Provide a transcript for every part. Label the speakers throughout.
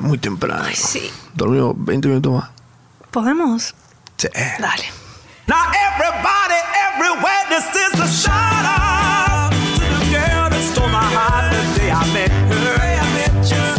Speaker 1: muy temprano.
Speaker 2: Ay, sí.
Speaker 1: Dormimos 20 minutos más.
Speaker 2: ¿Podemos?
Speaker 1: Sí.
Speaker 2: Dale.
Speaker 3: Now everybody, everywhere, this is a shout out to the girl that stole my heart the day I met her.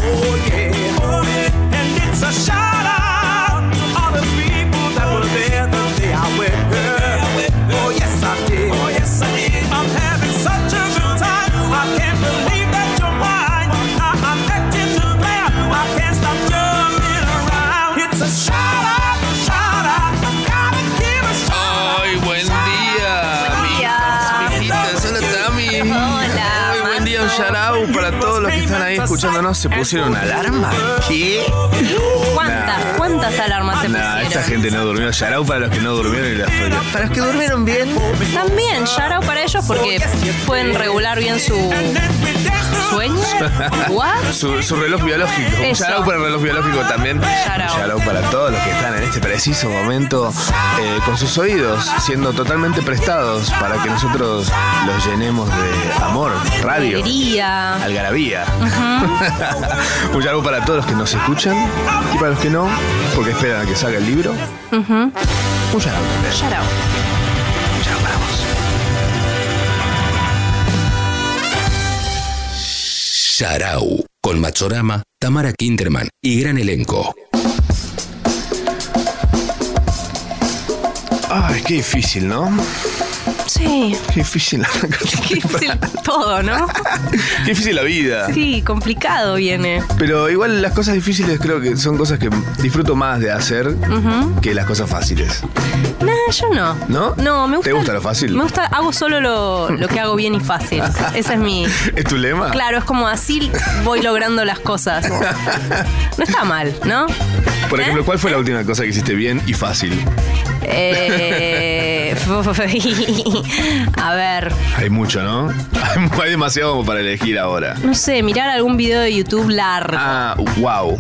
Speaker 3: Oh yeah, oh yeah. And it's a shout out to all the people that were there the day I met her. Oh yes I did. Oh yes I did. I'm having such a good time. I can't believe that you're mine. Now I'm acting to glad. I can't stop jumping around. It's a shout out, shout out. I gotta give a shout out.
Speaker 4: Ay, buen día.
Speaker 2: Buen día.
Speaker 4: Mijitas, hola Tami.
Speaker 2: Hola,
Speaker 4: Ay, buen día, un
Speaker 2: Mazo.
Speaker 4: shout out para todos los que están ahí escuchándonos. ¿Se pusieron alarma? ¿Qué?
Speaker 2: ¿Cuántas, cuántas alarmas se
Speaker 4: Nah, esta
Speaker 2: pusieron?
Speaker 4: gente no durmió. Shout out para los que no durmieron y las fue- Para los que durmieron bien.
Speaker 2: También, shout out para ellos porque pueden regular bien su sueño. ¿What?
Speaker 4: Su, su reloj biológico.
Speaker 2: Eso.
Speaker 4: Shout out para el reloj biológico también.
Speaker 2: Shout out.
Speaker 4: Shout out para todos los que están en este preciso momento eh, con sus oídos siendo totalmente prestados para que nosotros los llenemos de amor, radio,
Speaker 2: Alegría.
Speaker 4: algarabía. Un shout out para todos los que nos escuchan y para los que no, porque esperan a que salga el libro. Un shout out también.
Speaker 2: Shout out.
Speaker 4: Ya vamos.
Speaker 5: Sharau, con Machorama, Tamara Kinderman y gran elenco.
Speaker 4: Ay, qué difícil, ¿no?
Speaker 2: Sí.
Speaker 4: Qué difícil arrancar
Speaker 2: Qué difícil todo, ¿no?
Speaker 4: Qué difícil la vida.
Speaker 2: Sí, complicado viene.
Speaker 4: Pero igual las cosas difíciles creo que son cosas que disfruto más de hacer que las cosas fáciles.
Speaker 2: Nah, yo no.
Speaker 4: ¿No?
Speaker 2: No, me gusta.
Speaker 4: ¿Te gusta lo fácil?
Speaker 2: Me gusta, hago solo lo, lo que hago bien y fácil. Ese es mi.
Speaker 4: ¿Es tu lema?
Speaker 2: Claro, es como así voy logrando las cosas. No está mal, ¿no?
Speaker 4: Por ejemplo, ¿cuál fue la última cosa que hiciste bien y fácil?
Speaker 2: Eh, a ver,
Speaker 4: Hay mucho, ¿no? Hay, mu- hay demasiado como para elegir ahora.
Speaker 2: no sé, mirar algún video de YouTube largo.
Speaker 4: Ah, wow.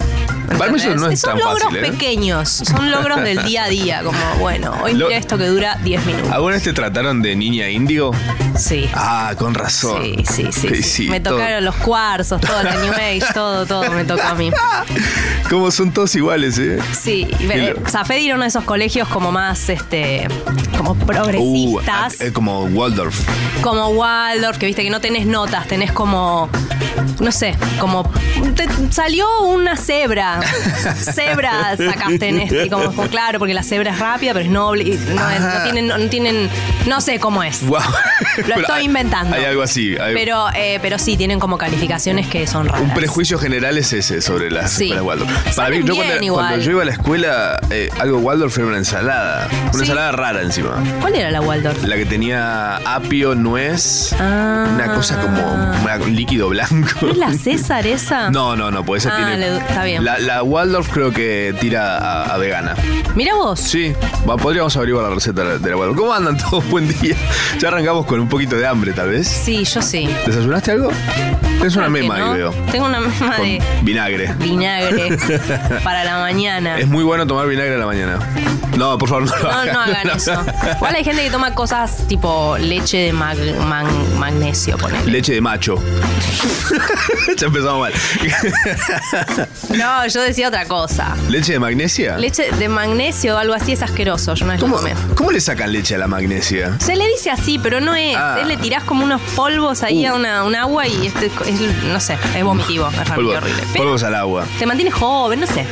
Speaker 4: Para mí
Speaker 2: ¿entendés?
Speaker 4: eso no es
Speaker 2: son
Speaker 4: tan
Speaker 2: logros
Speaker 4: fácil, ¿eh?
Speaker 2: pequeños, son logros del día a día, como bueno, hoy
Speaker 4: Lo-
Speaker 2: mira esto que dura 10 minutos.
Speaker 4: ¿Alguna vez te trataron de niña índigo?
Speaker 2: Sí.
Speaker 4: Ah, con razón.
Speaker 2: Sí, sí, sí, sí. Me
Speaker 4: todo-
Speaker 2: tocaron los cuarzos, todo el New Age, todo, todo me tocó a mí.
Speaker 4: Como son todos iguales, ¿eh?
Speaker 2: Sí,
Speaker 4: Qué
Speaker 2: y ve-
Speaker 4: lo-
Speaker 2: Zafed ir a uno de esos colegios como más, este, como
Speaker 4: Uh,
Speaker 2: progresistas,
Speaker 4: ah, eh, como Waldorf.
Speaker 2: como Waldorf, que viste que no tenés notas, tenés como, no sé, como, te salió una cebra, cebra sacaste en este, como, como, claro, porque la cebra es rápida, pero es noble, y no, es- no tienen, no, tienen, no sé cómo es.
Speaker 4: Wow.
Speaker 2: Lo estoy inventando.
Speaker 4: Hay algo así. hay-
Speaker 2: Pero, eh, pero sí, tienen como calificaciones que son raras.
Speaker 4: Un prejuicio general es ese sobre las
Speaker 2: Sí.
Speaker 4: escuelas Waldorf. Para
Speaker 2: Saben
Speaker 4: mí, yo
Speaker 2: bien
Speaker 4: cuando,
Speaker 2: igual.
Speaker 4: cuando yo iba a la escuela, eh, algo Waldorf era una ensalada. Una
Speaker 2: Sí.
Speaker 4: ensalada rara encima.
Speaker 2: ¿Cuál era la Waldorf?
Speaker 4: La que tenía apio, nuez,
Speaker 2: Ah.
Speaker 4: una cosa como una- un líquido blanco.
Speaker 2: ¿No es la César esa?
Speaker 4: No, no, no, pues esa
Speaker 2: Ah,
Speaker 4: tiene.
Speaker 2: le- está bien.
Speaker 4: La, la Waldorf creo que tira a, a vegana.
Speaker 2: Mira vos.
Speaker 4: Sí, va, podríamos averiguar la receta de la- de la Waldorf. ¿Cómo andan todos? Buen día. Ya arrancamos con un poquito de hambre, tal vez.
Speaker 2: Sí, yo sí.
Speaker 4: ¿Desayunaste algo? Tienes una
Speaker 2: Creo que
Speaker 4: mema
Speaker 2: no.
Speaker 4: ahí, veo.
Speaker 2: Tengo una mema de
Speaker 4: Con vinagre.
Speaker 2: vinagre para la mañana.
Speaker 4: Es muy bueno tomar vinagre a la mañana. No, por favor, no lo
Speaker 2: No,
Speaker 4: hagan.
Speaker 2: no hagan eso. Igual hay gente que toma cosas tipo leche de mag- man- magnesio, ponele.
Speaker 4: Leche de macho. ya empezamos mal.
Speaker 2: No, yo decía otra cosa.
Speaker 4: ¿Leche de magnesia?
Speaker 2: Leche de magnesio o algo así es asqueroso. Yo no es lo
Speaker 4: ¿Cómo,
Speaker 2: tomé.
Speaker 4: cómo le sacan leche a la magnesia?
Speaker 2: Se le dice así, pero no es.
Speaker 4: Ah.
Speaker 2: ¿eh? Le tirás como unos polvos ahí
Speaker 4: Uh.
Speaker 2: a una, un agua y este es, no sé, es vomitivo. Es realmente
Speaker 4: Polvo-
Speaker 2: horrible. Pero
Speaker 4: polvos al agua.
Speaker 2: te mantiene joven, no sé.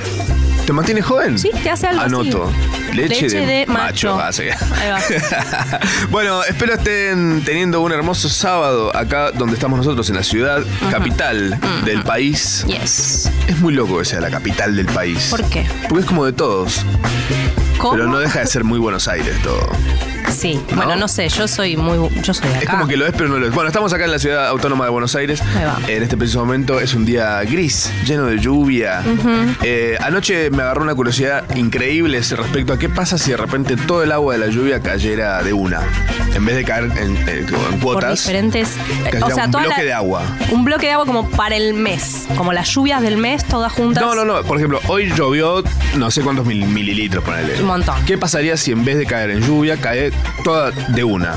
Speaker 4: ¿Te mantienes joven?
Speaker 2: Sí, te hace algo así.
Speaker 4: Anoto. Leche, de, macho. Ah, sí.
Speaker 2: Ahí va.
Speaker 4: bueno, espero estén teniendo un hermoso sábado acá donde estamos nosotros, en la ciudad capital del país.
Speaker 2: Yes.
Speaker 4: Es muy loco que sea la capital del país.
Speaker 2: ¿Por qué?
Speaker 4: Porque es como de todos.
Speaker 2: ¿Cómo?
Speaker 4: Pero no deja de ser muy Buenos Aires todo.
Speaker 2: Sí, bueno, no sé, yo soy muy. Yo soy de acá.
Speaker 4: Es como que lo es, pero no lo es. Bueno, estamos acá en la ciudad autónoma de Buenos Aires.
Speaker 2: Ahí va.
Speaker 4: En este preciso momento es un día gris, lleno de lluvia. Eh, anoche me agarró una curiosidad increíble respecto a qué pasa si de repente todo el agua de la lluvia cayera de una. En vez de caer en, eh, en
Speaker 2: Por
Speaker 4: cuotas,
Speaker 2: diferentes.
Speaker 4: cayera un
Speaker 2: toda
Speaker 4: bloque de agua.
Speaker 2: Un bloque de agua como para el mes. Como las lluvias del mes, todas juntas.
Speaker 4: No, no, no. Por ejemplo, hoy llovió no sé cuántos mil- mililitros, ponele.
Speaker 2: Un montón.
Speaker 4: ¿Qué pasaría si en vez de caer en lluvia, cae toda de una?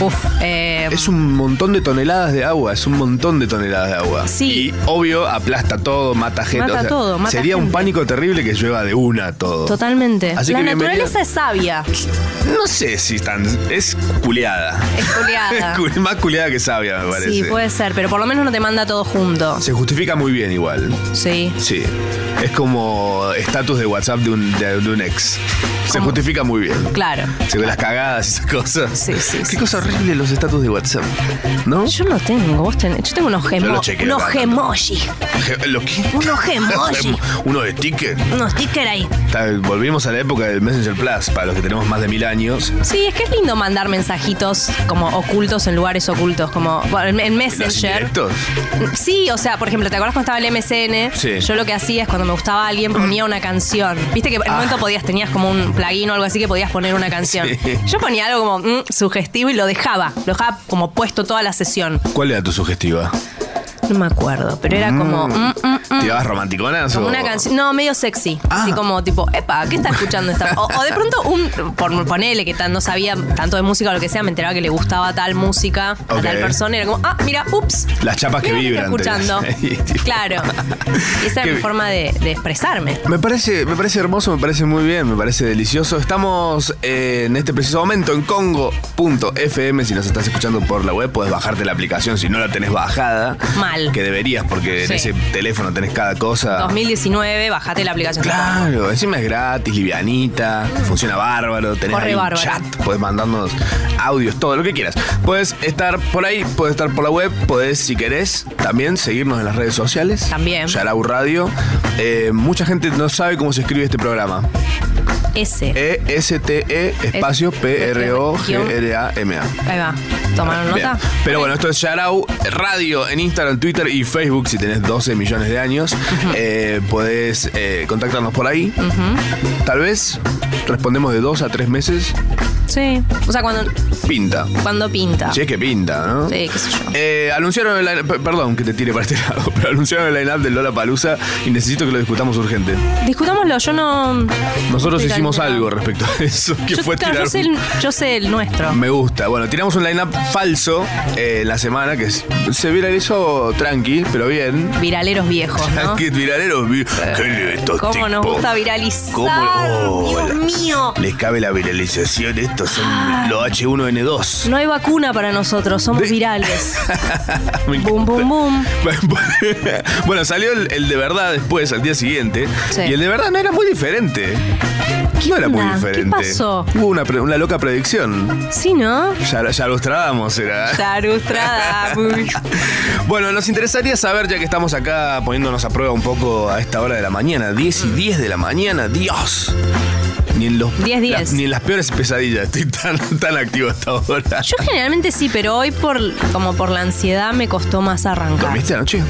Speaker 2: Uf. eh,
Speaker 4: Es un montón de toneladas de agua, es un montón de toneladas de agua.
Speaker 2: Sí.
Speaker 4: Y obvio, aplasta todo, mata gente.
Speaker 2: Mata todo, mata
Speaker 4: Sería un
Speaker 2: gente.
Speaker 4: pánico terrible que llueva de una todo.
Speaker 2: Totalmente.
Speaker 4: Así
Speaker 2: la
Speaker 4: que
Speaker 2: naturaleza es sabia.
Speaker 4: No sé si tan. Es culeada.
Speaker 2: Es
Speaker 4: Es
Speaker 2: culiada.
Speaker 4: cu- más culeada que sabia, me parece.
Speaker 2: sí, pues. puede ser, pero por lo menos no te manda todo junto.
Speaker 4: Se justifica muy bien igual.
Speaker 2: Sí.
Speaker 4: Sí. Es como estatus de WhatsApp de un, de- de un ex. Se
Speaker 2: ¿Cómo?
Speaker 4: justifica muy bien.
Speaker 2: Claro.
Speaker 4: Se ven las cagadas y esas cosas.
Speaker 2: Sí, sí,
Speaker 4: Qué
Speaker 2: sí,
Speaker 4: cosa horrible los estatus de WhatsApp. ¿No?
Speaker 2: Yo no tengo, vos tenés. Yo tengo unos
Speaker 4: Yo lo
Speaker 2: gemo,
Speaker 4: chequeo cada
Speaker 2: unos
Speaker 4: tanto.
Speaker 2: gemoji,
Speaker 4: Je- ¿Lo qué?
Speaker 2: Unos emoji.
Speaker 4: Uno de ticket.
Speaker 2: unos stickers ahí.
Speaker 4: Está- Volvimos a la época del Messenger Plus, para los que tenemos más de mil años.
Speaker 2: Sí, es que es lindo mandar mensajitos como ocultos en lugares ocultos, como bueno, en- en
Speaker 4: Los
Speaker 2: Messenger.
Speaker 4: indirectos.
Speaker 2: Sí, o sea, por ejemplo, ¿te acuerdas cuando estaba el MSN?
Speaker 4: Sí.
Speaker 2: Yo lo que hacía es cuando me gustaba alguien ponía una canción. Viste que en el
Speaker 4: Ah.
Speaker 2: momento podías, tenías como un plugin o algo así que podías poner una canción.
Speaker 4: Sí.
Speaker 2: Yo ponía algo como mm, sugestivo y lo dejaba. Lo dejaba como puesto toda la sesión.
Speaker 4: ¿Cuál era tu sugestiva?
Speaker 2: No me acuerdo, pero era como. mm, mm, mm.
Speaker 4: ¿Tirabas romanticonas
Speaker 2: Como
Speaker 4: o-
Speaker 2: una canción. No, medio sexy.
Speaker 4: Ah.
Speaker 2: Así como tipo, epa, ¿qué está escuchando esta? O, o de pronto un. Por ponerle que tan, no sabía tanto de música o lo que sea, me enteraba que le gustaba tal música a
Speaker 4: Ok.
Speaker 2: tal persona. Era como, ah, mira, ups.
Speaker 4: Las chapas que
Speaker 2: mira lo
Speaker 4: vibran,
Speaker 2: Está
Speaker 4: te dice.
Speaker 2: escuchando. claro. Y esa
Speaker 4: Qué
Speaker 2: era mi
Speaker 4: bi-
Speaker 2: forma de, de expresarme.
Speaker 4: Me parece, me parece hermoso, me parece muy bien, me parece delicioso. Estamos eh, en este preciso momento en congo.fm. Si nos estás escuchando por la web, puedes bajarte la aplicación si no la tenés bajada.
Speaker 2: Mal.
Speaker 4: Que deberías, porque en
Speaker 2: Sí.
Speaker 4: ese teléfono tenés cada cosa.
Speaker 2: 2019, bajate la aplicación.
Speaker 4: Ah. Claro, encima es gratis, livianita, funciona bárbaro, tenés
Speaker 2: Corre
Speaker 4: ahí un
Speaker 2: bárbaro.
Speaker 4: chat, podés mandarnos audios, todo lo que quieras. Puedes estar por ahí, puedes estar por la web, podés, si querés, también seguirnos en las redes sociales.
Speaker 2: También.
Speaker 4: Yarau Radio. Eh, mucha gente no sabe cómo se escribe este programa. Eh. E
Speaker 2: Ese.
Speaker 4: E-S-T-E espacio P-R-O-G-R-A-M-A.
Speaker 2: Ahí va. ¿Tomaron
Speaker 4: Bien.
Speaker 2: nota?
Speaker 4: Pero bueno, esto es Yarau Radio en Instagram, Twitter y Facebook. Si tenés 12 millones de años, eh, podés eh, contactarnos por ahí. Tal vez respondemos de dos a tres meses.
Speaker 2: Sí. O sea, cuando,
Speaker 4: Pinta.
Speaker 2: cuando pinta.
Speaker 4: Si es que pinta, ¿no?
Speaker 2: Sí, qué sé yo.
Speaker 4: Eh, anunciaron el line- p- Perdón que te tire para este lado, pero anunciaron el line-up de Lola Palusa y necesito que lo discutamos urgente.
Speaker 2: Discutámoslo, yo no.
Speaker 4: Nosotros
Speaker 2: Estoy
Speaker 4: hicimos
Speaker 2: calculando.
Speaker 4: algo respecto a eso, que
Speaker 2: yo,
Speaker 4: fue
Speaker 2: claro,
Speaker 4: tirar
Speaker 2: yo sé, el, yo sé el nuestro.
Speaker 4: Me gusta. Bueno, tiramos un line-up falso eh, la semana que s- se viralizó tranqui, pero bien.
Speaker 2: Viraleros viejos, ¿no? Eh,
Speaker 4: Que viraleros, vi- qué le- estos
Speaker 2: ¿Cómo nos
Speaker 4: tipos.
Speaker 2: gusta viralizar?
Speaker 4: ¿Cómo? Oh,
Speaker 2: Dios mío. Ah.
Speaker 4: Les cabe la viralización, estos son los H1N2.
Speaker 2: No hay vacuna para nosotros, somos
Speaker 4: De-
Speaker 2: virales.
Speaker 4: Me encanta.
Speaker 2: Bum, bum, bum.
Speaker 4: bueno, salió el, el de verdad después, al día siguiente.
Speaker 2: Sí.
Speaker 4: Y el de verdad no era muy diferente. No era muy
Speaker 2: onda? ¿Qué
Speaker 4: diferente.
Speaker 2: pasó?
Speaker 4: Hubo una, pre- una loca predicción.
Speaker 2: Sí, ¿no?
Speaker 4: Ya, ya lo Stradamus era.
Speaker 2: Charustrada. uy.
Speaker 4: Bueno, nos interesaría saber, ya que estamos acá poniéndonos a prueba un poco a esta hora de la mañana, 10 y
Speaker 2: Mm.
Speaker 4: 10 de la mañana, Dios. Ni en, los,
Speaker 2: 10, 10.
Speaker 4: la- ni en las peores pesadillas estoy tan, tan activo hasta ahora.
Speaker 2: Yo generalmente sí, pero hoy por como por la ansiedad me costó más arrancar.
Speaker 4: ¿Dormiste anoche?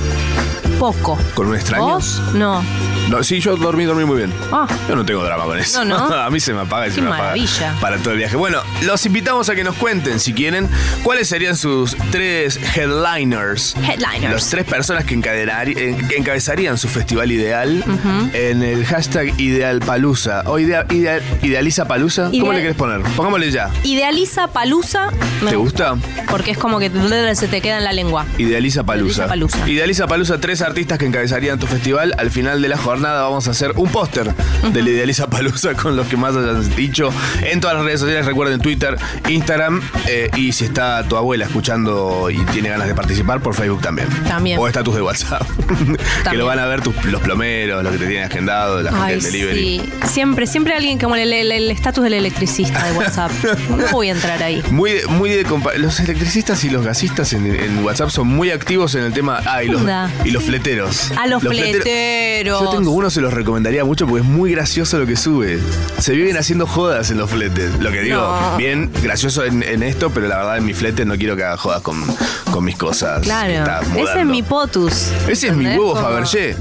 Speaker 2: Poco.
Speaker 4: ¿Con un extraño?
Speaker 2: ¿Vos? No.
Speaker 4: No, sí, yo dormí, dormí muy bien.
Speaker 2: Ah.
Speaker 4: Yo no tengo drama con eso.
Speaker 2: No, no.
Speaker 4: a mí se me apaga y se
Speaker 2: Qué
Speaker 4: me apaga
Speaker 2: maravilla.
Speaker 4: Para todo el viaje. Bueno, los invitamos a que nos cuenten, si quieren, cuáles serían sus tres headliners.
Speaker 2: Headliners.
Speaker 4: Los tres personas que, encadenar- eh, que encabezarían su festival ideal en el hashtag idealpalusa. O idea, idea- idealiza palusa. ¿Cómo
Speaker 2: Ideal-
Speaker 4: le querés poner? Pongámosle ya.
Speaker 2: Idealiza palusa. me
Speaker 4: ¿Te gusta?
Speaker 2: Porque es como que se te queda en la lengua.
Speaker 4: Idealiza Palusa.
Speaker 2: Idealiza Palusa.
Speaker 4: Idealiza Palusa, tres artistas que encabezarían tu festival. Al final de la jornada vamos a hacer un póster del Idealiza Palusa con los que más hayan dicho en todas las redes sociales. Recuerden Twitter, Instagram eh, y si está tu abuela escuchando y tiene ganas de participar, por Facebook también.
Speaker 2: También.
Speaker 4: O estatus de WhatsApp. que lo
Speaker 2: También.
Speaker 4: van a ver tus, los plomeros, los que te tienen agendado, la gente
Speaker 2: Ay,
Speaker 4: del delivery.
Speaker 2: sí. Siempre, siempre alguien como el- el el estatus del electricista de WhatsApp. No voy a entrar ahí.
Speaker 4: Muy, de- muy de compa- los electricistas y los gasistas en, en WhatsApp son muy activos en el tema. Ah, y los,
Speaker 2: Onda.
Speaker 4: y los fleteros.
Speaker 2: A los fleteros.
Speaker 4: Yo tengo uno, se los recomendaría mucho porque es muy gracioso lo que sube. Se viven haciendo jodas en los fletes. Lo que digo,
Speaker 2: No.
Speaker 4: bien gracioso en, en esto, pero la verdad en mi flete no quiero que haga jodas con, con mis cosas. que está
Speaker 2: Claro. Ese es
Speaker 4: mudando.
Speaker 2: mi potus.
Speaker 4: Ese es mi
Speaker 2: ¿entendés?
Speaker 4: huevo
Speaker 2: Como-
Speaker 4: Fabergé.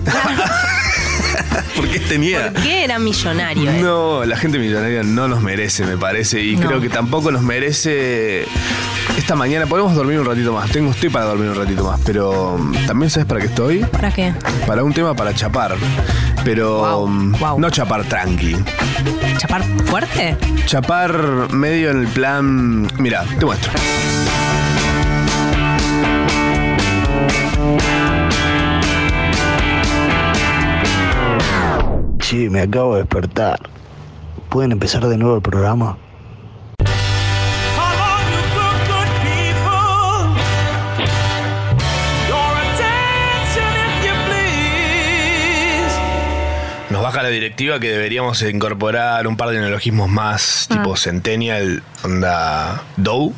Speaker 4: ¿Por qué tenía?
Speaker 2: ¿Por qué era millonario? eh? él?
Speaker 4: No, la gente millonaria no nos merece, me parece. Y
Speaker 2: No.
Speaker 4: creo que tampoco nos merece. Esta mañana podemos dormir un ratito más. Tengo, estoy para dormir un ratito más, pero mm, también sabes para qué estoy.
Speaker 2: ¿Para qué?
Speaker 4: Para un tema para chapar. Pero
Speaker 2: Guau,
Speaker 4: mm,
Speaker 2: guau.
Speaker 4: no chapar tranqui.
Speaker 2: ¿Chapar fuerte?
Speaker 4: Chapar medio en el plan. Mira, te muestro.
Speaker 6: Che, me acabo de despertar. ¿Pueden empezar de nuevo el programa?
Speaker 3: Come on, you good, good people. Your attention, if you please.
Speaker 4: Nos baja la directiva que deberíamos incorporar un par de neologismos más,
Speaker 2: Ah.
Speaker 4: tipo Centennial, onda Dow,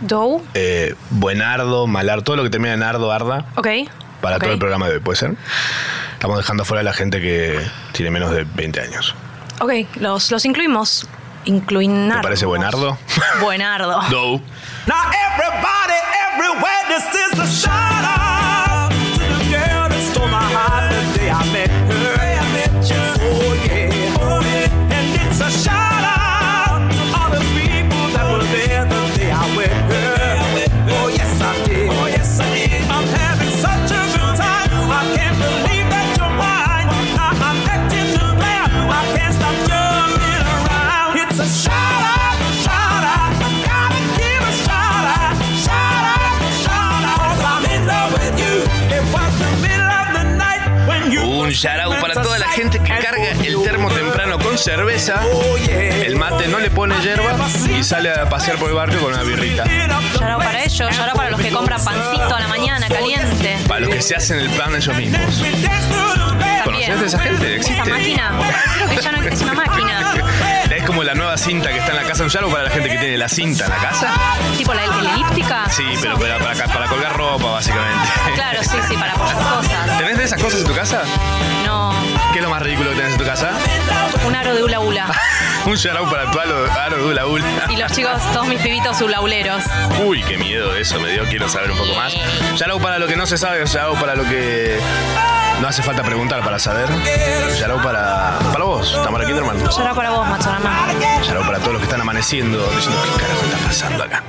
Speaker 2: ¿Dow?
Speaker 4: eh, Buenardo, Malar, todo lo que termina en Ardo, Arda.
Speaker 2: Ok.
Speaker 4: Para
Speaker 2: Ok.
Speaker 4: todo el programa de hoy, ¿puede ser? Estamos dejando fuera a la gente que tiene menos de 20 años.
Speaker 2: Ok, los, los incluimos. Incluinardo.
Speaker 4: ¿Te parece buenardo?
Speaker 2: Buenardo.
Speaker 4: No.
Speaker 3: Now everybody, everywhere, this is a shout out to the girl that stole my heart the day I met her. I met you. Oh yeah, oh yeah. And it's a shout out to all the people that were there the day I met her. Oh yes I did. Oh yes I did. I'm having such a good time. I can't believe that you're mine. Now I'm acting to blame. I can't stop jumping around. It's a shout out, shout out. I gotta give a shout out, shout out, shout out. 'Cause I'm in love with you. It was the middle of the night when you
Speaker 4: Un shout out para toda la gente que carga el termo temprano con cerveza.
Speaker 3: Oh,
Speaker 4: El mate no le pone hierba y sale a pasear por el barrio con una birrita.
Speaker 2: Llorado para ellos, llorado para los que compran pancito a la mañana, caliente.
Speaker 4: Para los que se hacen el plan ellos mismos. ¿Conocías a esa gente? ¿Existe?
Speaker 2: Esa máquina. Ella no- es una máquina.
Speaker 4: Es como la nueva cinta que está en la casa de un Yaro para la gente que tiene la cinta en la casa.
Speaker 2: Tipo la el- elíptica.
Speaker 4: Sí, pero para, para- para colgar ropa, básicamente.
Speaker 2: Claro, sí, sí, para pocas cosas.
Speaker 4: ¿Tenés de esas cosas en tu casa?
Speaker 2: No.
Speaker 4: ¿Qué es lo más ridículo que tenés en tu casa?
Speaker 2: Un aro de hula hula.
Speaker 4: Un shout out para tu aro, aro de hula hula.
Speaker 2: Y los chicos, todos mis pibitos hulauleros.
Speaker 4: Uy, qué miedo eso me dio, quiero saber un poco más. Yarau para lo que no se sabe, Yarau para lo que no hace falta preguntar para saber. Yarau para, para vos, Tamara Kinderman.
Speaker 2: Llorado para vos, Machorama.
Speaker 4: Yarau para todos los que están amaneciendo, diciendo qué carajo está pasando acá.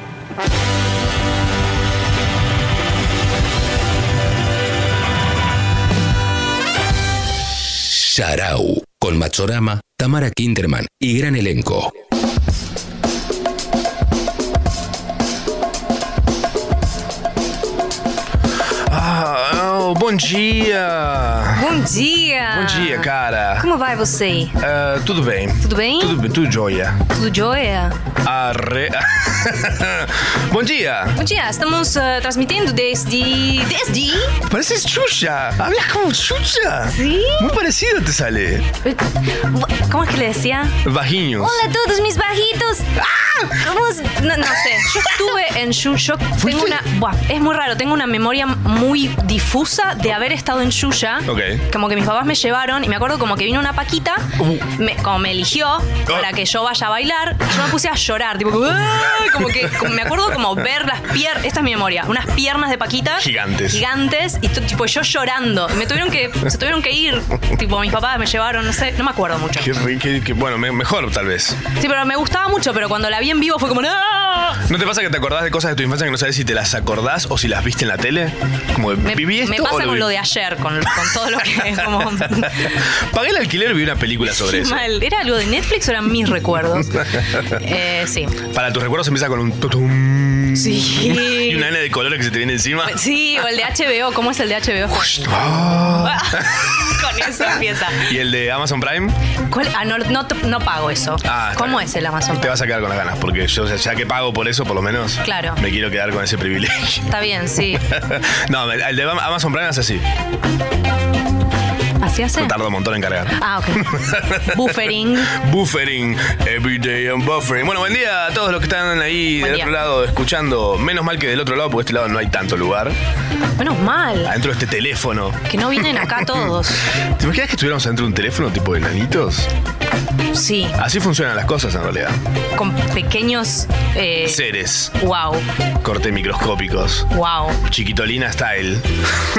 Speaker 7: Sharau, con Machorama, Tamara Kinderman y gran elenco.
Speaker 4: Ah, oh, buen día.
Speaker 2: Bom dia.
Speaker 4: Bom dia, cara.
Speaker 2: Como vai você?
Speaker 4: Ah, tudo bem.
Speaker 2: Tudo bem?
Speaker 4: Tudo bem, tudo joia.
Speaker 2: Tudo jóia?
Speaker 4: Arre. buen día.
Speaker 2: Bom dia, estamos eh, transmitiendo desde... ¿Desde?
Speaker 4: Pareces chucha. Hablas como chucha.
Speaker 2: Sí.
Speaker 4: Muy parecido te sale.
Speaker 2: ¿Cómo es que le decía?
Speaker 4: Vagiños.
Speaker 2: Hola a todos mis bajitos. ¿Cómo es? No, no sé. Yo estuve en Shusha. Tengo
Speaker 4: ¿Fuiste?
Speaker 2: una. Buah, es muy raro. Tengo una memoria muy difusa de haber estado en Shusha.
Speaker 4: Ok.
Speaker 2: Como que mis papás me llevaron y me acuerdo como que vino una paquita,
Speaker 4: Uh. Ah.
Speaker 2: me- como me eligió para que yo vaya a bailar. y Yo me puse a llorar, tipo, "Ah", como que como- me acuerdo como ver las piernas. Esta es mi memoria. Unas piernas de paquita.
Speaker 4: Gigantes.
Speaker 2: Gigantes y t- tipo yo llorando. Y Me tuvieron que se tuvieron que ir. Tipo mis papás me llevaron, no sé, no me acuerdo mucho.
Speaker 4: Qué, ri- qué- qué- bueno, me- mejor tal vez.
Speaker 2: Sí, pero me gustaba mucho, pero cuando la vi en vivo fue como ¡No!
Speaker 4: ¿No te pasa que te acordás de cosas de tu infancia que no sabes si te las acordás o si las viste en la tele? Como de,
Speaker 2: Me,
Speaker 4: viví esto
Speaker 2: me pasa
Speaker 4: o lo
Speaker 2: con
Speaker 4: vi-"
Speaker 2: lo de ayer, con, con todo lo que como
Speaker 4: Pagué el alquiler y vi una película sobre eso.
Speaker 2: mal. ¿Era algo de Netflix o eran mis recuerdos? Eh, sí.
Speaker 4: Para tus recuerdos empieza con un tutum y
Speaker 2: Sí. Pues
Speaker 4: una N de colores que se te viene encima.
Speaker 2: Sí, o el de HBO, ¿cómo es el de HBO?
Speaker 4: Ah.
Speaker 2: Con eso empieza.
Speaker 4: ¿Y el de Amazon Prime?
Speaker 2: ¿Cuál? Ah, no, no, no pago eso.
Speaker 4: Ah, está
Speaker 2: ¿Cómo
Speaker 4: bien.
Speaker 2: es el Amazon?
Speaker 4: Te vas a quedar con las ganas, porque yo o sea, ya que pago por eso, por lo menos,
Speaker 2: Claro.
Speaker 4: me quiero quedar con ese privilegio.
Speaker 2: Está bien, sí.
Speaker 4: no, el de Amazon Prime es así.
Speaker 2: ¿Así hace?
Speaker 4: Tarda un montón en cargar.
Speaker 2: Ah, ok. Buffering.
Speaker 4: Buffering, everyday and buffering. Bueno, buen día a todos los que están ahí
Speaker 2: Buen
Speaker 4: del
Speaker 2: día.
Speaker 4: otro lado escuchando. Menos mal que del otro lado, porque de este lado no hay tanto lugar.
Speaker 2: Menos mal.
Speaker 4: Adentro de este teléfono.
Speaker 2: Que no vienen acá todos.
Speaker 4: ¿Te imaginas que estuviéramos adentro de un teléfono tipo de nanitos?
Speaker 2: Sí,
Speaker 4: Así funcionan las cosas en realidad.
Speaker 2: con pequeños. Eh,
Speaker 4: Seres,
Speaker 2: Wow,
Speaker 4: corte microscópicos,
Speaker 2: wow.
Speaker 4: chiquitolina style.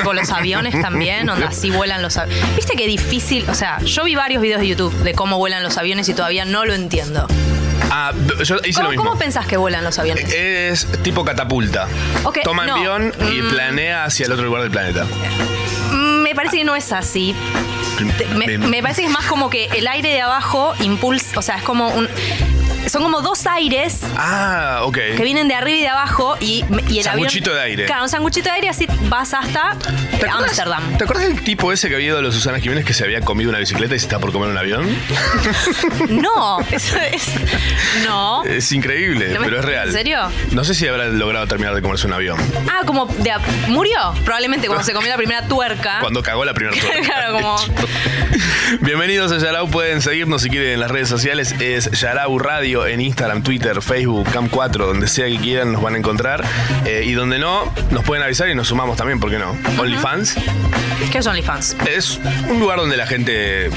Speaker 2: Con los aviones también, onda, así vuelan los aviones. Viste qué difícil, o sea, yo vi varios videos de YouTube de cómo vuelan los aviones y todavía no lo entiendo.
Speaker 4: Ah, yo hice lo
Speaker 2: ¿Cómo,
Speaker 4: mismo.
Speaker 2: Oh,
Speaker 4: Eh,
Speaker 2: cómo pensás que vuelan los aviones?
Speaker 4: es tipo catapulta.
Speaker 2: Ok,
Speaker 4: Toma
Speaker 2: no,
Speaker 4: envión y
Speaker 2: mm.
Speaker 4: planea hacia el otro lugar del planeta. eh.
Speaker 2: Mm, Me parece que no es así. Te- Me, me parece que es más como que el aire de abajo impulsa, o sea, es como un... Son como dos aires
Speaker 4: Ah, ok.
Speaker 2: que vienen de arriba y de abajo y, y el avión...
Speaker 4: Sanguchito de aire.
Speaker 2: Claro, un sanguchito de aire así vas hasta eh,
Speaker 4: ¿Te acuerdas-
Speaker 2: Ámsterdam.
Speaker 4: ¿Te acuerdas del tipo ese que había ido a los Susana Jiménez que se había comido una bicicleta y se está por comer un avión?
Speaker 2: No, eso es... No.
Speaker 4: Es increíble,
Speaker 2: ¿Lo me-
Speaker 4: pero es real.
Speaker 2: ¿En serio?
Speaker 4: No sé si habrá logrado terminar de comerse un avión.
Speaker 2: Ah, como de a- murió, probablemente cuando se comió la primera tuerca.
Speaker 4: Cuando cagó la primera tuerca.
Speaker 2: Ah. Claro, como-
Speaker 4: Bienvenidos a Yarau. Pueden seguirnos si quieren en las redes sociales. Es Yarau Radio en Instagram, Twitter, Facebook, Cam4, donde sea que quieran nos van a encontrar. Eh, y donde no, nos pueden avisar y nos sumamos también, ¿por qué no? OnlyFans
Speaker 2: ¿Qué es OnlyFans?
Speaker 4: es un lugar donde la gente eh,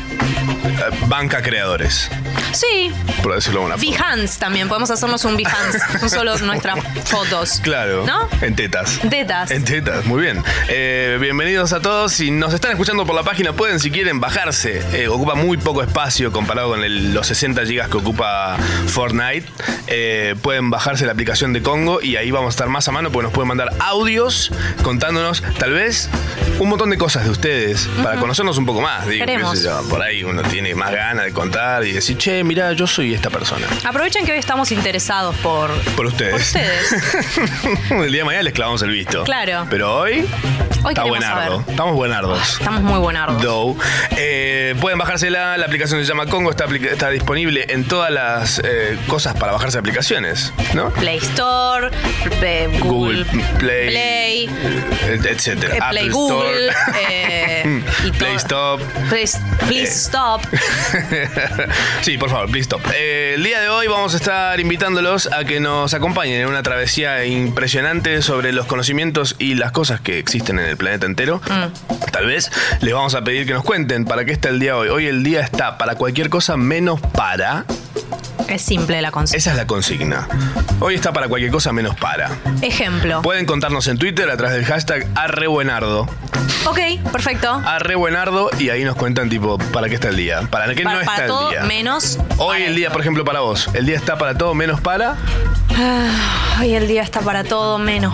Speaker 4: banca creadores,
Speaker 2: Sí,
Speaker 4: por decirlo de una forma.
Speaker 2: Behance también, podemos hacernos un Behance, no solo nuestras fotos.
Speaker 4: Claro.
Speaker 2: ¿No?
Speaker 4: En tetas.
Speaker 2: Tetas.
Speaker 4: En tetas, muy bien. Eh, bienvenidos a todos. Si nos están escuchando por la página, pueden, si quieren, bajarse. Eh, ocupa muy poco espacio comparado con el- los 60 gigas que ocupa Fortnite. Eh, pueden bajarse la aplicación de Congo y ahí vamos a estar más a mano porque nos pueden mandar audios contándonos, tal vez, un montón de cosas de ustedes para conocernos un poco más. Digo, qué
Speaker 2: Queremos.
Speaker 4: sé yo, por ahí uno tiene más ganas de contar y decir, che, mirá, yo soy esta persona.
Speaker 2: Aprovechen que hoy estamos interesados por,
Speaker 4: Por ustedes.
Speaker 2: por ustedes.
Speaker 4: el día de mañana les clavamos el visto.
Speaker 2: Claro.
Speaker 4: Pero hoy, está
Speaker 2: queremos
Speaker 4: buenardo.
Speaker 2: saber.
Speaker 4: Estamos buenardos.
Speaker 2: Estamos muy buenardos.
Speaker 4: Dow. Eh, pueden bajársela, la aplicación se llama Congo, está, apli- está disponible en todas las eh, cosas para bajarse aplicaciones, ¿no?
Speaker 2: Play Store, eh, Google,
Speaker 4: Play,
Speaker 2: Play,
Speaker 4: eh, etcétera.
Speaker 2: eh, Play
Speaker 4: Apple
Speaker 2: Google,
Speaker 4: Store.
Speaker 2: eh, y
Speaker 4: Play Eh.
Speaker 2: todo.
Speaker 4: Stop.
Speaker 2: Please, please stop.
Speaker 4: sí, por favor, please stop. Eh, el día de hoy vamos a estar invitándolos a que nos acompañen en una travesía impresionante sobre los conocimientos y las cosas que existen en el planeta entero.
Speaker 2: Mm.
Speaker 4: Tal vez les vamos a pedir que nos cuenten para qué está el día hoy. Hoy el día está para cualquier cosa menos para.
Speaker 2: Es simple la consigna.
Speaker 4: Esa es la consigna. Hoy está para cualquier cosa menos para.
Speaker 2: Ejemplo.
Speaker 4: Pueden contarnos en Twitter a través del hashtag arrebuenardo.
Speaker 2: Ok, perfecto.
Speaker 4: Arrebuenardo y ahí nos cuentan tipo para qué está el día. Para qué no
Speaker 2: Para,
Speaker 4: está
Speaker 2: para
Speaker 4: el
Speaker 2: todo
Speaker 4: día.
Speaker 2: menos.
Speaker 4: Hoy
Speaker 2: para
Speaker 4: el día,
Speaker 2: esto.
Speaker 4: por ejemplo, para vos. El día está para todo menos para.
Speaker 2: Ah, Hoy el día está para todo menos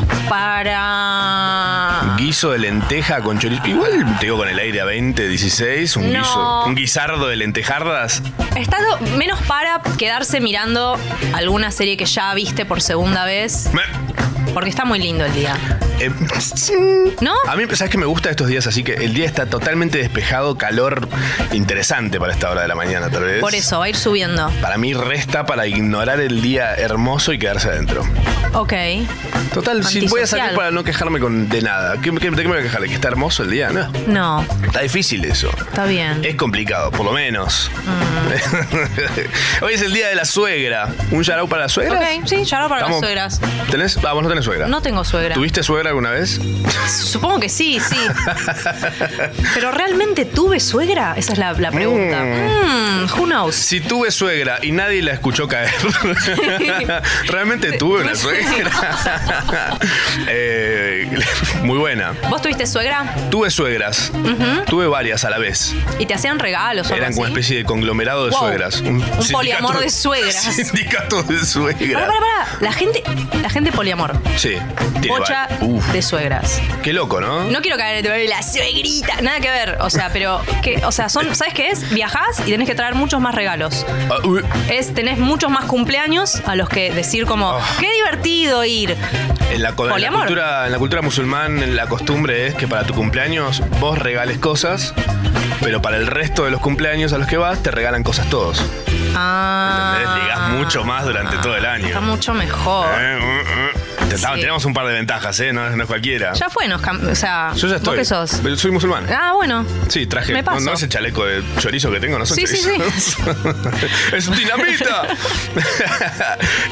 Speaker 2: para.
Speaker 4: Guiso de lenteja con chorizo. Igual te digo con el aire a 20, 16, un
Speaker 2: No.
Speaker 4: guiso. Un guisardo de lentejardas.
Speaker 2: Está do- menos para quedarse mirando alguna serie que ya viste por segunda vez.
Speaker 4: Me-
Speaker 2: Porque está muy lindo el día.
Speaker 4: eh,
Speaker 2: ¿No?
Speaker 4: A mí, ¿sabes que me gusta estos días? Así que el día está totalmente despejado, calor interesante para esta hora de la mañana, tal vez.
Speaker 2: Por eso, va a ir subiendo.
Speaker 4: Para mí resta para ignorar el día hermoso y quedarse adentro.
Speaker 2: Ok.
Speaker 4: Total, si voy a salir
Speaker 2: Antisocial.
Speaker 4: para no quejarme con, de nada. ¿Qué, qué, de qué me voy a quejar? ¿De que está hermoso el día? No.
Speaker 2: No,
Speaker 4: Está difícil eso.
Speaker 2: está bien.
Speaker 4: Es complicado, por lo menos. Hoy es el día de la suegra. ¿Un yarau para la suegra?
Speaker 2: Mm. Ok, sí, yarau para las suegras.
Speaker 4: ¿Tenés? Ah, vos no tenés suegra.
Speaker 2: No tengo suegra.
Speaker 4: ¿Tuviste suegra alguna vez?
Speaker 2: Supongo que sí, sí. Pero ¿realmente tuve suegra? Esa es la, la pregunta. Mm, who knows?
Speaker 4: Si tuve suegra y nadie la escuchó caer. Realmente tuve una suegra. Eh, muy buena.
Speaker 2: ¿Vos tuviste suegra?
Speaker 4: Tuve suegras. Tuve varias a la vez.
Speaker 2: ¿Y te hacían regalos o algo
Speaker 4: Eran como
Speaker 2: así?
Speaker 4: una especie de conglomerado de
Speaker 2: Wow.
Speaker 4: suegras.
Speaker 2: Un
Speaker 4: sindicato
Speaker 2: poliamor de suegras.
Speaker 4: Sindicato de
Speaker 2: Pará,
Speaker 4: suegras.
Speaker 2: pará, pará. La gente, la gente poliamor.
Speaker 4: Sí. tiene
Speaker 2: Pocha
Speaker 4: va- Uf.
Speaker 2: de suegras.
Speaker 4: Qué loco, ¿no?
Speaker 2: No quiero caer en el- la suegrita. Nada que ver. O sea, pero. Que, o sea, son, ¿sabes qué es? Viajás y tenés que traer muchos más regalos.
Speaker 4: Ah, uy.
Speaker 2: Es, tenés muchos más cumpleaños a los que decir como,
Speaker 4: Oh.
Speaker 2: qué divertido ir.
Speaker 4: En la, co- en la
Speaker 2: Poliamor.
Speaker 4: cultura, en la cultura musulmán la costumbre es que para tu cumpleaños vos regales cosas, pero para el resto de los cumpleaños a los que vas te regalan cosas todos.
Speaker 2: Ah.
Speaker 4: ¿Entendés? Ligás mucho más durante todo el año.
Speaker 2: Está mucho mejor.
Speaker 4: Eh, eh, eh. Te-
Speaker 2: Sí.
Speaker 4: Tenemos un par de ventajas, ¿eh? No, es- no es cualquiera.
Speaker 2: Ya fue, nos cam- O sea,
Speaker 4: Yo ya
Speaker 2: ¿vos
Speaker 4: estoy.
Speaker 2: qué sos?
Speaker 4: Pero Soy musulmán.
Speaker 2: Ah, bueno.
Speaker 4: Sí, traje.
Speaker 2: Me
Speaker 4: No,
Speaker 2: paso.
Speaker 4: no ese chaleco de chorizo que tengo, no son
Speaker 2: Sí, sí,
Speaker 4: chorizos. ¡Es un dinamita!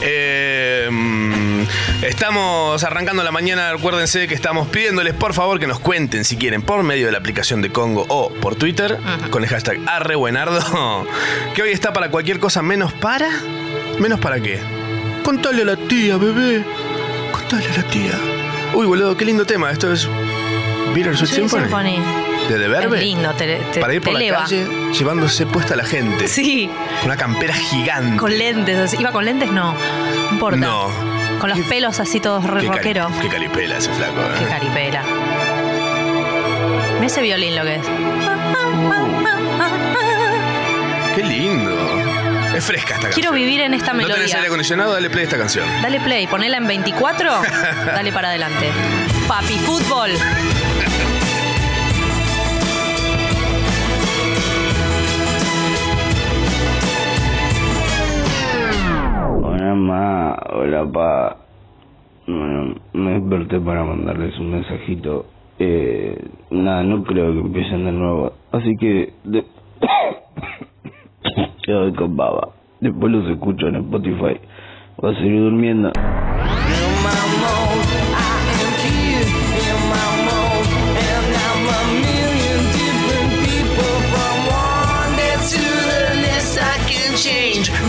Speaker 4: Eh, mm, Estamos arrancando la mañana, acuérdense que estamos pidiéndoles por favor que nos cuenten si quieren por medio de la aplicación de Congo o por Twitter con el hashtag arrebuenardo que hoy está para cualquier cosa menos para... ¿Menos para qué? Contale a la tía, bebé. Contale a la tía. Uy, boludo, qué lindo tema. Esto es... Bitter Sweet Symphony. De The
Speaker 2: Es
Speaker 4: Verve.
Speaker 2: lindo, te, te-
Speaker 4: para ir
Speaker 2: te
Speaker 4: por la
Speaker 2: eleva.
Speaker 4: calle llevándose puesta a la gente.
Speaker 2: Sí,
Speaker 4: Una campera gigante.
Speaker 2: con lentes. así. ¿Iba con lentes? No, no importa.
Speaker 4: No.
Speaker 2: Con los pelos así todos re
Speaker 4: Qué, cari-
Speaker 2: rockero.
Speaker 4: qué calipela ese flaco. ¿eh?
Speaker 2: Qué caripela. Mira ese violín lo que es.
Speaker 4: Qué lindo. Es fresca esta canción.
Speaker 2: Quiero vivir en esta
Speaker 4: ¿No tenés
Speaker 2: melodía.
Speaker 4: aire acondicionado? Dale play a esta canción.
Speaker 2: Dale play, ponela en 24, dale para adelante. Papi fútbol.
Speaker 6: Hola ma, hola pa. Bueno, me desperté para mandarles un mensajito. Eh, nada, no creo que empiecen de nuevo. Así que... De... Quedo con baba. Después los escucho en Spotify. Voy a seguir durmiendo.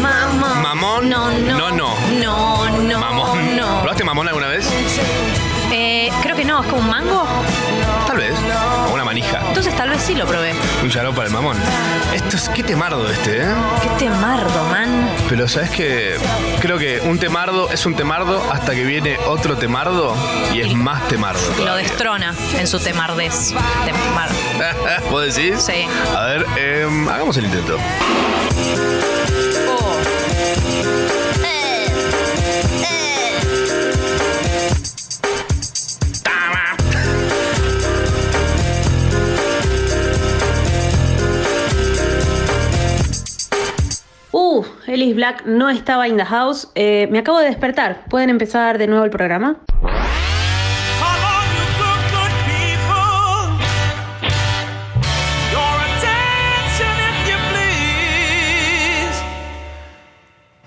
Speaker 2: Mamón.
Speaker 4: Mamón.
Speaker 2: No, no.
Speaker 4: No, no.
Speaker 2: No, no.
Speaker 4: Mamón.
Speaker 2: Oh, no.
Speaker 4: ¿Probaste mamón alguna vez?
Speaker 2: Eh, creo que no, es como un mango.
Speaker 4: Tal vez. O una manija.
Speaker 2: Entonces tal vez sí lo probé.
Speaker 4: Un charón para el mamón. Esto es. Qué temardo este, ¿eh?
Speaker 2: Qué temardo, man.
Speaker 4: Pero sabes que creo que un temardo es un temardo hasta que viene otro temardo y es más temardo.
Speaker 2: Lo
Speaker 4: todavía.
Speaker 2: destrona en su temardez. Temar.
Speaker 4: ¿Vos decís?
Speaker 2: Sí.
Speaker 4: A ver, em, hagamos el intento.
Speaker 8: Uh, Ellis Black no estaba in the house. Eh, me acabo de despertar. ¿Pueden empezar de nuevo el programa?
Speaker 3: Come on, you good, good people. Your attention, if you please.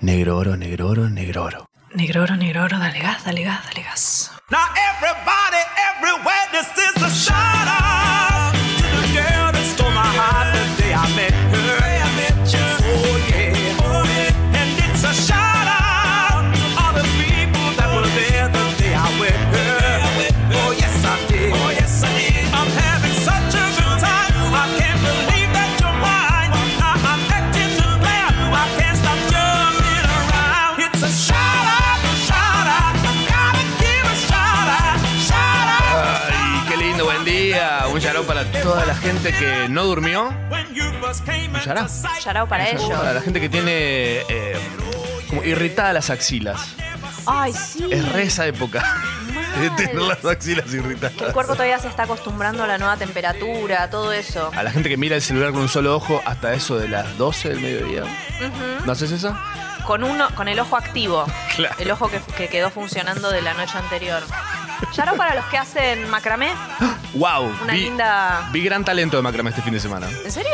Speaker 4: Negro oro, negro oro, negro oro.
Speaker 2: Negroro, negroro, dale gas, dale gas, dale gas.
Speaker 3: Now, everybody, everywhere, this is a shout out to the girl that stole my heart the day I met her. I met you. Oh, yeah. Oh, yeah. And it's a shout out to all the people that were there the day I met her. Oh, yes, I did. Oh, yes, I did. I'm having such a good time. I can't believe that you're mine. Now I'm acting to blame. I can't stop jumping around. It's a shout out, shout out. I gotta give a shout out, shout out.
Speaker 4: Ay, qué lindo, buen día. Un charón para toda la gente que no durmió.
Speaker 3: When you first came into
Speaker 4: Chará.
Speaker 3: sight,
Speaker 2: Charao para ellos.
Speaker 4: Para la gente que tiene eh, como irritadas las axilas.
Speaker 2: Ay, sí.
Speaker 4: Es re esa época de tener las axilas irritadas.
Speaker 2: El cuerpo todavía se está acostumbrando a la nueva temperatura, todo eso.
Speaker 4: A la gente que mira el celular con un solo ojo hasta eso de las 12 del mediodía. ¿No haces eso?
Speaker 2: Con uno, con el ojo activo.
Speaker 4: Claro.
Speaker 2: El ojo que, que quedó funcionando de la noche anterior. Yaro para los que hacen macramé,
Speaker 4: ¡Wow!
Speaker 2: Una linda-
Speaker 4: Vi gran talento de Macramé este fin de semana.
Speaker 2: ¿en serio?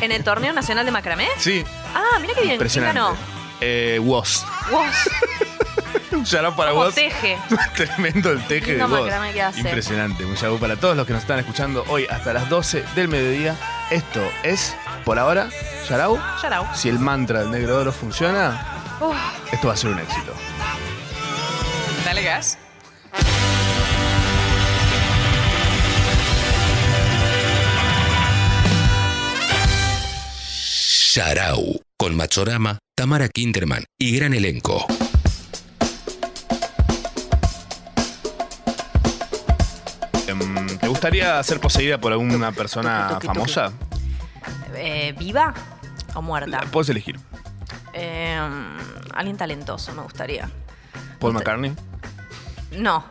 Speaker 2: ¿En el torneo nacional de macramé?
Speaker 4: Sí,
Speaker 2: Ah, mira qué bien. ¿Quién
Speaker 4: impresionante.
Speaker 2: ganó?
Speaker 4: Eh, Woz.
Speaker 2: Vos,
Speaker 4: Un charón para
Speaker 2: como
Speaker 4: vos.
Speaker 2: teje.
Speaker 4: Tremendo el teje de
Speaker 2: Lindo
Speaker 4: Woz.
Speaker 2: macramé que hace.
Speaker 4: Impresionante. Un saludo para todos los que nos están escuchando hoy hasta las 12 del mediodía. Esto es, por ahora, Yarau.
Speaker 2: Yarao.
Speaker 4: Si el mantra del negro oro funciona,
Speaker 2: Uf,
Speaker 4: esto va a ser un éxito.
Speaker 2: dale gas.
Speaker 7: Sharau, con Machorama, Tamara Kinderman y gran elenco.
Speaker 4: Em, ¿Te gustaría ser poseída por alguna persona famosa?
Speaker 2: Eh, ¿Viva o muerta?
Speaker 4: Puedes elegir.
Speaker 2: Eh, alguien talentoso me gustaría.
Speaker 4: Paul McCartney.
Speaker 2: No.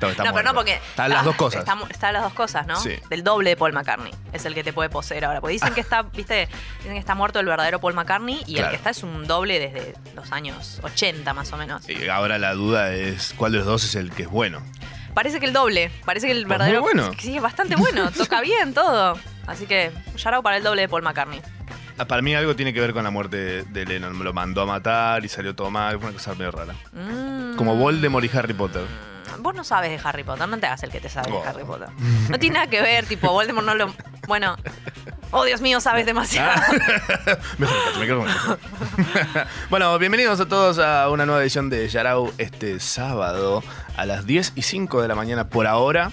Speaker 4: No, está
Speaker 2: no,
Speaker 4: muerto.
Speaker 2: pero no porque. ah,
Speaker 4: Están las dos cosas.
Speaker 2: Está, mu- está las dos cosas, ¿no?
Speaker 4: Sí.
Speaker 2: Del doble de Paul McCartney. Es el que te puede poseer ahora. Porque dicen que está, viste, dicen que está muerto el verdadero Paul McCartney y
Speaker 4: Claro.
Speaker 2: el que está es un doble desde los años 80 más o menos.
Speaker 4: Y ahora la duda es cuál de los dos es el que es bueno.
Speaker 2: Parece que el doble, parece que el
Speaker 4: Pues
Speaker 2: verdadero.
Speaker 4: muy bueno.
Speaker 2: Sí, es bastante bueno. Toca bien todo. Así que, shout out para el doble de Paul McCartney.
Speaker 4: Ah, para mí algo tiene que ver con la muerte de, de Lennon. Me lo mandó a matar y salió todo mal. Fue una cosa medio rara.
Speaker 2: Mm.
Speaker 4: Como Voldemort y Harry Potter.
Speaker 2: Vos no sabes de Harry Potter, no te hagas el que te sabe
Speaker 4: Oh.
Speaker 2: de Harry Potter. No tiene nada que ver, tipo, Voldemort no lo. Bueno. Oh, Dios mío, sabes demasiado.
Speaker 4: Ah. Mejor me callo, me quedo con esto. bueno, bienvenidos a todos a una nueva edición de Yarau este sábado a las 10 y 5 de la mañana por ahora.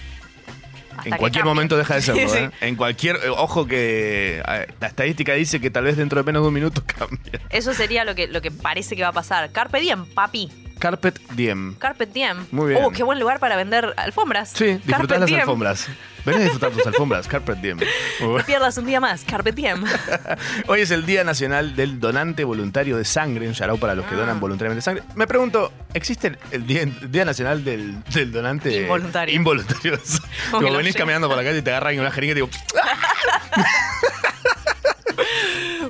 Speaker 2: Hasta
Speaker 4: en
Speaker 2: que
Speaker 4: cualquier
Speaker 2: cambie.
Speaker 4: momento deja de serlo.
Speaker 2: Sí, sí.
Speaker 4: ¿eh? En cualquier. eh, Ojo que eh, la estadística dice que tal vez dentro de menos de un minuto cambia.
Speaker 2: Eso sería lo que, lo que parece que va a pasar. Carpe diem, papi.
Speaker 4: Carpet Diem.
Speaker 2: Carpet diem.
Speaker 4: Muy bien.
Speaker 2: Oh, qué buen lugar para vender alfombras.
Speaker 4: Sí, disfrutás
Speaker 2: Carpet
Speaker 4: las
Speaker 2: diem.
Speaker 4: alfombras. Ven a disfrutar tus alfombras, Carpet Diem. Muy bueno.
Speaker 2: No pierdas un día más. Carpet diem.
Speaker 4: Hoy es el Día Nacional del Donante Voluntario de Sangre, un yarau para los
Speaker 2: Ah.
Speaker 4: que donan voluntariamente sangre. Me pregunto, ¿existe el- el Día, el día Nacional del, del Donante
Speaker 2: Involuntario.
Speaker 4: involuntario de sangre?
Speaker 2: Como
Speaker 4: Tipo,
Speaker 2: que lo
Speaker 4: venís
Speaker 2: lleva.
Speaker 4: caminando por la calle y te agarran con una jeringa y digo,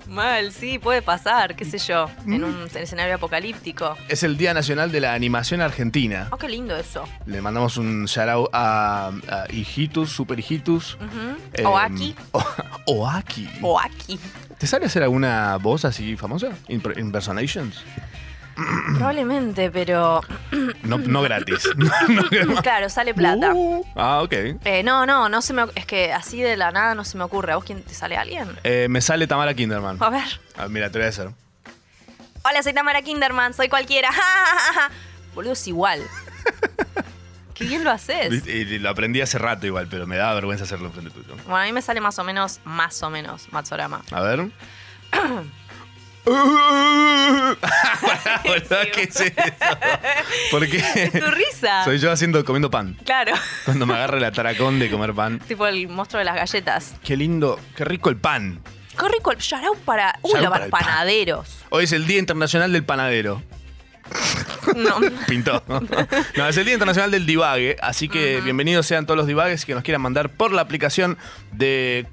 Speaker 2: Mal, sí, puede pasar, qué sé yo. En un
Speaker 4: Mm.
Speaker 2: escenario apocalíptico.
Speaker 4: es el Día Nacional de la Animación Argentina.
Speaker 2: Oh, qué lindo eso.
Speaker 4: Le mandamos un yarau a, a Hijitus, Super Hijitus.
Speaker 2: Ujú.
Speaker 4: eh,
Speaker 2: Oaki.
Speaker 4: o- Oaki.
Speaker 2: Oaki.
Speaker 4: ¿Te sale hacer alguna voz así famosa? Impr- Impersonations.
Speaker 2: Probablemente, pero. mm,
Speaker 4: No, no gratis. No, no-
Speaker 2: Claro, sale plata.
Speaker 4: Uh, ah, ok.
Speaker 2: Eh, no, no, no se me. Es que así de la nada no se me ocurre. ¿A vos quién te sale alguien?
Speaker 4: Eh, me sale Tamara Kinderman.
Speaker 2: A ver.
Speaker 4: Ah, mira, te voy a hacer.
Speaker 2: Hola, soy Tamara Kinderman, soy cualquiera. Boludo, es igual. qué bien lo haces.
Speaker 4: Y, y lo aprendí hace rato igual, pero me da vergüenza hacerlo en frente tuyo.
Speaker 2: Bueno, a mí me sale más o menos, más o menos, Matsorama.
Speaker 4: A ver. Pará, boludo, ¿Qué es eso? ¿Por
Speaker 2: Es tu
Speaker 4: qué?
Speaker 2: risa.
Speaker 4: Soy yo haciendo comiendo pan.
Speaker 2: Claro.
Speaker 4: Cuando me agarra el atracón de comer pan.
Speaker 2: tipo el monstruo de las galletas.
Speaker 4: Qué lindo, qué rico el pan.
Speaker 2: Qué rico el yarau para. Uy,
Speaker 4: Yarau
Speaker 2: la-
Speaker 4: para el pan.
Speaker 2: panaderos.
Speaker 4: Hoy es el Día Internacional del Panadero.
Speaker 2: No.
Speaker 4: Pintó. No, es el Día Internacional del Divague, así que bienvenidos sean todos los divagues que nos quieran mandar por la aplicación de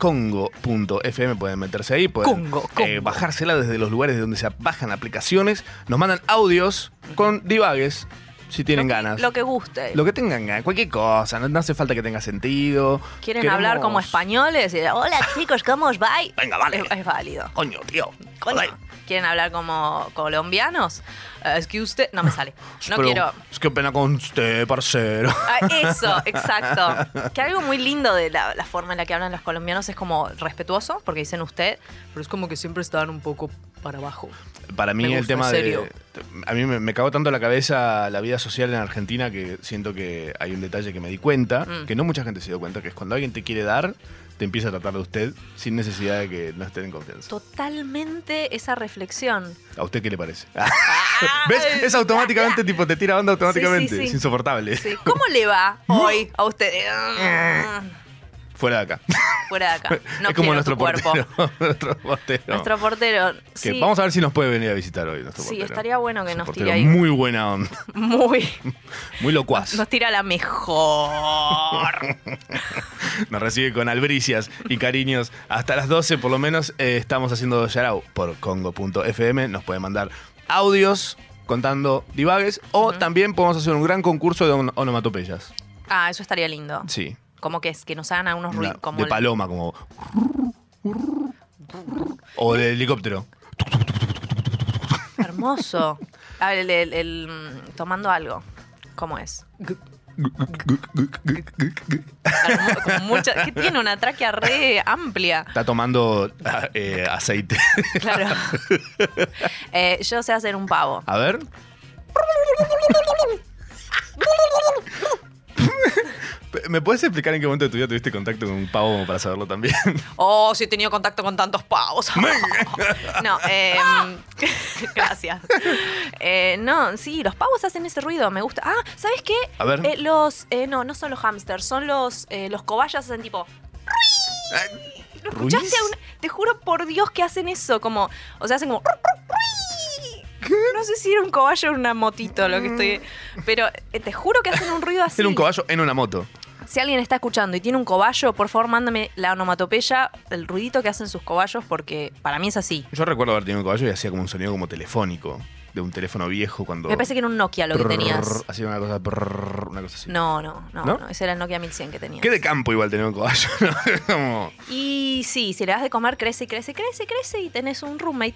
Speaker 4: congo.fm. Pueden meterse ahí, pueden
Speaker 2: Congo, Congo.
Speaker 4: eh, bajársela desde los lugares de donde se bajan aplicaciones. Nos mandan audios con divagues si tienen ganas.
Speaker 2: Lo que guste.
Speaker 4: Lo que tengan ganas, cualquier cosa, no, no hace falta que tenga sentido.
Speaker 2: Quieren
Speaker 4: Queremos-
Speaker 2: hablar como españoles. Y, Hola chicos, ¿cómo os vais?
Speaker 4: Venga, vale.
Speaker 2: Es, es válido.
Speaker 4: Coño, tío.
Speaker 2: Coño.
Speaker 4: Joder.
Speaker 2: ¿Quieren hablar como colombianos? Eh, Es que usted. No me sale. No
Speaker 4: Pero
Speaker 2: quiero.
Speaker 4: Es que pena con usted, parcero.
Speaker 2: Ah, eso, exacto. Que algo muy lindo de la, la forma en la que hablan los colombianos es como respetuoso, porque dicen usted, pero es como que siempre están un poco para abajo.
Speaker 4: Para mí
Speaker 2: Me
Speaker 4: el
Speaker 2: gusta,
Speaker 4: tema
Speaker 2: en serio.
Speaker 4: de... A mí me, me cagó tanto la cabeza la vida social en Argentina que siento que hay un detalle que me di cuenta,
Speaker 2: Mm.
Speaker 4: que no mucha gente se dio cuenta, que es cuando alguien te quiere dar, te empieza a tratar de usted sin necesidad de que no estén en confianza.
Speaker 2: Totalmente esa reflexión.
Speaker 4: ¿A usted qué le parece? ¿Ves? Es automáticamente, tipo, te tira onda automáticamente.
Speaker 2: sí.
Speaker 4: Es insoportable.
Speaker 2: Sí. ¿Cómo le va hoy a usted? Mm,
Speaker 4: Fuera de acá.
Speaker 2: Fuera de acá. No
Speaker 4: es como
Speaker 2: quiero
Speaker 4: nuestro
Speaker 2: tu cuerpo.
Speaker 4: portero. nuestro portero.
Speaker 2: Nuestro portero.
Speaker 4: Que
Speaker 2: Sí,
Speaker 4: Vamos a ver si nos puede venir a visitar hoy. Nuestro
Speaker 2: Sí,
Speaker 4: portero.
Speaker 2: estaría bueno que
Speaker 4: Es un
Speaker 2: nos
Speaker 4: portero
Speaker 2: tire ahí.
Speaker 4: Muy buena onda.
Speaker 2: muy.
Speaker 4: Muy locuaz.
Speaker 2: Nos tira la mejor.
Speaker 4: Nos recibe con albricias y cariños. Hasta las 12 por lo menos eh, estamos haciendo Yarau por congo.fm. Nos pueden mandar audios contando divagues o también podemos hacer un gran concurso de on- onomatopeyas.
Speaker 2: Ah, eso estaría lindo.
Speaker 4: Sí.
Speaker 2: Como que, es- que nos hagan algunos
Speaker 4: Una-
Speaker 2: ruidos. Como
Speaker 4: de
Speaker 2: el-
Speaker 4: paloma, como... O de helicóptero.
Speaker 2: Hermoso. A ver, el, el- el, mm, tomando algo. ¿Cómo es? Hermo- con mucha- que tiene una tráquea re amplia.
Speaker 4: Está tomando ah, eh, aceite.
Speaker 2: Claro. Eh, yo sé hacer un pavo.
Speaker 4: A ver. ¿Me puedes explicar en qué momento de tu vida tuviste contacto con un pavo como para saberlo también?
Speaker 2: Oh, sí he tenido contacto con tantos pavos. no, eh, gracias. Eh, no, sí, los pavos hacen ese ruido, me gusta. Ah, ¿sabes qué?
Speaker 4: A ver.
Speaker 2: Eh, los, eh, no, no son los hamsters, son los, eh, los cobayas hacen tipo... ¿Lo escuchaste?
Speaker 4: Eh, ¿Ruiz?
Speaker 2: alguna- Te juro por Dios que hacen eso, como, o sea, hacen como... No sé si era un cobayo o una motito lo que estoy... Pero eh, te juro que hacen un ruido así.
Speaker 4: Mm. Era un caballo en una moto.
Speaker 2: Si alguien está escuchando y tiene un cobayo, por favor mándame la onomatopeya, el ruidito que hacen sus cobayos, porque para mí es así.
Speaker 4: Yo recuerdo haber tenido un caballo y hacía como un sonido como telefónico. de un teléfono viejo cuando.
Speaker 2: Me parece que era un Nokia lo que tenías.
Speaker 4: Hacía una cosa. prrr, una cosa así.
Speaker 2: No, no, no,
Speaker 4: ¿No?
Speaker 2: no, ese era el Nokia 1100 que tenías.
Speaker 4: Qué de campo igual tenía un caballo, ¿no? Como-
Speaker 2: Y sí, si le das de comer, crece, y crece, crece, crece y tenés un roommate.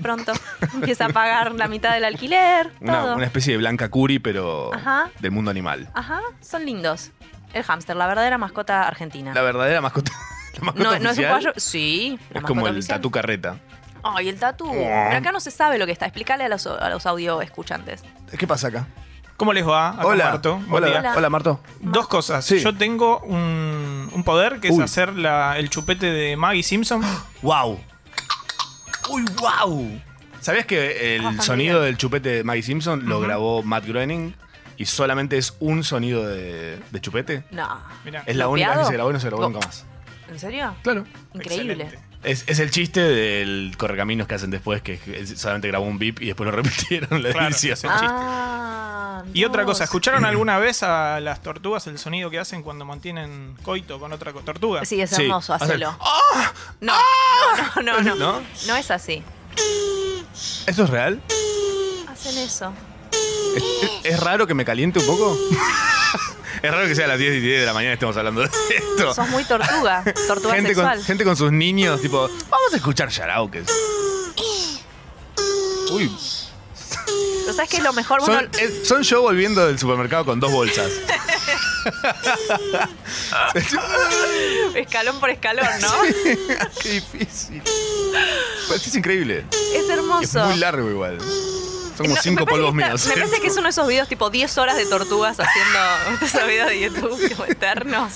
Speaker 2: pronto empieza a pagar la mitad del alquiler, todo.
Speaker 4: Una, una especie de Blanca Curi, pero
Speaker 2: Ajá.
Speaker 4: del mundo animal.
Speaker 2: Ajá, son lindos. El hámster, la verdadera mascota argentina.
Speaker 4: La verdadera mascota. la mascota
Speaker 2: no, no es un
Speaker 4: oficial
Speaker 2: caballo. Sí, la
Speaker 4: Es como
Speaker 2: mascota
Speaker 4: el
Speaker 2: oficial.
Speaker 4: tatu Oh. carreta.
Speaker 2: Ay, el tatu. Pero acá no se sabe lo que está. Explícale a los, a los audio escuchantes.
Speaker 4: ¿Qué pasa acá?
Speaker 9: ¿Cómo les va? Acá
Speaker 4: hola,
Speaker 9: Marto.
Speaker 4: Hola,
Speaker 9: Buen día.
Speaker 4: hola, hola, Marto.
Speaker 9: Dos cosas.
Speaker 4: Sí.
Speaker 9: Yo tengo un, un poder que
Speaker 4: Uy.
Speaker 9: es hacer la- el chupete de Maggie Simpson.
Speaker 4: ¡Wow! ¡Uy, wow! ¿Sabías que el
Speaker 2: Bastante
Speaker 4: sonido
Speaker 2: bien.
Speaker 4: del chupete de Maggie Simpson lo grabó Matt Groening y solamente es un sonido de, de chupete?
Speaker 2: No.
Speaker 9: Mirá.
Speaker 4: Es la única
Speaker 2: ¿Copiado?
Speaker 4: vez que se grabó y no se grabó
Speaker 2: No.
Speaker 4: nunca más.
Speaker 2: ¿En serio?
Speaker 4: Claro.
Speaker 2: Increíble.
Speaker 9: Excelente.
Speaker 4: Es, es el chiste del correcaminos que hacen después, que es- solamente grabó un beep y después lo repitieron la
Speaker 9: Claro,
Speaker 4: edición.
Speaker 9: ese chiste.
Speaker 2: Ah,
Speaker 9: Y otra cosa,
Speaker 2: escucha.
Speaker 9: ¿escucharon alguna vez a las tortugas el sonido que hacen cuando mantienen coito con otra co- tortuga?
Speaker 2: Sí, es
Speaker 4: Sí. ¡Ah!
Speaker 2: hermoso,
Speaker 4: Hace-
Speaker 2: hacelo. No,
Speaker 9: ¡Ah!
Speaker 2: no, no, no, no.
Speaker 4: ¿No?
Speaker 2: No es así.
Speaker 4: ¿Eso es real?
Speaker 2: Hacen eso.
Speaker 4: ¿Es, es- es raro que me caliente un poco? es raro que sea a las 10 y 10 de la mañana y estemos hablando de esto.
Speaker 2: Sos muy tortuga, tortuga
Speaker 4: gente,
Speaker 2: sexual.
Speaker 4: con, gente con sus niños, tipo, vamos a escuchar Yaraukes. Uy,
Speaker 2: Pero ¿sabes qué es lo mejor? Vos
Speaker 4: son,
Speaker 2: no-
Speaker 4: es- son yo volviendo del supermercado con dos bolsas.
Speaker 2: escalón por escalón, ¿no?
Speaker 4: Qué difícil. Pero esto es increíble.
Speaker 2: Es
Speaker 4: Es
Speaker 2: hermoso.
Speaker 4: muy largo igual. Son como
Speaker 2: No,
Speaker 4: cinco
Speaker 2: me parece
Speaker 4: polvos
Speaker 2: que está-
Speaker 4: míos.
Speaker 2: Me parece que es uno de esos videos tipo 10 horas de tortugas haciendo esos videos de YouTube como eternos.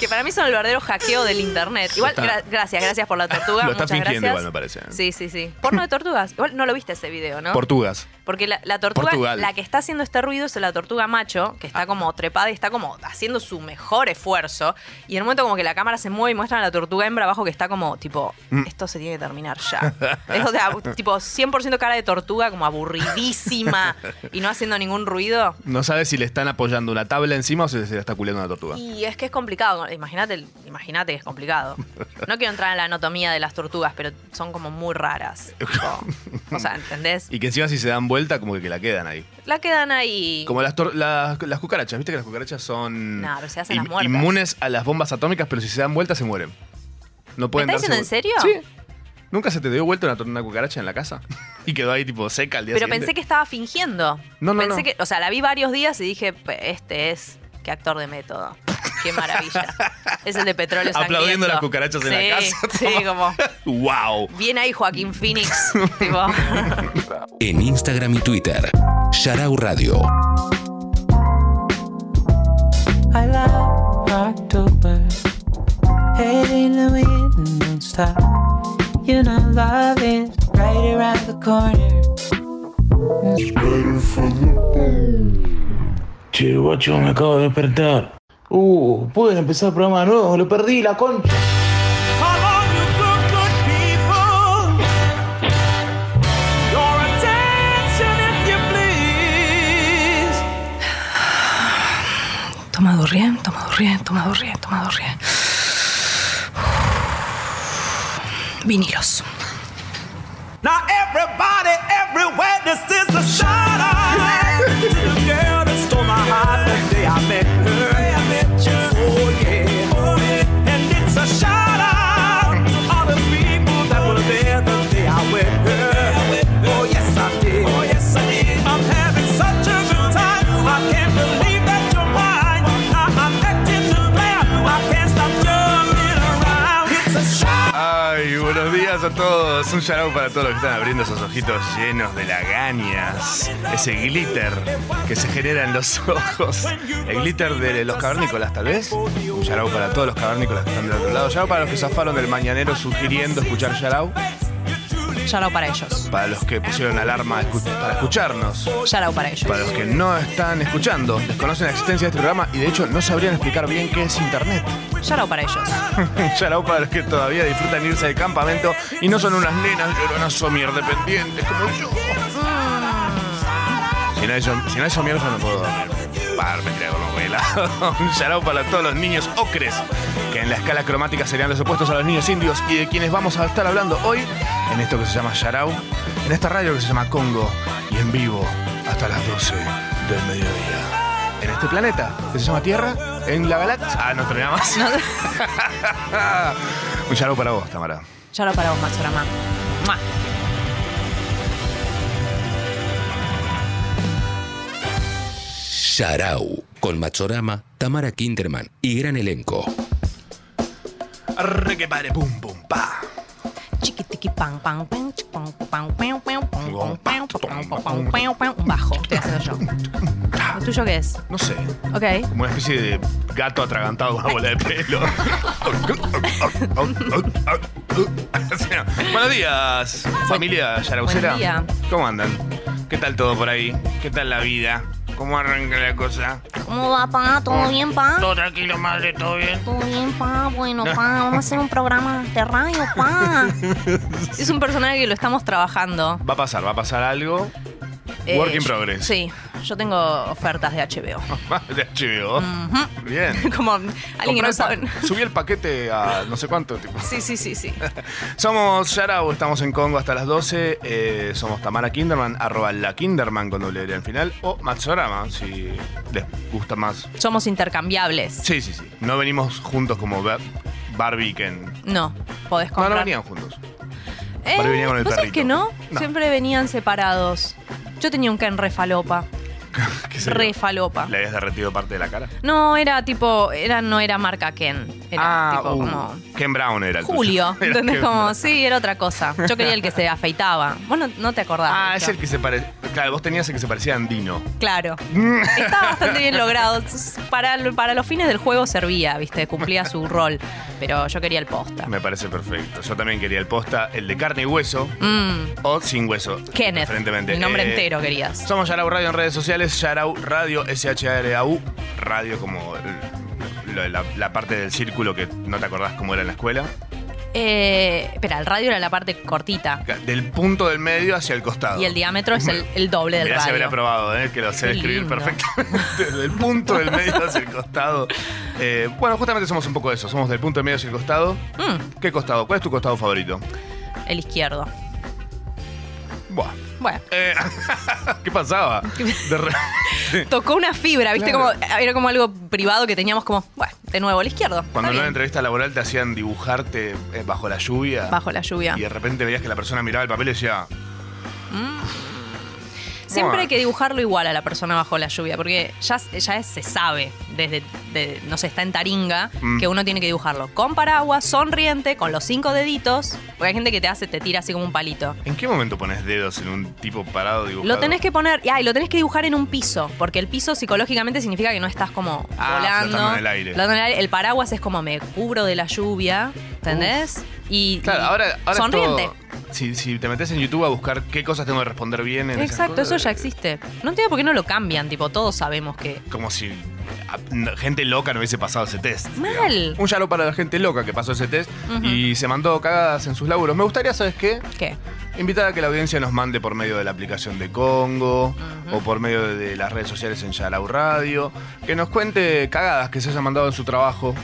Speaker 2: que para mí son el verdadero hackeo del internet. Igual,
Speaker 4: Está-
Speaker 2: gra- gracias, gracias por la tortuga.
Speaker 4: Lo está
Speaker 2: muchas
Speaker 4: fingiendo
Speaker 2: gracias.
Speaker 4: igual, me parece.
Speaker 2: Sí, sí, sí. Porno de tortugas. Igual no lo viste ese video, ¿no?
Speaker 4: Portugas.
Speaker 2: Porque la, la tortuga,
Speaker 4: Portugal. Ah.
Speaker 2: la que está haciendo este ruido es la tortuga macho, que está como trepada y está como haciendo su mejor esfuerzo. Y en el momento como que la cámara se mueve y muestran a la tortuga hembra abajo que está como, tipo,
Speaker 4: Mm.
Speaker 2: esto se tiene que terminar ya. es, o sea, tipo, 100% cara de tortuga, como aburridísima y no haciendo ningún ruido.
Speaker 4: No sabes si le están apoyando una tabla encima o si se la está culeando una tortuga.
Speaker 2: Y es que es complicado, imagínate, imagínate que es complicado. No quiero entrar en la anatomía de las tortugas, pero son como muy raras. O sea, ¿entendés?
Speaker 4: Y que encima si se dan vuelta, como que la quedan ahí.
Speaker 2: La quedan ahí.
Speaker 4: Como las, tor- las, las cucarachas, viste que las cucarachas son
Speaker 2: No, pero se hacen las
Speaker 4: in-
Speaker 2: muertas.
Speaker 4: inmunes a las bombas atómicas, pero si se dan vuelta se mueren. No
Speaker 2: ¿Me
Speaker 4: pueden
Speaker 2: estás diciendo en
Speaker 4: darse
Speaker 2: serio?
Speaker 4: vu- Sí. ¿Nunca se te dio vuelta una, tor- una cucaracha en la casa? y quedó ahí tipo seca al día
Speaker 2: Pero
Speaker 4: siguiente.
Speaker 2: pensé que estaba fingiendo.
Speaker 4: No, no,
Speaker 2: pensé
Speaker 4: no.
Speaker 2: que, o sea, la vi varios días y dije, "P- este es, qué actor de método. Qué maravilla. es el de petróleo sangriento.
Speaker 4: Aplaudiendo las cucarachas en la
Speaker 2: Sí,
Speaker 4: casa,
Speaker 2: Sí, como,
Speaker 4: ¡Wow!
Speaker 2: bien ahí Joaquín Phoenix. tipo.
Speaker 7: En Instagram y Twitter. Yarau Radio.
Speaker 10: I love October. Hey, Louis, don't stop. You know, love is right around the corner.
Speaker 6: Che, guacho, me acabo de despertar. Uh, pueden empezar el programa de nuevo, lo perdí, la concha.
Speaker 3: Come on, you good, good people. Your attention, if you please.
Speaker 11: Toma durrie, toma durrie, toma durrie, toma durrie. Vinilos.
Speaker 3: Now everybody, everywhere, this is a shout out to the girl that stole my heart the day I met her. I met you. Oh yeah, oh yeah. And it's a shout out to all the people that were there the day I met her. Oh yes I did. Oh yes I did. I'm having such a good time. I can't believe that you're mine. Now I'm acting to man. I can't stop jumping around. It's a shout.
Speaker 4: Ay, buenos días a todos. Un shout para todos los que están abriendo esos ojitos llenos de lagañas. Ese glitter que se genera en los ojos. El glitter de los cavernícolas, tal vez. Un shout para todos los cavernícolas que están del otro lado. Shout para los que zafaron del mañanero sugiriendo escuchar Yarao.
Speaker 11: Ya lo para ellos.
Speaker 4: Para los que pusieron alarma escu- para escucharnos.
Speaker 11: Ya lo para ellos.
Speaker 4: Para los que no están escuchando, desconocen la existencia de este programa y de hecho no sabrían explicar bien qué es Internet.
Speaker 11: Ya lo para ellos.
Speaker 4: Un Yarao para los que todavía disfrutan irse de campamento y no son unas nenas lloronas somierdependientes como yo. Si no hay, som- si no hay somieres, yo no puedo dormir. Par, me creo como helado. Un Yarao para todos los niños ocres, que en la escala cromática serían los opuestos a los niños indios y de quienes vamos a estar hablando hoy en esto que se llama Yarau, en esta radio que se llama Congo y en vivo hasta las 12 del mediodía. En este planeta que se llama Tierra, en la galaxia. Ah, no termina más. Un Yarau para vos, Tamara.
Speaker 2: Ya lo paramos, Machorama. ¡Mua!
Speaker 7: Yarau, con Machorama, Tamara Kinderman y gran elenco.
Speaker 4: Arre que padre, pum, pum, pa.
Speaker 2: Chiquitiqui, pam, pam, pam, chic, pam, pam, pam, pam, pam, pam, pam, pam, pam, pam, pam, pam. Un bajo, estoy haciendo yo. ¿Lo tuyo qué es?
Speaker 4: No sé.
Speaker 2: Ok.
Speaker 4: Como una especie de gato atragantado con una bola de pelo. Buenos días, familia Yaraucera.
Speaker 2: Buen día.
Speaker 4: ¿Cómo andan? ¿Qué tal todo por ahí? ¿Qué tal la vida? ¿Cómo arranca la cosa?
Speaker 12: ¿Cómo va, pa? ¿Todo bien, pa?
Speaker 4: Todo tranquilo, madre, todo bien.
Speaker 12: Todo bien, pa. Bueno, pa, vamos a hacer un programa de radio, pa.
Speaker 2: Es un personaje que lo estamos trabajando.
Speaker 4: Va a pasar, va a pasar algo.
Speaker 2: Eh,
Speaker 4: Work in
Speaker 2: yo-
Speaker 4: progress.
Speaker 2: Sí, yo tengo ofertas de HBO.
Speaker 4: De HBO. Bien.
Speaker 2: Como Mm.
Speaker 4: Comprá
Speaker 2: alguien que no
Speaker 4: el
Speaker 2: sabe.
Speaker 4: pa- Subí el paquete a no sé cuánto, tipo.
Speaker 2: Sí, sí, sí, sí.
Speaker 4: Somos Yarau, estamos en Congo hasta las 12. eh, somos Tamara Kinderman, arroba la Kinderman con doble L al final, o Matsorama, si les gusta más.
Speaker 2: Somos intercambiables.
Speaker 4: Sí, sí, sí. No venimos juntos como Ba- Barbie y Ken.
Speaker 2: No, podés
Speaker 4: No,
Speaker 2: comprar.
Speaker 4: no venían juntos.
Speaker 2: Eh,
Speaker 4: Barbie venía con el
Speaker 2: ¿vos sabés
Speaker 4: perrito.
Speaker 2: que no?
Speaker 4: No.
Speaker 2: Siempre venían separados. Yo tenía un Ken refalopa.
Speaker 4: ¿Qué sé yo?
Speaker 2: Refalopa.
Speaker 4: ¿Le habías derretido parte de la cara?
Speaker 2: No, era tipo, era, no era marca Ken. Era
Speaker 4: ah,
Speaker 2: tipo
Speaker 4: uh,
Speaker 2: como
Speaker 4: Ken Brown era el tuyo.
Speaker 2: Julio.
Speaker 4: Era
Speaker 2: ¿Entendés?
Speaker 4: Ken
Speaker 2: Como,
Speaker 4: Brown.
Speaker 2: sí, era otra cosa. Yo quería el que se afeitaba. Vos no, no te acordás.
Speaker 4: Ah,
Speaker 2: de
Speaker 4: es
Speaker 2: hecho.
Speaker 4: el que se parece. Claro, vos tenías el que Mm. se parecía a Andino.
Speaker 2: Claro. Está bastante bien logrado. Para, para los fines del juego servía, viste, cumplía su rol. Pero yo quería el posta.
Speaker 4: Me parece perfecto. Yo también quería el posta, el de carne y hueso.
Speaker 2: Mm,
Speaker 4: O sin hueso.
Speaker 2: Kenneth.
Speaker 4: Preferentemente.
Speaker 2: Mi nombre
Speaker 4: Eh,
Speaker 2: entero querías.
Speaker 4: Somos Yarau Radio en redes sociales, Yarau Radio, S-H-A-R-A-U, radio como el- lo de la, la parte del círculo que no te acordás cómo era en la escuela.
Speaker 2: Eh, espera, el radio era la parte cortita.
Speaker 4: Del punto del medio hacia el costado.
Speaker 2: Y el diámetro es el, el doble del
Speaker 4: Mirá, se habría
Speaker 2: radio.
Speaker 4: probado, ¿eh? que lo sé
Speaker 2: Qué
Speaker 4: describir
Speaker 2: lindo.
Speaker 4: perfectamente. Desde el punto del medio hacia el costado. Eh, bueno, justamente somos un poco eso. Somos del punto del medio hacia el costado.
Speaker 2: Mm,
Speaker 4: ¿Qué costado? ¿Cuál es tu costado favorito?
Speaker 2: el izquierdo.
Speaker 4: Buah.
Speaker 2: Bueno,
Speaker 4: Eh, ¿Qué pasaba? De re-
Speaker 2: tocó una fibra, viste,
Speaker 4: Claro.
Speaker 2: como era como algo privado que teníamos como, bueno, de nuevo, el izquierdo.
Speaker 4: Cuando
Speaker 2: Está
Speaker 4: en una
Speaker 2: bien.
Speaker 4: entrevista laboral te hacían dibujarte eh, bajo la lluvia.
Speaker 2: Bajo la lluvia.
Speaker 4: Y de repente veías que la persona miraba el papel y decía,
Speaker 2: Siempre
Speaker 4: Bueno.
Speaker 2: hay que dibujarlo igual a la persona bajo la lluvia, porque ya, ya se sabe, desde, de- no sé, está en taringa,
Speaker 4: Mm.
Speaker 2: que uno tiene que dibujarlo con paraguas, sonriente, con los cinco deditos, porque hay gente que te hace, te tira así como un palito.
Speaker 4: ¿en qué momento pones dedos en un tipo parado dibujado?
Speaker 2: Lo tenés que poner, y, ah, y lo tenés que dibujar en un piso, porque el piso psicológicamente significa que no estás como
Speaker 4: Ah,
Speaker 2: volando.
Speaker 4: flotando en el aire.
Speaker 2: flotando en el aire. El paraguas es como me cubro de la lluvia, ¿entendés? Y,
Speaker 4: Claro,
Speaker 2: y
Speaker 4: ahora, ahora es
Speaker 2: sonriente.
Speaker 4: todo- si, si te metes en YouTube a buscar qué cosas tengo que responder bien en esas
Speaker 2: Exacto, eso
Speaker 4: cosas,
Speaker 2: ya existe. No entiendo por qué no lo cambian, tipo, todos sabemos que.
Speaker 4: Como si a- n- gente loca no hubiese pasado ese test.
Speaker 2: Mal.
Speaker 4: digamos. Un yalo para la gente loca que pasó ese test
Speaker 2: Ujú.
Speaker 4: y se mandó cagadas en sus laburos. Me gustaría, ¿sabes qué?
Speaker 2: ¿Qué?
Speaker 4: Invitar a que la audiencia nos mande por medio de la aplicación de Congo o por medio de, de las redes sociales en Yarau Radio. Que nos cuente cagadas que se haya mandado en su trabajo,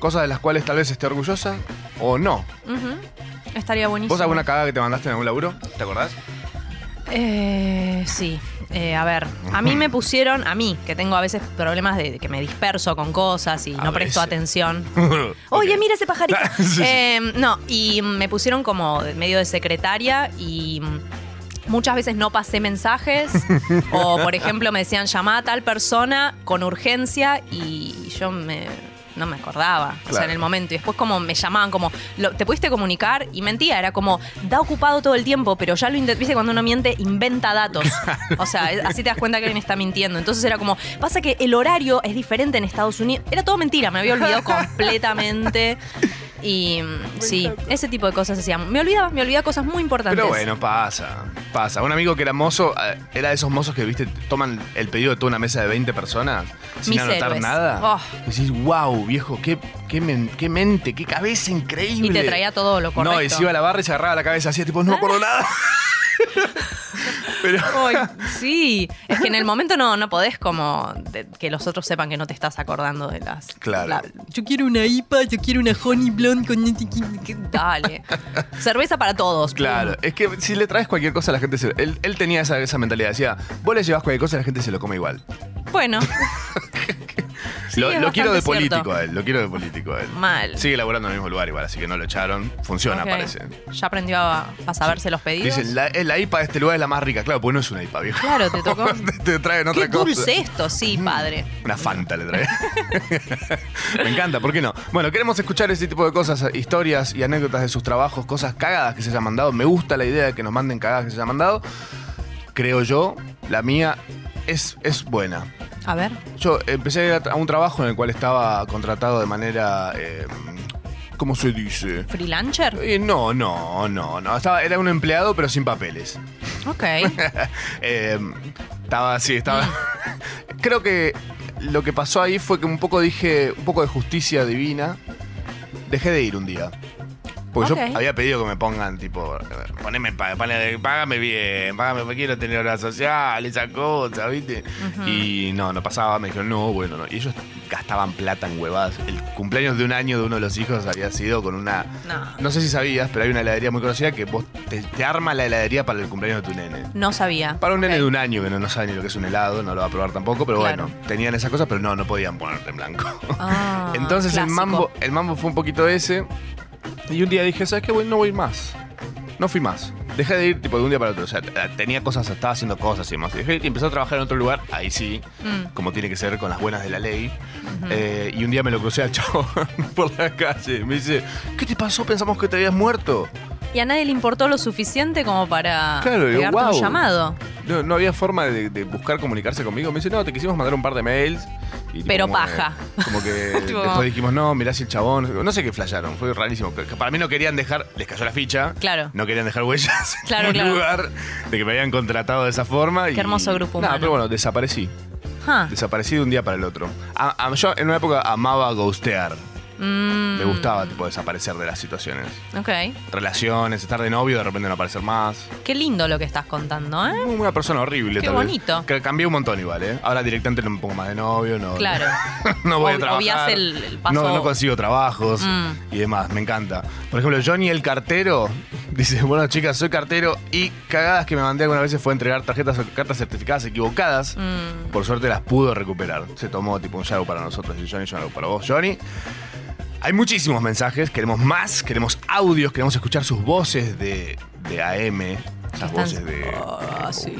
Speaker 4: cosas de las cuales tal vez esté orgullosa o no.
Speaker 2: Ujú. Estaría buenísimo.
Speaker 4: ¿Vos alguna cagada que te mandaste en algún laburo? ¿Te acordás?
Speaker 2: Eh, sí. Eh, a ver, a mí me pusieron, a mí, que tengo a veces problemas de que me disperso con cosas y
Speaker 4: A
Speaker 2: no presto
Speaker 4: veces.
Speaker 2: atención.
Speaker 4: Ok.
Speaker 2: Oye, mira ese pajarito.
Speaker 4: Sí, sí.
Speaker 2: Eh, no, y me pusieron como de- medio de secretaria y mm, muchas veces no pasé mensajes. o, por ejemplo, me decían llamá a tal persona con urgencia y yo me. No me acordaba, o sea,
Speaker 4: Claro.
Speaker 2: en el momento. Y después como me llamaban, como, "Lo- ¿te pudiste comunicar? Y mentía, era como, da ocupado todo el tiempo, pero ya lo inte- viste cuando uno miente, inventa datos. O sea, es- así te das cuenta que alguien está mintiendo. Entonces era como, pasa que el horario es diferente en Estados Unidos. Era todo mentira, me había olvidado completamente. Y mm, sí, ese tipo de cosas hacíamos. Me olvidaba, me olvidaba cosas muy importantes.
Speaker 4: Pero bueno, pasa, pasa. Un amigo que era mozo, eh, era de esos mozos que, viste, toman el pedido de toda una mesa de 20 personas sin
Speaker 2: Mis
Speaker 4: anotar
Speaker 2: héroes.
Speaker 4: nada.
Speaker 2: Oh.
Speaker 4: Y Decís, wow, viejo, qué, qué, men- qué mente, qué cabeza increíble.
Speaker 2: Y te traía todo lo correcto. Ah.
Speaker 4: No, y se iba a la barra y se agarraba la cabeza así, tipo, no me acuerdo nada.
Speaker 2: Ay, sí, es que en el momento no, no podés como de- que los otros sepan que no te estás acordando de las...
Speaker 4: Claro.
Speaker 2: la- yo quiero una IPA, yo quiero una Honey Blonde con... que- Dale. Cerveza para todos.
Speaker 4: Claro, es que si le traes cualquier cosa a la gente se él, él tenía esa, esa mentalidad, decía, vos le llevas cualquier cosa la gente se lo come igual.
Speaker 2: Bueno, Sí,
Speaker 4: lo,
Speaker 2: es
Speaker 4: lo quiero de
Speaker 2: bastante
Speaker 4: político
Speaker 2: cierto.
Speaker 4: a él, lo quiero de político a él.
Speaker 2: Mal.
Speaker 4: Sigue laburando en el mismo lugar igual, así que no lo echaron. Funciona,
Speaker 2: ok.
Speaker 4: parece.
Speaker 2: Ya aprendió a, a saberse los pedidos.
Speaker 4: Dicen, la, eh, la IPA de este lugar es la más rica. Claro, porque no es una IPA, viejo.
Speaker 2: Claro, te tocó.
Speaker 4: te, te traen otra
Speaker 2: Qué
Speaker 4: cosa.
Speaker 2: dulce esto, sí,
Speaker 4: Mm.
Speaker 2: padre.
Speaker 4: Una Fanta le trae. Me encanta, ¿por qué no? Bueno, queremos escuchar ese tipo de cosas, historias y anécdotas de sus trabajos, cosas cagadas que se hayan mandado. Me gusta la idea de que nos manden cagadas que se hayan mandado. Creo yo, la mía es, es buena.
Speaker 2: A ver.
Speaker 4: Yo empecé a a un trabajo en el cual estaba contratado de manera... eh, ¿Cómo se dice?
Speaker 2: ¿Freelancer?
Speaker 4: Eh, no, no, no, no. Estaba, era un empleado pero sin papeles.
Speaker 2: Ok.
Speaker 4: Eh, estaba, sí, estaba. Creo que lo que pasó ahí fue que un poco dije, un poco de justicia divina. Dejé de ir un día. Porque
Speaker 2: Ok.
Speaker 4: yo había pedido que me pongan, tipo, poneme, pa- pane- págame bien, págame, porque quiero tener hora social, esa cosa, ¿viste? Y no, no pasaba, me dijeron, no, bueno, no. Y ellos gastaban plata en huevadas. El cumpleaños de un año de uno de los hijos había sido con una
Speaker 2: No,
Speaker 4: no sé si sabías, pero hay una heladería muy conocida que vos te, te arma la heladería para el cumpleaños de tu nene.
Speaker 2: no sabía.
Speaker 4: Para un nene de un año que no, no sabe ni lo que es un helado, no lo va a probar tampoco, pero
Speaker 2: Claro.
Speaker 4: bueno, tenían esas cosas, pero no, no podían ponerte en blanco.
Speaker 2: Ah,
Speaker 4: Entonces el
Speaker 2: clásico.
Speaker 4: mambo, el mambo fue un poquito ese. Y un día dije, ¿sabes qué? Bueno, no voy más. No fui más. Dejé de ir tipo de un día para otro. O sea, t- eh, tenía cosas, estaba haciendo cosas y demás. Y dejé de ir y empecé a trabajar en otro lugar, ahí sí,
Speaker 2: Mm.
Speaker 4: como tiene que ser con las buenas de la ley. Eh, y un día me lo crucé al chabón por la calle. Me dice, ¿qué te pasó? Pensamos que te habías muerto.
Speaker 2: Y a nadie le importó lo suficiente como para
Speaker 4: Claro, digo,
Speaker 2: pegarte
Speaker 4: wow.
Speaker 2: un llamado.
Speaker 4: No, no había forma de, de buscar comunicarse conmigo. Me dice, no, te quisimos mandar un par de mails. Y tipo,
Speaker 2: Pero
Speaker 4: como que-
Speaker 2: paja.
Speaker 4: como que
Speaker 2: Tipo-
Speaker 4: después dijimos, no, mirá si el chabón. No sé qué flasharon, fue rarísimo. Que- que Para mí no querían dejar, les cayó la ficha.
Speaker 2: Claro.
Speaker 4: No querían dejar huellas en
Speaker 2: Claro,
Speaker 4: un
Speaker 2: claro.
Speaker 4: lugar de que me habían contratado de esa forma.
Speaker 2: Qué
Speaker 4: y-
Speaker 2: hermoso grupo
Speaker 4: Nah,
Speaker 2: humano.
Speaker 4: pero bueno, desaparecí.
Speaker 2: Ah,
Speaker 4: Desaparecí de un día para el otro. A- a- yo en una época amaba ghostear.
Speaker 2: mm,
Speaker 4: Me gustaba, tipo, desaparecer de las situaciones.
Speaker 2: Ok.
Speaker 4: Relaciones, estar de novio, de repente no aparecer más.
Speaker 2: Qué lindo lo que estás contando, ¿eh?
Speaker 4: Una persona horrible,
Speaker 2: Qué
Speaker 4: tal vez.
Speaker 2: bonito.
Speaker 4: Que cambié un montón igual, ¿eh? Ahora directamente no me pongo más de novio, no.
Speaker 2: Claro.
Speaker 4: no voy a
Speaker 2: Ob-
Speaker 4: trabajar.
Speaker 2: obvias el- el paso-
Speaker 4: No, no consigo trabajos
Speaker 2: Mm.
Speaker 4: y demás, me encanta. Por ejemplo, Johnny el cartero dice, bueno chicas, soy cartero y cagadas que me mandé algunas veces fue entregar tarjetas o cartas certificadas equivocadas.
Speaker 2: Mm,
Speaker 4: Por suerte las pudo recuperar. Se tomó tipo un yargo para nosotros y Johnny, yo algo para vos, Johnny. Hay muchísimos mensajes, queremos más, queremos audios, queremos escuchar sus voces de, de AM, esas
Speaker 2: Están-
Speaker 4: voces de...
Speaker 2: ah, sí.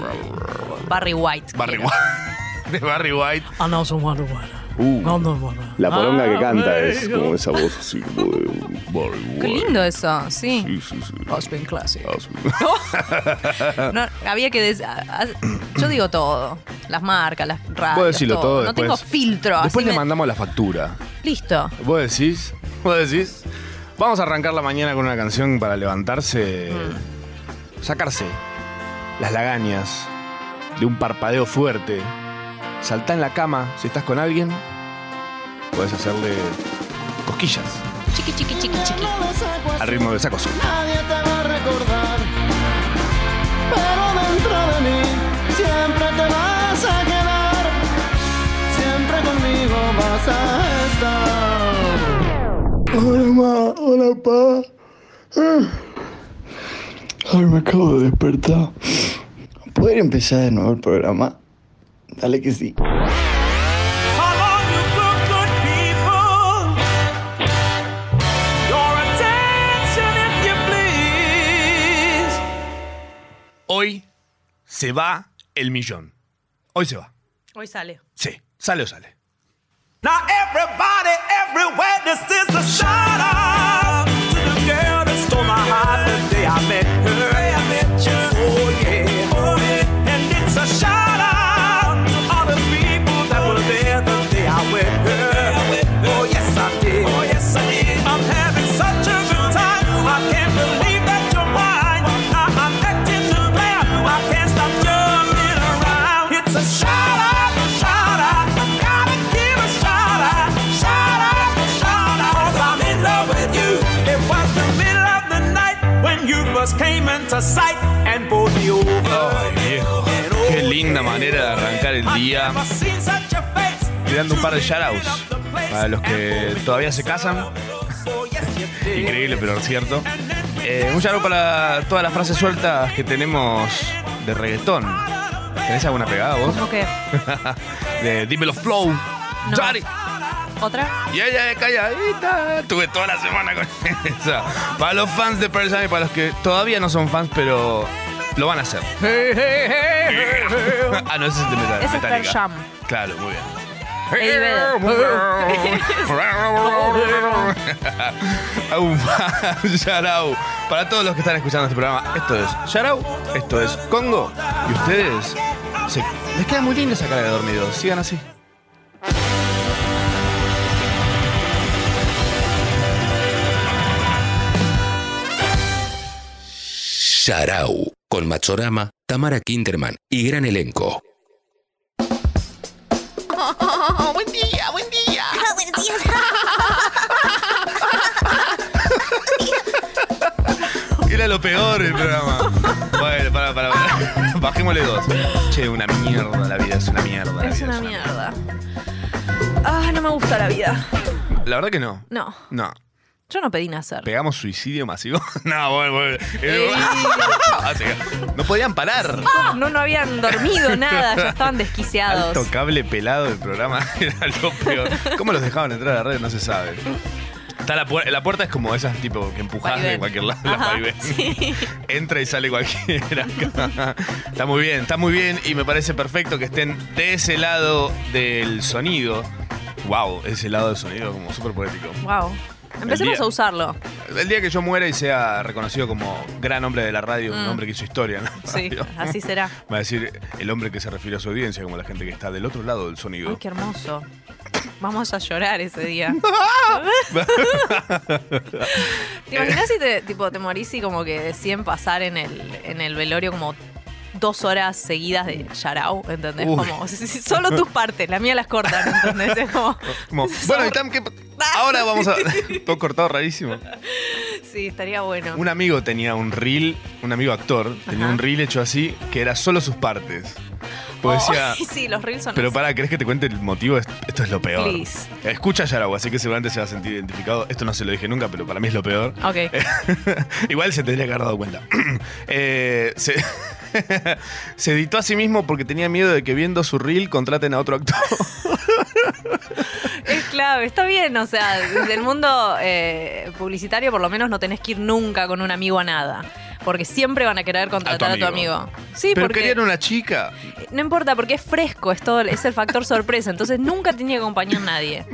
Speaker 2: Barry White.
Speaker 4: Barry
Speaker 2: quiero.
Speaker 4: White. De Barry White.
Speaker 2: Ah, no, son Barry White. No, no, no, no.
Speaker 13: Uh, La poronga
Speaker 4: Ah,
Speaker 13: que canta es
Speaker 2: amigo.
Speaker 13: como esa voz así como de Barry White.
Speaker 2: Qué lindo eso, sí.
Speaker 13: Sí, sí, sí.
Speaker 2: Osborne Classic.
Speaker 4: Vos Ah.
Speaker 2: No, había que des- a- a- Yo digo todo. Las marcas, las radios.
Speaker 4: decirlo todo
Speaker 2: No
Speaker 4: después.
Speaker 2: tengo filtro. así
Speaker 4: Después le
Speaker 2: me-
Speaker 4: mandamos la factura.
Speaker 2: Listo.
Speaker 4: Vos decís, vos decís. Vamos a arrancar la mañana con una canción para levantarse, sacarse las lagañas de un parpadeo fuerte. Saltá en la cama si estás con alguien. Podés hacerle cosquillas
Speaker 2: Chiqui, chiqui, chiqui, chiqui.
Speaker 4: al ritmo de esa cosa.
Speaker 14: Nadie te va a recordar, pero dentro de mí siempre te vas a quedar, siempre conmigo vas a estar. Hola ma, hola pa.
Speaker 1: Eh. Ay, me acabo de despertar. ¿Pueden empezar de nuevo el programa? Dale que sí.
Speaker 4: Hoy se va el millón. Hoy se va.
Speaker 2: Hoy sale.
Speaker 4: Sí, sale o sale.
Speaker 3: Now everybody, everywhere, this is a shout out to the girl that stole my heart the day I met her. I met you. Oh yeah, oh yeah. And it's a shout out to all the people that were there the day I met her. Oh yes I did. Oh yes I did. I'm having such a good time. I can't believe that you're mine. Now I'm acting too bad. I can't stop jumping around. It's a shout out, shout out. I gotta give a shout out, shout out, shout out. i I'm in love with you. It was the middle of the night when you first came
Speaker 4: buena manera de arrancar el día tirando un par de shoutouts para los que todavía se casan. Increíble, pero cierto. Eh, un shoutout para todas las frases sueltas que tenemos de reggaetón. ¿Tenés alguna pegada vos?
Speaker 11: ¿Cómo que?
Speaker 4: de Dímelo Flow.
Speaker 11: No.
Speaker 4: Daddy.
Speaker 11: ¿Otra?
Speaker 4: Y ella es calladita. Estuve toda la semana con esa. Para los fans de Pearl Jam y para los que todavía no son fans, pero lo van a hacer. ah, no, ese es de Metal-
Speaker 2: Ese es
Speaker 4: Metallica.
Speaker 2: Pearl Jam.
Speaker 4: Claro, muy bien.
Speaker 2: Eddie Vedder.
Speaker 4: Un Yarau. Para todos los que están escuchando este programa, esto es Yarau, esto es Congo. Y ustedes se- les queda muy lindo esa cara de dormido. Sigan así.
Speaker 7: Sharau, con Machorama, Tamara Kinderman y gran elenco.
Speaker 14: buen día, buen día. buen día.
Speaker 4: Era lo peor el programa. Bueno, para, para, para. Bajémosle dos. Che, una mierda la vida, es una mierda. La,
Speaker 2: Es
Speaker 4: vida.
Speaker 2: una mierda. Ah, no me gusta la vida.
Speaker 4: La verdad que no.
Speaker 2: No,
Speaker 4: No.
Speaker 2: yo no pedí nacer.
Speaker 4: ¿Pegamos suicidio masivo? no, bueno, bueno. Ah,
Speaker 2: Ey.
Speaker 4: no podían parar.
Speaker 2: No, no habían dormido nada, ya estaban
Speaker 4: Alto
Speaker 2: desquiciados.
Speaker 4: cable pelado del programa era lo peor. ¿Cómo los dejaban entrar a la red? No se sabe. Está la, puer- la puerta es como esas tipo que empujás de
Speaker 2: Vaivén.
Speaker 4: cualquier lado.
Speaker 2: Ajá,
Speaker 4: la vaivén. Entra y sale cualquiera. acá. está muy bien, está muy bien y me parece perfecto que estén de ese lado del sonido. Wow, ese lado del sonido como súper poético.
Speaker 2: Wow. Empecemos
Speaker 4: día-
Speaker 2: a usarlo.
Speaker 4: El día que yo muera y sea reconocido como gran hombre de la radio, un
Speaker 2: Mm.
Speaker 4: hombre que hizo historia, ¿no?
Speaker 2: Sí, así será.
Speaker 4: Va a decir el hombre que se refiere a su audiencia como la gente que está del otro lado del sonido.
Speaker 2: Ay, qué hermoso. Vamos a llorar ese día. ¿Te imaginas si te, tipo, te morís y como que deciden pasar en el, en el velorio como dos horas seguidas de Yarao? ¿Entendés?
Speaker 4: Uy.
Speaker 2: Como, si- si- solo tus partes, la mía las cortan, ¿entendés? Es como,
Speaker 4: Como, bueno, y tam que ahora vamos a. Todo cortado rarísimo.
Speaker 2: sí, estaría bueno.
Speaker 4: Un amigo tenía un reel, un amigo actor, tenía un reel hecho así que era solo sus partes.
Speaker 2: Oh,
Speaker 4: Pues decía.
Speaker 2: sí, los reels son
Speaker 4: Pero
Speaker 2: así.
Speaker 4: para, ¿crees que te cuente el motivo? Est- Esto es lo peor.
Speaker 2: Please.
Speaker 4: Escucha Yaragua, así que seguramente se va a sentir identificado. Esto no se lo dije nunca, pero para mí es lo peor.
Speaker 2: Ok.
Speaker 4: Igual se tendría que haber dado cuenta. Eh, se, se editó a sí mismo porque tenía miedo de que viendo su reel contraten a otro actor.
Speaker 2: Es clave, está bien, o sea, desde el mundo eh, publicitario por lo menos no tenés que ir nunca con un amigo a nada. Porque siempre van a querer contratar a tu amigo. Sí,
Speaker 4: pero
Speaker 2: porque
Speaker 4: querían una chica.
Speaker 2: no importa, porque es fresco, es todo, es el factor sorpresa. Entonces nunca tenía que acompañar a nadie.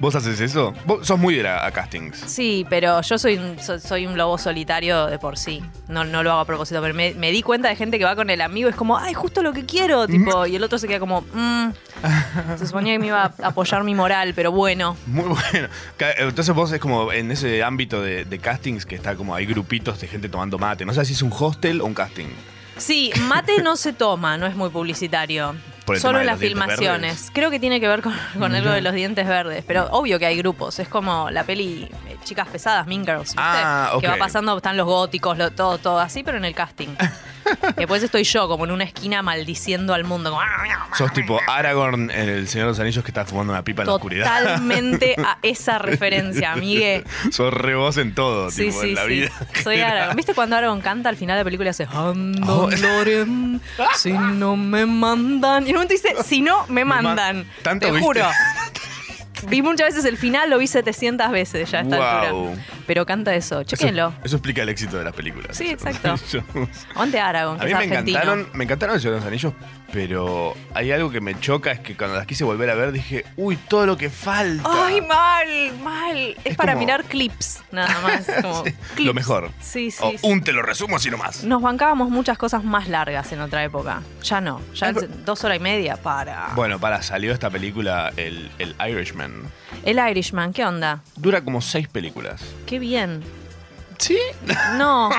Speaker 4: ¿Vos haces eso? Vos sos muy de ir a, a castings.
Speaker 2: Sí, pero yo soy, un- so- soy un lobo solitario de por sí. No, no lo hago a propósito, pero me, me di cuenta de gente que va con el amigo, es como, ay, justo lo que quiero, tipo, y el otro se queda como, "Mm". se suponía que me iba a apoyar mi moral, pero bueno.
Speaker 4: Muy bueno. Ca- Entonces vos es como en ese ámbito de, de castings que está como hay grupitos de gente tomando mate. No sé si es un hostel o un casting.
Speaker 2: Sí, mate no se toma, no es muy publicitario.
Speaker 4: Por el tema
Speaker 2: Solo
Speaker 4: de
Speaker 2: en las
Speaker 4: los dientes
Speaker 2: filmaciones.
Speaker 4: verdes.
Speaker 2: Creo que tiene que ver con, con algo
Speaker 4: Mirá.
Speaker 2: de los dientes verdes, pero obvio que hay grupos. Es como la peli eh, Chicas Pesadas, Mean Girls, ¿viste?
Speaker 4: Ah, ok.
Speaker 2: Que va pasando, están los góticos, lo- todo, todo así, pero en el casting. Después estoy yo, como en una esquina, maldiciendo al mundo. como, "Ah, ah,
Speaker 4: Sos tipo Aragorn en El Señor de los Anillos que está fumando una pipa en la oscuridad.
Speaker 2: Totalmente a esa referencia, amigue.
Speaker 4: Sos re vos en todo,
Speaker 2: Sí,
Speaker 4: tipo,
Speaker 2: sí,
Speaker 4: en Oh. la
Speaker 2: sí.
Speaker 4: vida.
Speaker 2: Soy Aragorn. ¿Viste cuando Aragorn canta al final de la película? Hace Ando, Loren, si no me mandan. Y en un momento dice, si no me mandan.
Speaker 4: ¿Tanto
Speaker 2: Te
Speaker 4: viste?
Speaker 2: juro. Vi muchas veces el final, lo vi 700 veces ya a esta
Speaker 4: Guau.
Speaker 2: altura. Pero canta eso,
Speaker 4: Eso,
Speaker 2: chequenlo.
Speaker 4: eso explica el éxito de las películas.
Speaker 2: Sí,
Speaker 4: El Señor de los Anillos.
Speaker 2: Onte Aragorn,
Speaker 4: A
Speaker 2: que
Speaker 4: mí
Speaker 2: es
Speaker 4: me
Speaker 2: argentino.
Speaker 4: encantaron, me encantaron El Señor de los Anillos, pero hay algo que me choca, es que cuando las quise volver a ver dije, uy, todo lo que falta.
Speaker 2: Ay, mal, mal. Es, para
Speaker 4: como-
Speaker 2: mirar clips, nada más. Como clips.
Speaker 4: lo mejor.
Speaker 2: Sí, sí,
Speaker 4: O
Speaker 2: sí.
Speaker 4: un te lo resumo así nomás.
Speaker 2: Nos bancábamos muchas cosas más largas en otra época. Ya no. Ya
Speaker 4: Ay,
Speaker 2: el- dos horas y media para.
Speaker 4: Bueno, para, salió esta película, el, el Irishman.
Speaker 2: El Irishman, ¿qué onda?
Speaker 4: Dura como seis películas.
Speaker 2: Qué bien.
Speaker 4: ¿Sí?
Speaker 2: No.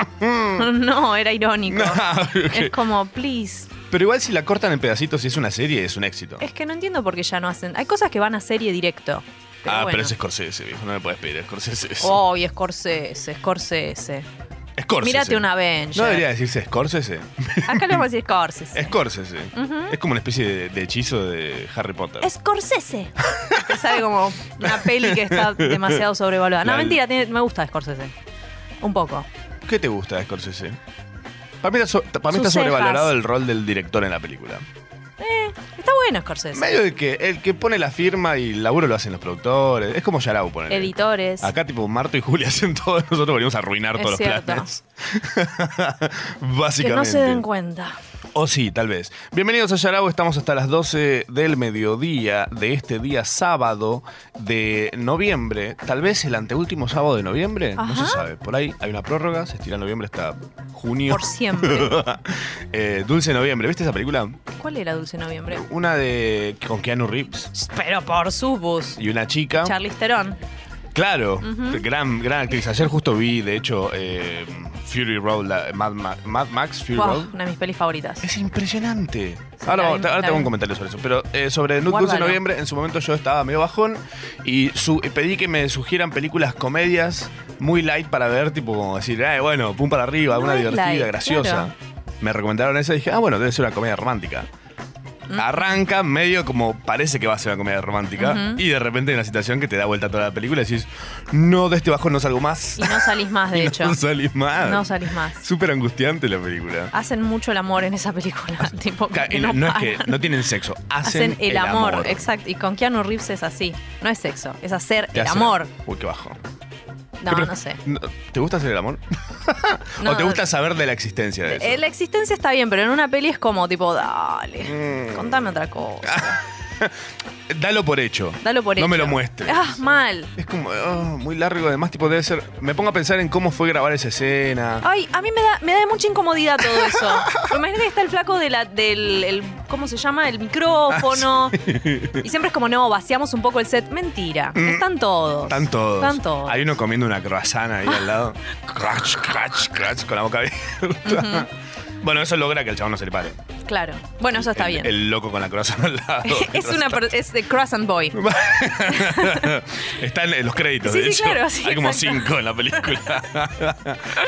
Speaker 2: no, era irónico.
Speaker 4: ok.
Speaker 2: Es como, please.
Speaker 4: Pero igual si la cortan en pedacitos y es una serie, es un éxito.
Speaker 2: Es que no entiendo por qué ya no hacen. Hay cosas que van a serie directo.
Speaker 4: ah,
Speaker 2: bueno.
Speaker 4: pero es Scorsese, viejo. No me puedes pedir a Scorsese eso.
Speaker 2: Oh, y Scorsese, Scorsese.
Speaker 4: Scorsese.
Speaker 2: Mírate una Avenger.
Speaker 4: No debería decirse Scorsese.
Speaker 2: Acá le vamos a decir Scorsese.
Speaker 4: Scorsese.
Speaker 2: Ujú.
Speaker 4: Es como una especie de, de hechizo de Harry Potter.
Speaker 2: Scorsese. Te sale como una peli que está demasiado sobrevaluada. No,
Speaker 4: La-
Speaker 2: mentira, tiene- me gusta Scorsese. Un poco.
Speaker 4: ¿Qué te gusta de Scorsese? Para mí, está so- para mí está
Speaker 2: Sus cejas.
Speaker 4: sobrevalorado el rol del director en la película.
Speaker 2: Eh, está bueno Scorsese.
Speaker 4: Medio el que, el que pone la firma y el laburo lo hacen los productores. Es como Yarau, poner.
Speaker 2: Editores.
Speaker 4: Acá, tipo, Marto y Julia hacen todo. Nosotros venimos a arruinar
Speaker 2: Es
Speaker 4: todos
Speaker 2: cierto.
Speaker 4: los planes.
Speaker 2: que
Speaker 4: Básicamente.
Speaker 2: no se den cuenta.
Speaker 4: O Oh, sí, tal vez. Bienvenidos a Yarao, estamos hasta las 12 del mediodía de este día sábado de noviembre. Tal vez el anteúltimo sábado de noviembre, no
Speaker 2: Ajá.
Speaker 4: se sabe. Por ahí hay una prórroga, se estira noviembre hasta junio.
Speaker 2: Por siempre.
Speaker 4: Eh, Dulce Noviembre, ¿viste esa película?
Speaker 2: ¿Cuál era Dulce Noviembre?
Speaker 4: Una de con Keanu Reeves
Speaker 2: Pero por su bus.
Speaker 4: y una chica.
Speaker 2: Charlize Theron.
Speaker 4: Claro,
Speaker 2: Ujú.
Speaker 4: gran, gran actriz. Ayer justo vi, de hecho, eh, Fury Road, la- Mad, Ma- Mad Max Fury
Speaker 2: Buah,
Speaker 4: Road.
Speaker 2: una de mis pelis favoritas.
Speaker 4: Es impresionante. ahora
Speaker 2: la
Speaker 4: vamos-
Speaker 2: vi-
Speaker 4: ahora
Speaker 2: la
Speaker 4: tengo
Speaker 2: vi.
Speaker 4: un comentario sobre eso. Pero eh, sobre Nut Dulce
Speaker 2: Guárdalo.
Speaker 4: Noviembre, en su momento yo estaba medio bajón y su- y pedí que me sugieran películas comedias muy light para ver, tipo como decir, "Ay, bueno, pum para arriba,
Speaker 2: No
Speaker 4: una
Speaker 2: es
Speaker 4: divertida,
Speaker 2: light,
Speaker 4: graciosa.
Speaker 2: claro.
Speaker 4: Me recomendaron esa y dije, ah, bueno, debe ser una comedia romántica.
Speaker 2: Mm.
Speaker 4: Arranca medio como parece que va a ser una comedia romántica
Speaker 2: Ujú.
Speaker 4: y de repente hay una situación que te da vuelta toda la película y decís, no, de este bajón no salgo más.
Speaker 2: Y no salís más, de
Speaker 4: Y
Speaker 2: hecho.
Speaker 4: No salís más.
Speaker 2: No salís más.
Speaker 4: Súper angustiante la película.
Speaker 2: Hacen mucho el amor en esa película. tipo,
Speaker 4: Ca-
Speaker 2: que
Speaker 4: no, no es
Speaker 2: paran.
Speaker 4: que no tienen sexo, hacen,
Speaker 2: Hacen el, amor. Exacto. Y con Keanu Reeves es así. No es sexo, es hacer
Speaker 4: Te
Speaker 2: el
Speaker 4: hacen-
Speaker 2: amor.
Speaker 4: Uy, qué bajo.
Speaker 2: No,
Speaker 4: ¿Qué pref-
Speaker 2: no sé.
Speaker 4: no- ¿Te gusta hacer el amor? ¿O
Speaker 2: No,
Speaker 4: te gusta saber de la existencia de eso?
Speaker 2: Eh, La existencia está bien, pero en una peli es como tipo, dale,
Speaker 4: Mm.
Speaker 2: contame otra cosa.
Speaker 4: Dalo por hecho.
Speaker 2: Dalo por
Speaker 4: No me
Speaker 2: hecho.
Speaker 4: lo muestres.
Speaker 2: Ah, mal.
Speaker 4: Es como oh, muy largo, además, tipo, debe ser. Me pongo a pensar en cómo fue grabar esa escena.
Speaker 2: Ay, a mí me da, me da mucha incomodidad todo eso. Imagínate que está el flaco de la, del, el- ¿cómo se llama? El
Speaker 4: Ah,
Speaker 2: micrófono. Y siempre es como, no, vaciamos un poco el set. Mentira. Están todos.
Speaker 4: Mm. Están todos.
Speaker 2: Están todos.
Speaker 4: Hay uno comiendo una croissant ahí al lado. Crash, crash, crash, con la boca abierta. Bueno, eso logra que el chabón no se le pare.
Speaker 2: Claro. Bueno, eso está
Speaker 4: el,
Speaker 2: bien.
Speaker 4: El loco con la croissant al lado.
Speaker 2: es una per- es de Crescent Boy.
Speaker 4: Están en los créditos,
Speaker 2: Sí,
Speaker 4: de
Speaker 2: sí,
Speaker 4: hecho.
Speaker 2: claro, sí,
Speaker 4: Hay como
Speaker 2: exacto.
Speaker 4: cinco en la película.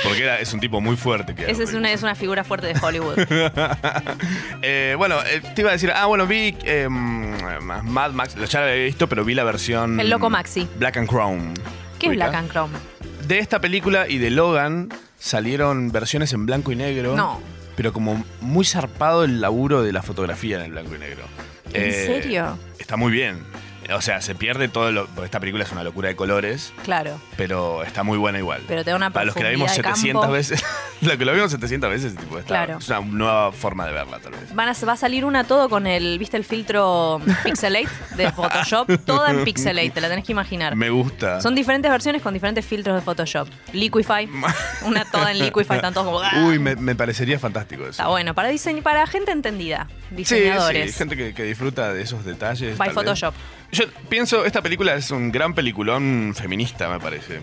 Speaker 4: Porque era- es un tipo muy fuerte. Que
Speaker 2: Esa es una, es una figura fuerte de Hollywood.
Speaker 4: Eh, bueno, eh, te iba a decir, ah, bueno, vi eh, Mad Max, ya la había visto, pero vi la versión.
Speaker 2: El loco Maxi.
Speaker 4: Black and Chrome.
Speaker 2: ¿Qué es
Speaker 4: Ubica.
Speaker 2: Black and Chrome?
Speaker 4: De esta película y de Logan salieron versiones en blanco y negro.
Speaker 2: No.
Speaker 4: Pero como muy zarpado el laburo de la fotografía en el blanco y negro. Eh,
Speaker 2: ¿En serio?
Speaker 4: Está muy bien. O sea, se pierde todo lo. Porque esta película es una locura de colores,
Speaker 2: Claro.
Speaker 4: pero está muy buena igual.
Speaker 2: Pero te da una
Speaker 4: Para los que la vimos
Speaker 2: profundidad de
Speaker 4: 700
Speaker 2: campo.
Speaker 4: veces. la que la vimos 700 veces, tipo, está-
Speaker 2: Claro.
Speaker 4: es una nueva forma de verla, tal vez.
Speaker 2: Van a- va a salir una todo con el, ¿viste el filtro Pixelate de Photoshop? Toda en Pixelate, te la tenés que imaginar.
Speaker 4: Me gusta.
Speaker 2: Son diferentes versiones con diferentes filtros de Photoshop. Liquify, una toda en Liquify, están todos como... ¡ah!
Speaker 4: Uy, me, me parecería fantástico eso.
Speaker 2: Está bueno, para, diseñ- para gente entendida,
Speaker 4: Sí, sí,
Speaker 2: diseñadores.
Speaker 4: gente que, que disfruta de esos detalles. tal
Speaker 2: By
Speaker 4: vez.
Speaker 2: Photoshop.
Speaker 4: Yo pienso, esta película es un gran peliculón feminista, me parece.
Speaker 2: Es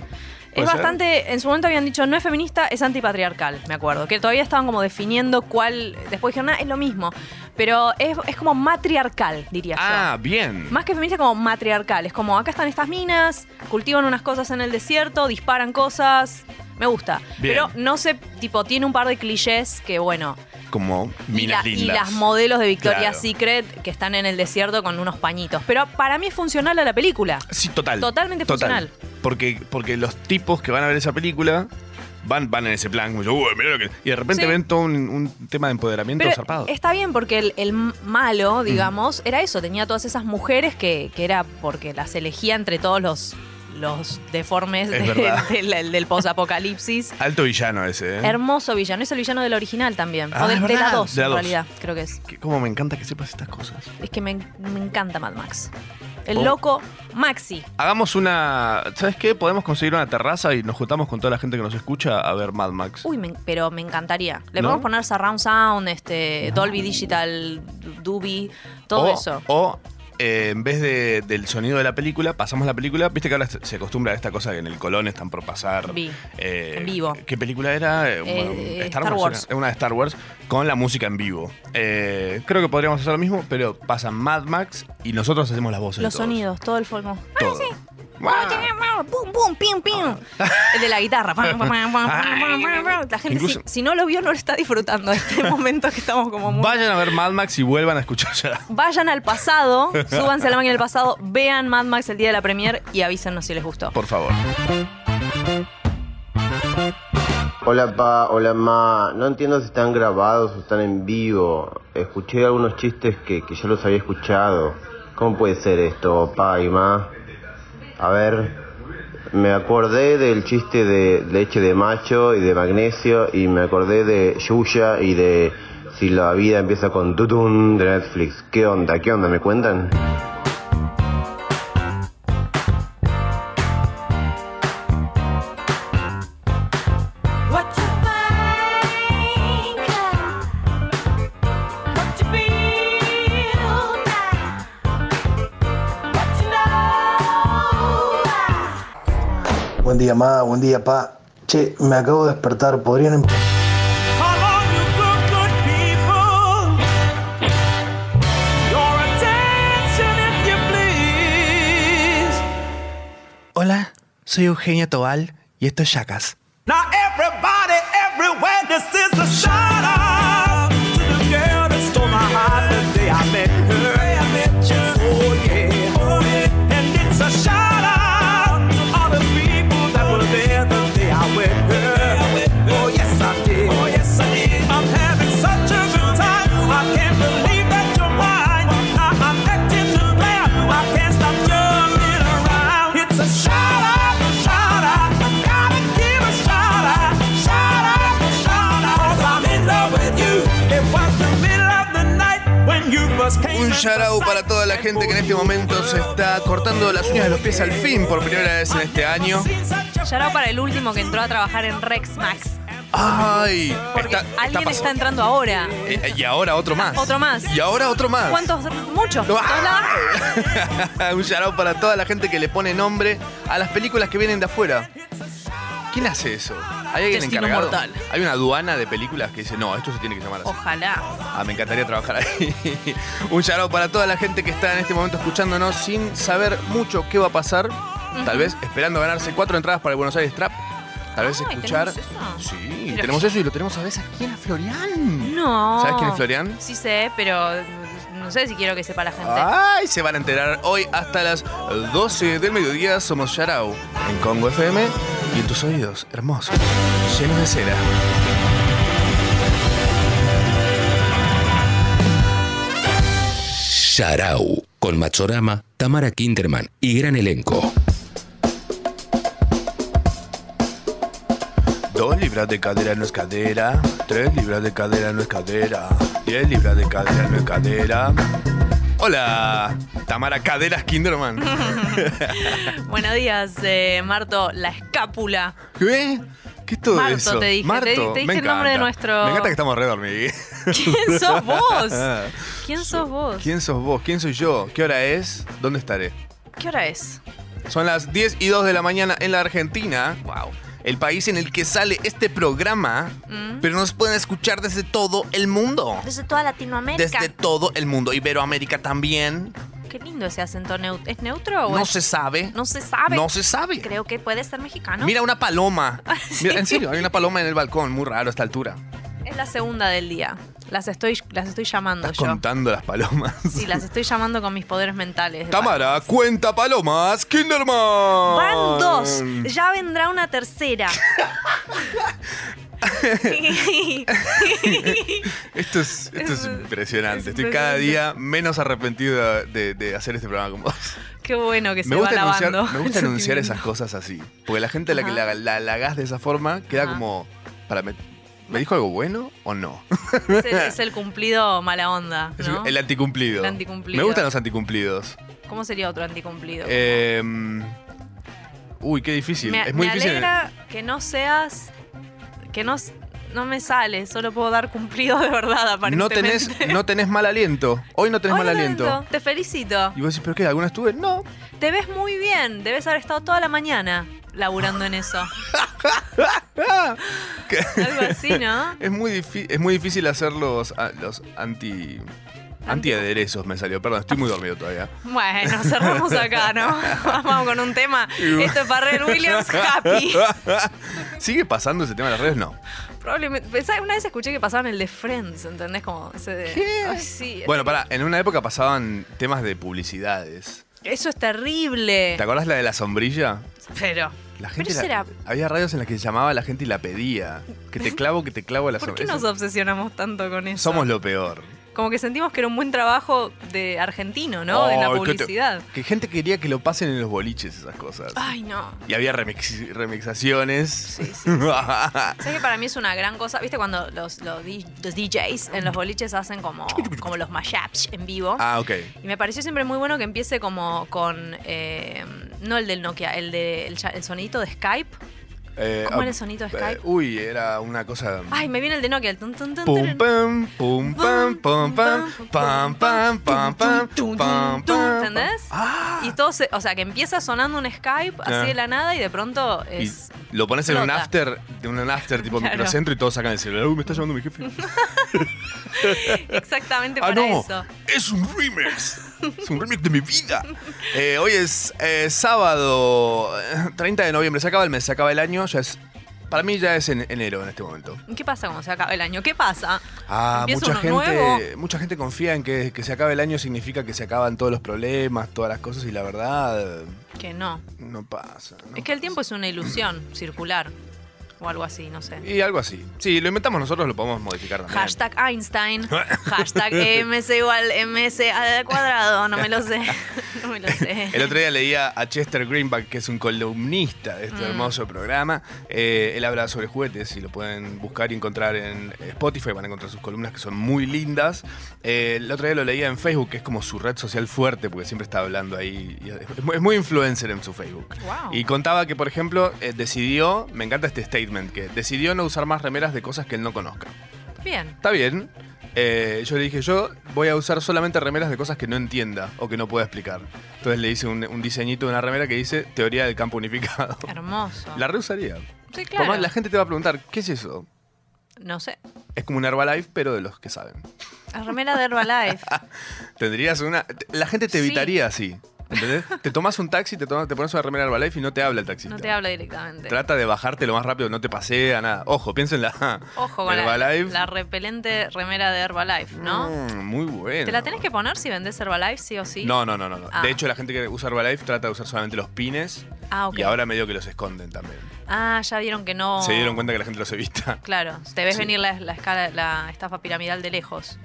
Speaker 4: ¿Puede ser?
Speaker 2: bastante, en su momento habían dicho, no es feminista, es antipatriarcal, me acuerdo. Que todavía estaban como definiendo cuál, después dijeron, "Ah, es lo mismo. Pero es, es como matriarcal, diría yo.
Speaker 4: Ah, bien.
Speaker 2: Más que feminista, como matriarcal. Es como, acá están estas minas, cultivan unas cosas en el desierto, disparan cosas. Me gusta.
Speaker 4: Bien.
Speaker 2: Pero no sé, tipo, tiene un par de clichés que, bueno.
Speaker 4: Como
Speaker 2: Y,
Speaker 4: minas
Speaker 2: la- y
Speaker 4: lindas.
Speaker 2: las modelos de Victoria's
Speaker 4: Claro.
Speaker 2: Secret que están en el desierto con unos pañitos. Pero para mí es funcional a la película.
Speaker 4: Sí, total.
Speaker 2: Totalmente
Speaker 4: total.
Speaker 2: funcional.
Speaker 4: Porque, porque los tipos que van a ver esa película van, van en ese plan. Como, yo, "Uy, mirá lo que-". Y de repente
Speaker 2: Sí.
Speaker 4: ven todo un, un tema de empoderamiento
Speaker 2: Pero
Speaker 4: zarpado.
Speaker 2: está bien porque el, el malo,
Speaker 4: Mm.
Speaker 2: digamos, era eso. Tenía todas esas mujeres que, que era porque las elegía entre todos los, los
Speaker 4: Es
Speaker 2: deformes de-
Speaker 4: verdad.
Speaker 2: del- del, del posapocalipsis.
Speaker 4: Alto villano ese, ¿eh?
Speaker 2: Hermoso villano. Es el villano del original también.
Speaker 4: Ah,
Speaker 2: o de,
Speaker 4: es
Speaker 2: de la
Speaker 4: verdad.
Speaker 2: 2,
Speaker 4: De la
Speaker 2: en
Speaker 4: dos.
Speaker 2: realidad, creo que es.
Speaker 4: Que- Cómo me encanta que sepas estas cosas.
Speaker 2: Es que me, me encanta Mad Max. El
Speaker 4: Oh.
Speaker 2: loco Maxi.
Speaker 4: Hagamos una. ¿Sabes qué? Podemos conseguir una terraza y nos juntamos con toda la gente que nos escucha a ver Mad Max.
Speaker 2: Uy, me- pero me encantaría. Le
Speaker 4: ¿No? Ah.
Speaker 2: podemos poner Surround Sound, este, Dolby Digital, Dubi, todo
Speaker 4: o,
Speaker 2: eso.
Speaker 4: O eh, en vez de- del sonido de la película, pasamos la película. Viste que ahora se se acostumbra a esta cosa que en el Colón están por pasar.
Speaker 2: Vi.
Speaker 4: eh,
Speaker 2: En vivo.
Speaker 4: ¿Qué película era? Eh, bueno,
Speaker 2: Eh, Star Wars.
Speaker 4: era. Es una de Star Wars con la música en vivo. Eh, creo que podríamos hacer lo mismo, pero pasan Mad Max y nosotros hacemos las voces. de
Speaker 2: Los
Speaker 4: todos. Ah.
Speaker 2: sonidos, todo el folclore. Ah,
Speaker 4: Todo.
Speaker 2: Pum, pum, pim, pim.
Speaker 4: Ah.
Speaker 2: El de la guitarra. La gente,
Speaker 4: Incluso-
Speaker 2: si, si no lo vio, no lo está disfrutando este momento que estamos como muy.
Speaker 4: Vayan a ver Mad Max y vuelvan a escuchar ya.
Speaker 2: Vayan al pasado, súbanse a la máquina del pasado, vean Mad Max el día de la premier y avísenos si les gustó.
Speaker 4: Por favor.
Speaker 15: Hola pa, hola ma, no entiendo si están grabados o están en vivo. Escuché algunos chistes que, que ya los había escuchado. ¿Cómo puede ser esto, pa y ma? A ver, me acordé del chiste de leche de macho y de magnesio y me acordé de Yuya y de Si la vida empieza con tutun de Netflix. ¿Qué onda? ¿Qué onda? ¿Me cuentan?
Speaker 3: What you think, what you feel now, what you know.
Speaker 16: Buen día, ma. Buen día, pa. Che, me acabo de despertar. ¿Podrían em-
Speaker 3: Call on you good, good people, your attention if you please.
Speaker 4: Hola, soy Eugenia Tobal y esto es Yacas.
Speaker 3: Now everybody, everywhere, this is a shout out to the girl that stole my heart the day I met her. I met you. Oh yeah, oh yeah. And it's a shout out to all the people that were there the day I met her. Oh yes I did. Oh yes I did. I'm having such a good time. I can't believe that you're mine. I- I'm acting too bad. I can't stop jumping around. It's a shout out, shout out. I gotta give a shout out, shout out, shout out. 'Cause I'm in love with you. It was the middle of the night when you first came.
Speaker 4: Un shout out para toda la gente que en este momento se está cortando las uñas de los pies al fin por primera vez en este año.
Speaker 2: Yarao para el último que entró a trabajar en Rex Max.
Speaker 4: ¡Ay! Está, está
Speaker 2: Alguien está
Speaker 4: pasando.
Speaker 2: entrando ahora.
Speaker 4: Eh, Y ahora otro más.
Speaker 2: Otro más.
Speaker 4: Y ahora otro más.
Speaker 2: ¿Cuántos?
Speaker 4: Ah.
Speaker 2: Muchos. ¿Todos lados?
Speaker 4: Un shout out para toda la gente que le pone nombre a las películas que vienen de afuera. ¿Quién hace eso? ¿Hay alguien
Speaker 2: Destino
Speaker 4: encargado?
Speaker 2: mortal.
Speaker 4: Hay una aduana de películas que dice, no, esto se tiene que llamar así.
Speaker 2: Ojalá.
Speaker 4: Ah, me encantaría trabajar ahí. Un shout out para toda la gente que está en este momento escuchándonos sin saber mucho qué va a pasar. Tal vez esperando ganarse cuatro entradas para el Buenos Aires Trap. Tal vez escuchar.
Speaker 2: ¿tenemos eso?
Speaker 4: Sí,
Speaker 2: Mira.
Speaker 4: tenemos eso y lo tenemos a veces aquí en Florian.
Speaker 2: No.
Speaker 4: ¿Sabes quién es Florian?
Speaker 2: Sí sé, pero no sé si quiero que sepa la gente.
Speaker 4: Ay, se van a enterar hoy hasta las 12 del mediodía. Somos Yarao en Congo FM y en tus oídos, hermosos, llenos de cera.
Speaker 7: Yarau, con Machorama, Tamara Kinderman y gran elenco.
Speaker 4: Dos libras de cadera no es cadera. Tres libras de cadera no es cadera. Diez libras de cadera no es cadera. Hola, Tamara Caderas Kinderman.
Speaker 2: Buenos días, eh, Marto, la escápula.
Speaker 4: ¿Qué? ¿Qué es todo
Speaker 2: Marto,
Speaker 4: eso?
Speaker 2: te dije, te di- te dije
Speaker 4: me
Speaker 2: el nombre de
Speaker 4: encanta.
Speaker 2: nuestro-
Speaker 4: Me encanta que estamos re dormidos. Ah.
Speaker 2: ¿Quién sos vos? ¿Quién sos vos?
Speaker 4: ¿Quién sos vos? ¿Quién soy yo? ¿Qué hora es? ¿Dónde estaré?
Speaker 2: ¿Qué hora es?
Speaker 4: Son las 10 y 2 de la mañana en la Argentina. Wow. El país en el que sale este programa,
Speaker 12: Mm.
Speaker 4: pero nos pueden escuchar desde todo el mundo.
Speaker 12: Desde toda Latinoamérica.
Speaker 4: Desde todo el mundo. Iberoamérica también.
Speaker 2: Qué lindo ese acento. neu- ¿Es neutro o
Speaker 4: No
Speaker 2: Oh, es-
Speaker 4: se sabe.
Speaker 2: No se sabe.
Speaker 4: No se sabe.
Speaker 2: Creo que puede ser mexicano.
Speaker 4: Mira una paloma. Mira, en serio, hay una paloma en el balcón. Muy raro a esta altura.
Speaker 2: Es la segunda del día. Las estoy, las estoy llamando
Speaker 4: Estás
Speaker 2: yo.
Speaker 4: contando las palomas.
Speaker 2: Sí, las estoy llamando con mis poderes mentales.
Speaker 4: Tamara, cuenta palomas, Kinderman.
Speaker 2: Van dos. Ya vendrá una tercera.
Speaker 4: Esto es, esto es impresionante. Estoy cada día menos arrepentido de, de hacer este programa con vos.
Speaker 2: Qué bueno que se
Speaker 4: Me gusta,
Speaker 2: va
Speaker 4: anunciar,
Speaker 2: lavando.
Speaker 4: me gusta
Speaker 2: el
Speaker 4: anunciar
Speaker 2: sentimiento.
Speaker 4: esas cosas así. Porque la gente a la que la,
Speaker 2: Ajá.
Speaker 4: la halagás de esa forma queda
Speaker 2: Ajá.
Speaker 4: como. Para, ¿me, ¿Me dijo algo bueno o no?
Speaker 2: Es el, es el cumplido mala onda,
Speaker 4: Es
Speaker 2: ¿no?
Speaker 4: El anticumplido.
Speaker 2: El anticumplido.
Speaker 4: Me gustan los anticumplidos.
Speaker 2: ¿Cómo sería otro anticumplido?
Speaker 4: Eh, uy, qué difícil.
Speaker 2: me
Speaker 4: es muy
Speaker 2: me
Speaker 4: difícil.
Speaker 2: alegra que no seas. que no. s- No me sale, solo puedo dar cumplido de verdad,
Speaker 4: no,
Speaker 2: aparentemente.
Speaker 4: tenés, no tenés mal aliento. Hoy no tenés
Speaker 2: Hoy
Speaker 4: mal
Speaker 2: no
Speaker 4: aliento.
Speaker 2: tengo, Te felicito.
Speaker 4: Y vos decís, ¿pero qué? ¿Alguna estuve? No.
Speaker 2: Te ves muy bien. Debes haber estado toda la mañana laburando en eso. Algo así, ¿no?
Speaker 4: Ah, Es muy, difí- es muy difícil hacer los, a- los ah, anti. Antiaderezos me salió, perdón, estoy muy dormido todavía.
Speaker 2: Bueno, cerramos acá, ¿no? Vamos con un tema. Esto es Parrell Williams Happy.
Speaker 4: ¿Sigue pasando ese tema de las redes? No.
Speaker 2: Probablemente. pensá, una vez escuché que pasaban el de Friends, ¿entendés? Como ese de. Ay, sí.
Speaker 4: Bueno, pará, en una época pasaban temas de publicidades.
Speaker 2: Eso es terrible.
Speaker 4: ¿Te acordás la de la sombrilla?
Speaker 2: Pero.
Speaker 4: La gente
Speaker 2: Pero eso
Speaker 4: la-
Speaker 2: era-
Speaker 4: Había radios en las que llamaba la gente y la pedía. Que te clavo, que te clavo la
Speaker 2: ¿Por qué
Speaker 4: sombrilla.
Speaker 2: nos obsesionamos tanto con eso?
Speaker 4: Somos lo peor.
Speaker 2: Como que sentimos que era un buen trabajo de argentino, ¿no? de la
Speaker 4: Ay, que te-
Speaker 2: publicidad. Ah.
Speaker 4: Que, gente quería que lo pasen en los boliches esas cosas.
Speaker 2: Ay, no.
Speaker 4: Y había remix- remixaciones. Sí, sí.
Speaker 2: ¿Sabes que para mí es una gran cosa? ¿Viste cuando los, los, di- los DJs en los boliches hacen como, como los mashups en vivo?
Speaker 4: ah, ok.
Speaker 2: Y me pareció siempre muy bueno que empiece como con. eh, no el del Nokia, el de el, cha- el sonidito de Skype.
Speaker 4: Eh,
Speaker 2: ¿Cómo
Speaker 4: ah,
Speaker 2: era el sonido de
Speaker 4: eh,
Speaker 2: Skype?
Speaker 4: uy, era una cosa.
Speaker 2: Ay, me viene el de Nokia, el tun, tun, tun,
Speaker 4: Pum
Speaker 2: turun.
Speaker 4: pam, pum pam, pum pam, pam pam, pam pam, pam Ah.
Speaker 2: Tum,
Speaker 4: pam.
Speaker 2: ¿Entendés? Y todo se- o sea, que empieza sonando un Skype así
Speaker 4: Ah.
Speaker 2: de la nada y de pronto
Speaker 4: Y
Speaker 2: es.
Speaker 4: lo pones en un
Speaker 2: Flota.
Speaker 4: after, en un after tipo
Speaker 2: Claro.
Speaker 4: microcentro y todos sacan el celular. Uy, me está llamando mi jefe.
Speaker 2: Exactamente
Speaker 4: Ah,
Speaker 2: para
Speaker 4: no.
Speaker 2: eso.
Speaker 4: Es un remix. Es un remix de mi vida. Eh, hoy es eh, sábado eh, 30 de noviembre. Se acaba el mes, se acaba el año. Ya es, para mí ya es en- enero en este momento.
Speaker 2: ¿Y ¿Qué pasa cuando se acaba el año? ¿Qué pasa?
Speaker 4: Ah,
Speaker 2: Empieza
Speaker 4: mucha
Speaker 2: uno
Speaker 4: gente,
Speaker 2: nuevo.
Speaker 4: mucha gente confía en que, que se acabe el año significa que se acaban todos los problemas, todas las cosas y la verdad eh,
Speaker 2: Que no.
Speaker 4: no pasa. ¿no?
Speaker 2: Es que el tiempo es una ilusión circular o algo así, no sé.
Speaker 4: Y algo así. Sí, lo inventamos nosotros, lo podemos modificar también.
Speaker 2: Hashtag Einstein, hashtag MS igual MS al cuadrado, no me lo sé, no me lo sé.
Speaker 4: El otro día leía a Chester Greenback, que es un columnista de este
Speaker 2: Mm.
Speaker 4: hermoso programa. Eh, él habla sobre juguetes y lo pueden buscar y encontrar en Spotify. Van a encontrar sus columnas que son muy lindas. Eh, el otro día lo leía en Facebook, que es como su red social fuerte, porque siempre está hablando ahí. y es muy- Es muy influencer en su Facebook.
Speaker 2: Oh.
Speaker 4: Y contaba que, por ejemplo, eh, decidió, me encanta este statement, que decidió no usar más remeras de cosas que él no conozca.
Speaker 2: Bien,
Speaker 4: Está bien. Eh, yo le dije, yo voy a usar solamente remeras de cosas que no entienda o que no pueda explicar. Entonces le hice un, un diseñito de una remera que dice teoría del campo unificado.
Speaker 2: hermoso.
Speaker 4: La reusaría.
Speaker 2: Sí, claro.
Speaker 4: Además, la gente te va a preguntar, ¿qué es eso?
Speaker 2: No sé,
Speaker 4: Es como un Herbalife, pero de los que saben.
Speaker 2: la remera de Herbalife.
Speaker 4: Tendrías una. te- La gente te
Speaker 2: Sí.
Speaker 4: evitaría así. ¿Entendés? te tomas un taxi, te, tomas- te pones una remera Herbalife y no te habla el taxista.
Speaker 2: No te habla directamente.
Speaker 4: Trata de bajarte lo más rápido, no te pasea, nada. Ojo, piénsenla.
Speaker 2: Ojo con la,
Speaker 4: Herbalife.
Speaker 2: la repelente remera de Herbalife, ¿no?
Speaker 4: Mm, muy bueno.
Speaker 2: Te la tenés que poner si vendés Herbalife, sí o sí.
Speaker 4: No, no, no, no. no.
Speaker 2: Ah.
Speaker 4: De hecho, la gente que usa Herbalife trata de usar solamente los pines.
Speaker 2: Ah, ok.
Speaker 4: Y ahora medio que los esconden también.
Speaker 2: Ah, ya vieron que no.
Speaker 4: Se dieron cuenta que la gente los evita.
Speaker 2: Claro, te ves
Speaker 4: Sí. Ah,
Speaker 2: venir la, la escala, la estafa piramidal de lejos.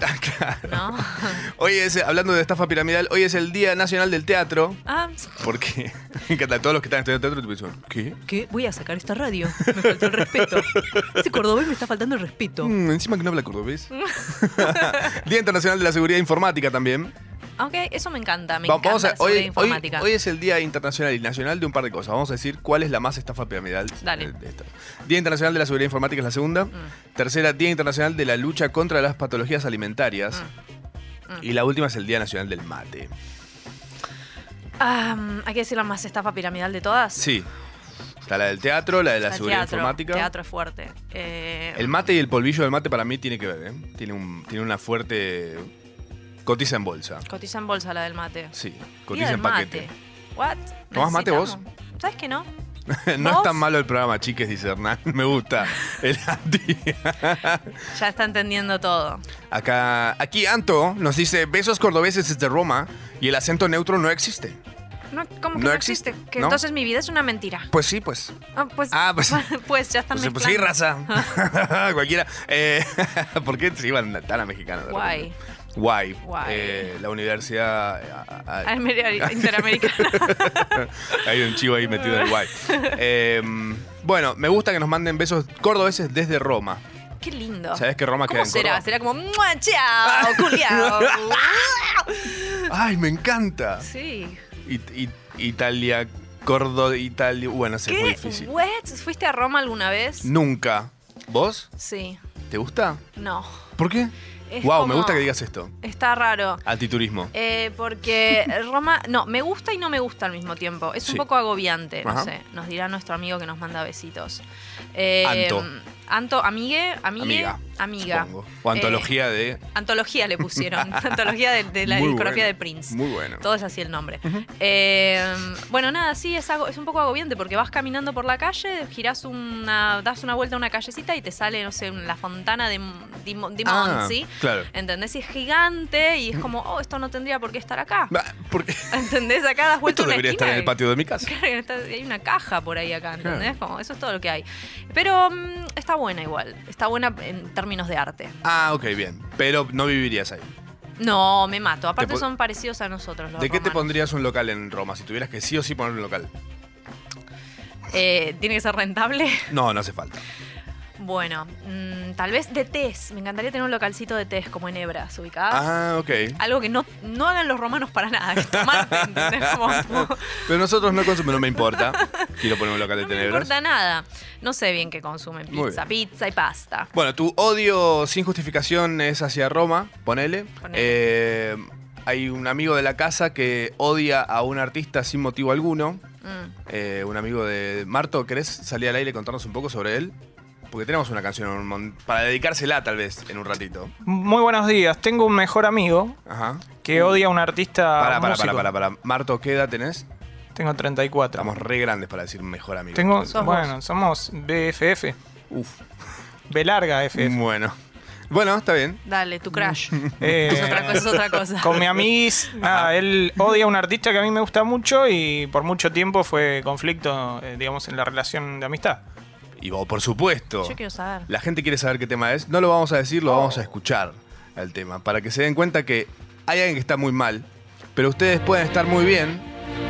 Speaker 4: Hoy es, hablando de estafa piramidal, hoy es el Día Nacional del Teatro.
Speaker 2: Ah,
Speaker 4: Porque me encanta, todos los que están estudiando teatro te piensan, ¿qué?
Speaker 2: ¿qué? Voy a sacar esta radio. Me faltó el respeto. Ese cordobés me está faltando el respeto.
Speaker 4: Mm, encima que no habla cordobés. Día Internacional de la Seguridad Informática también.
Speaker 2: Ok, eso me encanta. Me
Speaker 4: Va-
Speaker 2: encanta
Speaker 4: vamos a-
Speaker 2: la
Speaker 4: hoy,
Speaker 2: seguridad
Speaker 4: hoy-
Speaker 2: informática.
Speaker 4: hoy es el Día Internacional y Nacional de un par de cosas. Vamos a decir cuál es la más estafa piramidal.
Speaker 2: Dale. Mm.
Speaker 4: de esta. Día Internacional de la Seguridad Informática es la segunda. Tercera, Día Internacional de la Lucha contra las Patologías Alimentarias.
Speaker 2: Mm.
Speaker 4: Y la última es el Día Nacional del Mate.
Speaker 2: Ah, mm, hay que decir la más estafa piramidal de todas.
Speaker 4: Sí. Está la del teatro, la de la
Speaker 2: El
Speaker 4: seguridad
Speaker 2: teatro,
Speaker 4: informática.
Speaker 2: teatro es fuerte. Eh,
Speaker 4: El mate y el polvillo del mate para mí tiene que ver, ¿eh? Tiene, un, tiene una fuerte... Cotiza en bolsa.
Speaker 2: Cotiza en bolsa la del mate.
Speaker 4: Sí,
Speaker 2: Día
Speaker 4: cotiza
Speaker 2: del
Speaker 4: en paquete.
Speaker 2: mate. What?
Speaker 4: ¿Tomás mate vos?
Speaker 2: Necesitamos. ¿Sabes que no?
Speaker 4: no es
Speaker 2: ¿Vos?
Speaker 4: tan malo el programa, chiques, dice Hernán. Me gusta. El anti.
Speaker 2: Ya está entendiendo todo.
Speaker 4: Acá, aquí Anto nos dice, besos cordobeses desde Roma y el acento neutro no existe.
Speaker 2: No, ¿Cómo que
Speaker 4: No
Speaker 2: no,
Speaker 4: existe,
Speaker 2: existe? Que
Speaker 4: ¿no?
Speaker 2: entonces mi vida es una mentira.
Speaker 4: Pues sí, pues.
Speaker 2: Ah, pues,
Speaker 4: Ah, pues-
Speaker 2: pues ya están
Speaker 4: Pues, pues sí,
Speaker 2: mezclando. Ah.
Speaker 4: raza. Cualquiera. Eh, ¿Por qué se iban a la mexicana? de repente?
Speaker 2: Guay.
Speaker 4: Guay.
Speaker 2: Guay.
Speaker 4: Eh, la universidad... eh, a- a-
Speaker 2: Almería Interamericana.
Speaker 4: Hay un chivo ahí metido en el guay. Eh, bueno, me gusta que nos manden besos cordobeses desde Roma.
Speaker 2: Qué lindo.
Speaker 4: ¿Sabes que Roma
Speaker 2: ¿Cómo
Speaker 4: queda en
Speaker 2: será?
Speaker 4: Córdoba?
Speaker 2: Será como "Mua, chao, culiao. Uh,
Speaker 4: ¡Ay, me encanta!
Speaker 2: sí.
Speaker 4: It- it- Italia, Córdoba, Italia... Bueno, sí, es muy
Speaker 2: ¿Qué?
Speaker 4: difícil.
Speaker 2: What? ¿Fuiste a Roma alguna vez?
Speaker 4: Nunca. ¿Vos?
Speaker 2: Sí.
Speaker 4: ¿Te gusta?
Speaker 2: No.
Speaker 4: ¿Por qué?
Speaker 2: Es
Speaker 4: wow, me
Speaker 2: como-
Speaker 4: gusta que digas esto.
Speaker 2: Está raro.
Speaker 4: Altiturismo.
Speaker 2: Eh, porque Roma, no, me gusta y no me gusta al mismo tiempo. Es
Speaker 4: Sí.
Speaker 2: un poco agobiante, no
Speaker 4: Ajá.
Speaker 2: sé. Nos dirá nuestro amigo que nos manda besitos. Eh,
Speaker 4: Anto.
Speaker 2: Anto, amigue, amigue,
Speaker 4: Amiga.
Speaker 2: Amiga.
Speaker 4: O
Speaker 2: Eh,
Speaker 4: antología de.
Speaker 2: Antología le pusieron. antología de, de la
Speaker 4: Muy
Speaker 2: discografía
Speaker 4: bueno,
Speaker 2: de Prince.
Speaker 4: Muy bueno.
Speaker 2: Todo es así el nombre. Eh, bueno, nada, sí, es, ago- es un poco agobiante porque vas caminando por la calle, girás una, das una vuelta a una callecita y te sale, no sé, la fontana de, Dimon
Speaker 4: Ah, claro.
Speaker 2: ¿Entendés? Y es gigante y es como, oh, esto no tendría por qué estar acá.
Speaker 4: ¿Por qué?
Speaker 2: ¿Entendés? Acá das
Speaker 4: Esto
Speaker 2: vuelta a una
Speaker 4: debería
Speaker 2: esquina
Speaker 4: estar en
Speaker 2: y-
Speaker 4: el patio de mi casa.
Speaker 2: Claro, está- hay una caja por ahí acá, ¿entendés?
Speaker 4: Claro.
Speaker 2: Como, eso es todo lo que hay. Pero mm, está buena igual. Está buena en términos de arte.
Speaker 4: Ah, ok, bien. Pero no vivirías ahí.
Speaker 2: No, me mato. Aparte
Speaker 4: po-
Speaker 2: son parecidos a nosotros. Los
Speaker 4: ¿De qué te
Speaker 2: romanos.
Speaker 4: pondrías un local en Roma si tuvieras que sí o sí poner un local?
Speaker 2: Eh, ¿Tiene que ser rentable?
Speaker 4: No, no hace falta.
Speaker 2: Bueno, mm, tal vez de tés. Me encantaría tener un localcito de tés como en Hebras, ubicado.
Speaker 4: Ah, ok.
Speaker 2: Algo que no, no hagan los romanos para nada. que es tomate, ¿entendés? Como, no
Speaker 4: Pero nosotros no consumimos, no me importa. Quiero poner un local de tenebras.
Speaker 2: importa nada. No sé bien qué consumen.
Speaker 4: Muy
Speaker 2: Pizza, pizza y pasta.
Speaker 4: Bueno, tu odio sin justificación es hacia Roma, ponele. Eh, hay un amigo de la casa que odia a un artista sin motivo alguno.
Speaker 2: Mm.
Speaker 4: Eh, un amigo de Marto, ¿querés salir al aire y contarnos un poco sobre él? Porque tenemos una canción en un mon- para dedicársela tal vez en un ratito.
Speaker 9: Muy buenos días. Tengo un mejor amigo
Speaker 4: Ajá.
Speaker 9: que odia a un artista.
Speaker 4: Para, para, para,
Speaker 9: músico.
Speaker 4: para, para. Marto, ¿qué edad tenés?
Speaker 9: Tengo 34.
Speaker 4: Estamos re grandes para decir mejor amigo.
Speaker 9: Tengo,
Speaker 4: Entonces.
Speaker 9: bueno, somos BFF.
Speaker 4: Uf.
Speaker 9: B larga FF.
Speaker 4: Bueno. Bueno, está bien.
Speaker 2: Dale, tu crash.
Speaker 9: Eh,
Speaker 2: es otra cosa, es otra cosa.
Speaker 9: Con mi amiguis, nada, él odia a un artista que a mí me gusta mucho y por mucho tiempo fue conflicto, eh, digamos, en la relación de amistad.
Speaker 4: Y vos, por supuesto.
Speaker 2: Yo quiero saber.
Speaker 4: La gente quiere saber qué tema es. No lo vamos a decir, lo vamos a escuchar el tema. Para que se den cuenta que hay alguien que está muy mal, pero ustedes pueden estar muy bien.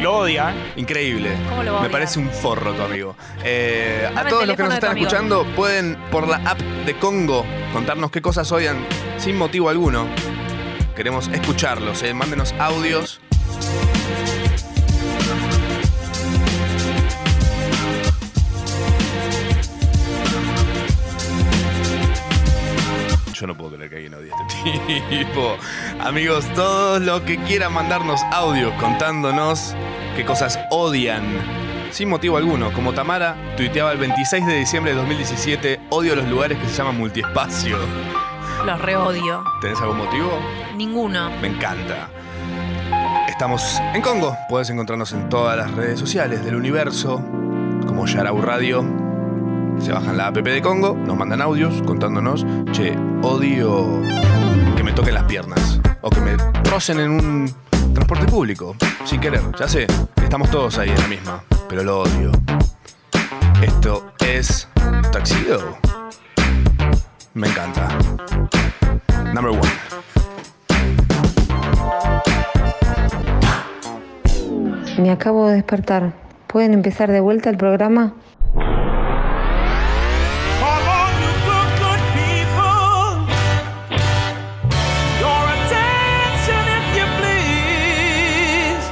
Speaker 9: Lo odia.
Speaker 4: Increíble.
Speaker 2: ¿Cómo lo va a
Speaker 4: Me
Speaker 2: odiar?
Speaker 4: parece un forro tu amigo. Eh, a
Speaker 2: Dame el
Speaker 4: todos los que nos
Speaker 2: teléfono de tu
Speaker 4: están
Speaker 2: amigo.
Speaker 4: escuchando, pueden por la app de Congo contarnos qué cosas odian sin motivo alguno. Queremos escucharlos. eh. Mándenos audios. Yo no puedo creer que alguien odie a este tipo. Amigos, todos los que quieran mandarnos audios contándonos qué cosas odian. Sin motivo alguno, como Tamara tuiteaba el 26 de diciembre de 2017, odio los lugares que se llaman multiespacio.
Speaker 2: Los reodio.
Speaker 4: ¿Tenés algún motivo?
Speaker 2: Ninguno.
Speaker 4: Me encanta. Estamos en Congo. Puedes encontrarnos en todas las redes sociales del universo, como Yarau Radio. Se bajan la app de Congo, nos mandan audios contándonos, che, odio que me toquen las piernas o que me trocen en un transporte público, sin querer. Ya sé, estamos todos ahí en la misma, pero lo odio. Esto es Taxido. Me encanta. Number one.
Speaker 17: Me acabo de despertar. ¿Pueden empezar de vuelta el programa?
Speaker 3: Come on, you good, good people. Your attention, if you please.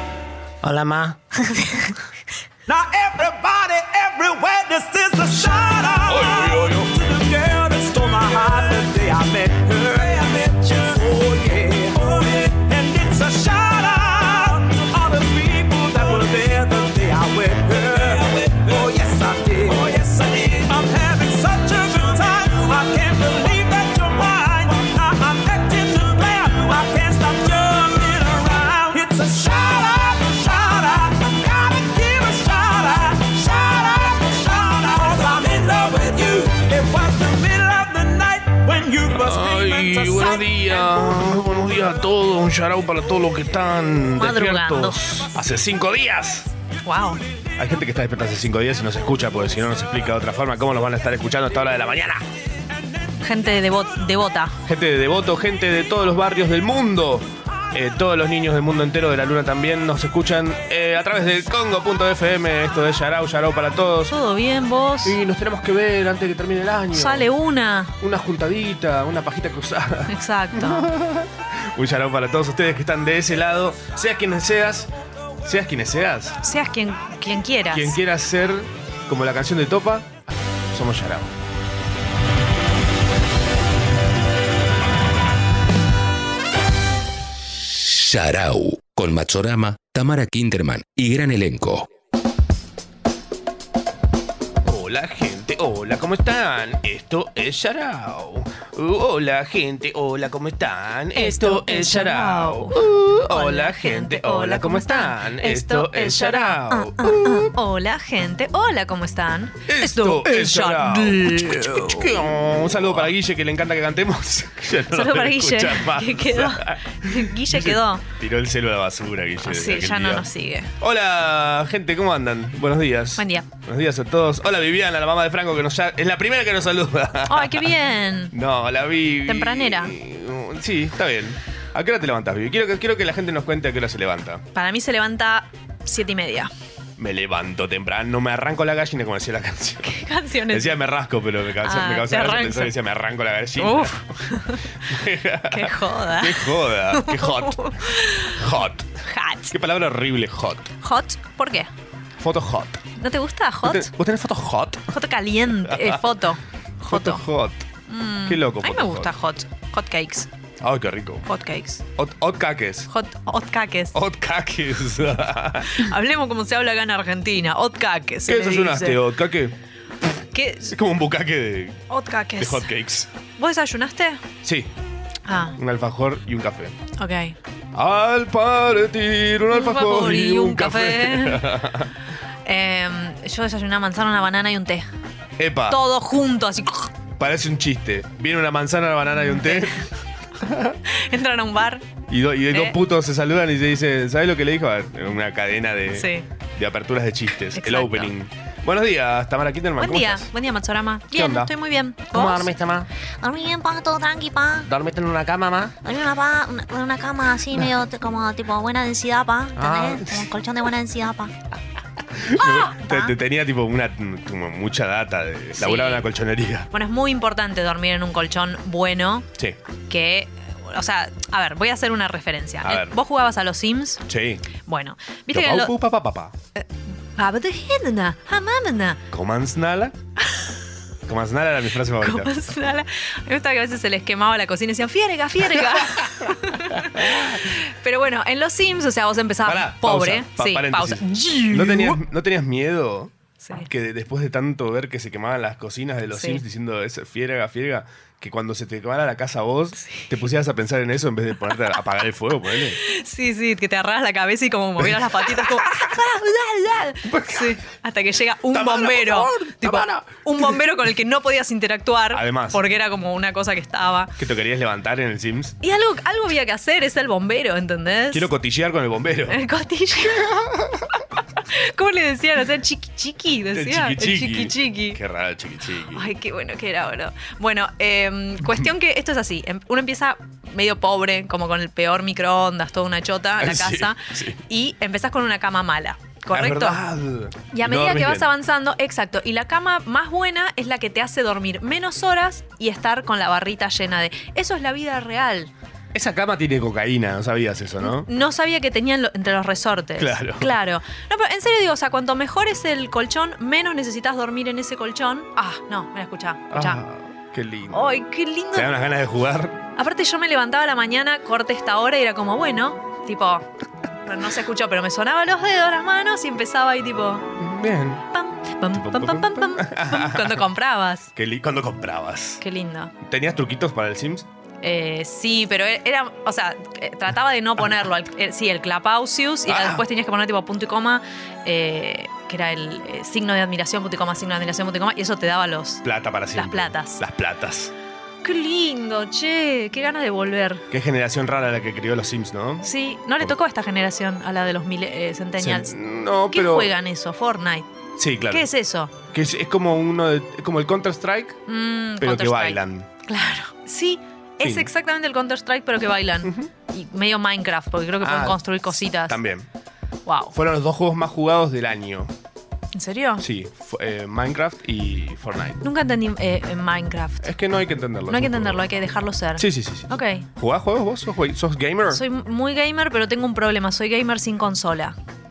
Speaker 10: Hola, ma.
Speaker 3: Now, everybody, everywhere, this is a shout out to the girl that stole my heart the day I met her. Oh, yeah. Oh, yeah. And it's a shout out to all the people that were there the day I met her. Oh, yes, I did. Oh, yes, I did. I'm having such a good time. I can't believe that you're mine. I- I'm acting too bad. I can't stop jumping around. It's a shout out, shout out. I gotta give a shout out, shout out, shout out. 'Cause I'm in love with you. It was the middle of the night when you first came into
Speaker 4: Ay, buenos
Speaker 3: sight.
Speaker 4: días, buenos días a todos, un charao para todos los que están
Speaker 2: Madrugando.
Speaker 4: despiertos. Hace cinco días.
Speaker 2: Wow.
Speaker 4: Hay gente que está despierta hace cinco días y no se escucha, porque si no nos explica de otra forma cómo los van a estar escuchando a esta hora de la mañana.
Speaker 2: Gente devo- devota.
Speaker 4: Gente de Devoto, gente de todos los barrios del mundo. Eh, todos los niños del mundo entero de la luna también nos escuchan eh, a través del congo.fm. Esto de Yarao, Yarao para todos.
Speaker 2: ¿Todo bien vos?
Speaker 4: Y nos tenemos que ver antes que termine el año.
Speaker 2: Sale una.
Speaker 4: Una juntadita, una pajita cruzada.
Speaker 2: Exacto.
Speaker 4: Un charao para todos ustedes que están de ese lado. Seas quien seas, seas quien seas.
Speaker 2: Seas quien, quien quieras.
Speaker 4: Quien quiera ser como la canción de Topa, somos Yarao.
Speaker 7: Sharau, con Machorama, Tamara Kinderman y gran elenco.
Speaker 4: Hola gente, hola. Hola, ¿cómo están? Esto es Sharao. Uh, hola, gente. Hola, ¿cómo están? Esto es Sharao. Uh, hola, gente. Hola, ¿cómo están? Esto es Sharao.
Speaker 2: Ah, ah, ah. Hola, gente. Hola, ¿cómo están?
Speaker 4: Esto es Sharao.
Speaker 2: Sharao.
Speaker 4: Un saludo para Guille, que le encanta que cantemos. Ya no lo
Speaker 2: Saludo
Speaker 4: voy a
Speaker 2: para Guille,
Speaker 4: escuchar más.
Speaker 2: que quedó. Guille quedó. Ah,
Speaker 4: Tiró el celo a la basura, Guille. desde
Speaker 2: Sí,
Speaker 4: aquel
Speaker 2: ya no
Speaker 4: día.
Speaker 2: nos sigue.
Speaker 4: Hola, gente, ¿cómo andan? Buenos días.
Speaker 2: Buen día.
Speaker 4: Buenos días a todos. Hola, Viviana, la mamá de Franco, que nos ya- es la primera que nos saluda.
Speaker 2: ¡Ay, qué bien!
Speaker 4: No, la vi.
Speaker 2: Oh. Tempranera.
Speaker 4: Sí, está bien. ¿A qué hora te levantas, Vivi? Quiero que, quiero que la gente nos cuente a qué hora se levanta.
Speaker 2: Para mí se levanta siete y media.
Speaker 4: Me levanto temprano, me arranco la gallina, como decía la canción.
Speaker 2: ¿Qué canciones?
Speaker 4: Decía me rasco, pero me causa,
Speaker 2: Ah,
Speaker 4: me
Speaker 2: te
Speaker 4: causa gracia
Speaker 2: arranco.
Speaker 4: pensar que decía me arranco la gallina.
Speaker 2: Uf. ¡Qué joda!
Speaker 4: ¡Qué joda! ¡Qué hot! ¡Hot!
Speaker 2: Hot.
Speaker 4: ¡Qué palabra horrible, hot!
Speaker 2: ¿Hot? ¿Por qué?
Speaker 4: Foto hot.
Speaker 2: ¿No te gusta
Speaker 4: ¿Vos
Speaker 2: hot?
Speaker 4: tenés, vos tenés fotos hot?
Speaker 2: Hot caliente. eh, foto.
Speaker 4: Foto hot.
Speaker 2: Mm.
Speaker 4: Qué loco.
Speaker 2: A mí
Speaker 4: foto
Speaker 2: me gusta hot. Hot cakes.
Speaker 4: Ay, qué rico.
Speaker 2: Hot cakes.
Speaker 4: Hot, hot caques.
Speaker 2: Hot, hot cakes.
Speaker 4: Hot caques.
Speaker 2: Hablemos como se habla acá en Argentina. Hot cakes. se
Speaker 4: ¿Qué
Speaker 2: le
Speaker 4: desayunaste,
Speaker 2: dice.
Speaker 4: hot cake?
Speaker 2: ¿Qué?
Speaker 4: Es como un bucaque de,
Speaker 2: Hot
Speaker 4: de
Speaker 2: cakes.
Speaker 4: hot cakes.
Speaker 2: ¿Vos desayunaste?
Speaker 4: Sí,
Speaker 2: Ah,
Speaker 4: un alfajor y un café.
Speaker 2: ok.
Speaker 4: Al partir un alfajor y un café.
Speaker 2: Em, yo desayuné una manzana, una banana y un té.
Speaker 4: Epa,
Speaker 2: Todo junto, así.
Speaker 4: parece un chiste. Viene una manzana, una banana y un té.
Speaker 2: Entran a un bar.
Speaker 4: Y, do- y
Speaker 2: Eh.
Speaker 4: dos putos se saludan y se dicen, ¿sabes lo que le dijo? A ver, Una cadena de,
Speaker 2: Sí.
Speaker 4: de aperturas de chistes. El
Speaker 2: Exacto.
Speaker 4: opening. Buenos días, Tamara Kitterman.
Speaker 2: Buen
Speaker 4: ¿cómo
Speaker 2: día,
Speaker 4: estás?
Speaker 2: buen día, Matsorama. Bien,
Speaker 4: onda?
Speaker 2: estoy muy bien.
Speaker 4: ¿Cómo
Speaker 2: ¿Vos?
Speaker 4: dormiste, ma?
Speaker 12: Dormí bien, pa, todo tranqui, pa.
Speaker 4: ¿Dormiste en una cama, ma?
Speaker 12: Dormí en una, pa, una, en una cama así, medio t- como tipo buena densidad, pa.
Speaker 4: Ah.
Speaker 12: ¿Entendés? Como un colchón de buena densidad, pa.
Speaker 4: Te, te tenía tipo una como mucha data de
Speaker 2: Sí.
Speaker 4: laburar en la colchonería.
Speaker 2: Bueno, es muy importante dormir en un colchón bueno
Speaker 4: Sí,
Speaker 2: que. O sea, a ver, voy a hacer una referencia. Eh,
Speaker 4: A ver.
Speaker 2: ¿Vos jugabas a los Sims?
Speaker 4: sí.
Speaker 2: Bueno, viste que.
Speaker 4: Yo,
Speaker 2: lo-
Speaker 4: pau, pau, pa, pa, pa.
Speaker 2: Ah, but the hidden, ah, mamana.
Speaker 4: Comanznala. Comanznala era mi frase favorita.
Speaker 2: Nala. Me gustaba que a veces se les quemaba la cocina y decían, fierga, fierga. Pero bueno, en los Sims, o sea, vos empezabas pobre.
Speaker 4: Pa-
Speaker 2: sí, pausa.
Speaker 4: paréntesis. ¿No tenías, no tenías miedo que de- después de tanto ver que se quemaban las cocinas de los
Speaker 2: Sí.
Speaker 4: Sims diciendo es fierga, fierga, que cuando se te quemara la casa a vos, te pusieras a pensar en eso en vez de ponerte a apagar el fuego, ponele?
Speaker 2: Sí, sí, que te arras la cabeza y como movieras las patitas como... "Ah, Sí, hasta que llega un bombero. Tipo, un bombero con el que no podías interactuar.
Speaker 4: Además.
Speaker 2: Porque era como una cosa que estaba.
Speaker 4: Que te querías levantar en el Sims.
Speaker 2: Y algo, algo había que hacer, es el bombero, ¿entendés?
Speaker 4: Quiero cotillear con el bombero.
Speaker 2: El cotillo. ¿Cómo le decían? O sea, chiqui chiqui, decía.
Speaker 4: El chiqui
Speaker 2: chiqui chiqui.
Speaker 4: Qué raro el chiqui chiqui.
Speaker 2: Ay, qué bueno que era, bro. Bueno, eh, cuestión que esto es así. Em- Uno empieza medio pobre, como con el peor microondas, toda una chota, la
Speaker 4: Sí,
Speaker 2: casa.
Speaker 4: sí.
Speaker 2: Y empezás con una cama mala, ¿correcto?
Speaker 4: Ah, es verdad.
Speaker 2: Y a
Speaker 4: No
Speaker 2: medida que
Speaker 4: dormís
Speaker 2: vas
Speaker 4: bien.
Speaker 2: avanzando, exacto. Y la cama más buena es la que te hace dormir menos horas y estar con la barrita llena de. Eso es la vida real.
Speaker 4: Esa cama tiene cocaína, no sabías eso, ¿no?
Speaker 2: No sabía que tenían lo- entre los resortes.
Speaker 4: Claro.
Speaker 2: Claro. No, pero en serio digo, o sea, cuanto mejor es el colchón, menos necesitas dormir en ese colchón. Ah, no, mira, escucha, escucha.
Speaker 4: Ah, qué lindo.
Speaker 2: Ay, qué lindo.
Speaker 4: Te dan unas ganas de jugar.
Speaker 2: Aparte yo me levantaba a la mañana, corte esta hora y era como, bueno, tipo, no- no se escuchó, pero me sonaba los dedos, las manos y empezaba ahí tipo,
Speaker 4: Bien.
Speaker 2: Ah. pam, pam, pam, pam, pam, pam, cuando comprabas.
Speaker 4: Qué li- ¿Cuándo comprabas?
Speaker 2: Qué lindo.
Speaker 4: ¿Tenías truquitos para el Sims?
Speaker 2: Eh, sí, pero e- era, o sea, eh, trataba de no ponerlo. al- eh, sí, el clapausius y era- después tenías que poner tipo punto y coma, eh, que era el eh, signo de admiración, punto y coma, signo de admiración, punto y coma, y eso te daba los...
Speaker 4: Plata para siempre.
Speaker 2: platas.
Speaker 4: Las platas.
Speaker 2: Qué lindo, che, qué ganas de volver.
Speaker 4: Qué generación rara la que crió los Sims, ¿no?
Speaker 2: Sí, no le tocó a esta generación, a la de los mile- eh, centennials.
Speaker 4: Sí, no,
Speaker 2: ¿Qué
Speaker 4: pero-
Speaker 2: juegan eso? Fortnite.
Speaker 4: Sí, claro.
Speaker 2: ¿Qué es eso?
Speaker 4: Que es, es como uno de- es como el Counter Strike,
Speaker 2: Mm,
Speaker 4: pero que
Speaker 2: Counter-Strike.
Speaker 4: bailan.
Speaker 2: Sí, es
Speaker 4: Fin.
Speaker 2: exactamente el Counter-Strike, pero que bailan. Y medio Minecraft, porque creo que pueden
Speaker 4: Ah,
Speaker 2: construir cositas.
Speaker 4: También.
Speaker 2: Wow.
Speaker 4: Fueron los dos juegos más jugados del año.
Speaker 2: ¿En serio?
Speaker 4: Sí, fu- eh, Minecraft y Fortnite.
Speaker 2: Nunca entendí eh, en Minecraft.
Speaker 4: Es que no hay que entenderlo.
Speaker 2: No hay que
Speaker 4: es un
Speaker 2: entenderlo, hay que dejarlo ser.
Speaker 4: juego. Sí, sí, sí. sí.
Speaker 2: Ok.
Speaker 4: ¿Jugás juegos vos? ¿Sos, güey- sos gamer?
Speaker 2: Soy muy gamer, pero tengo un problema. Soy gamer sin consola.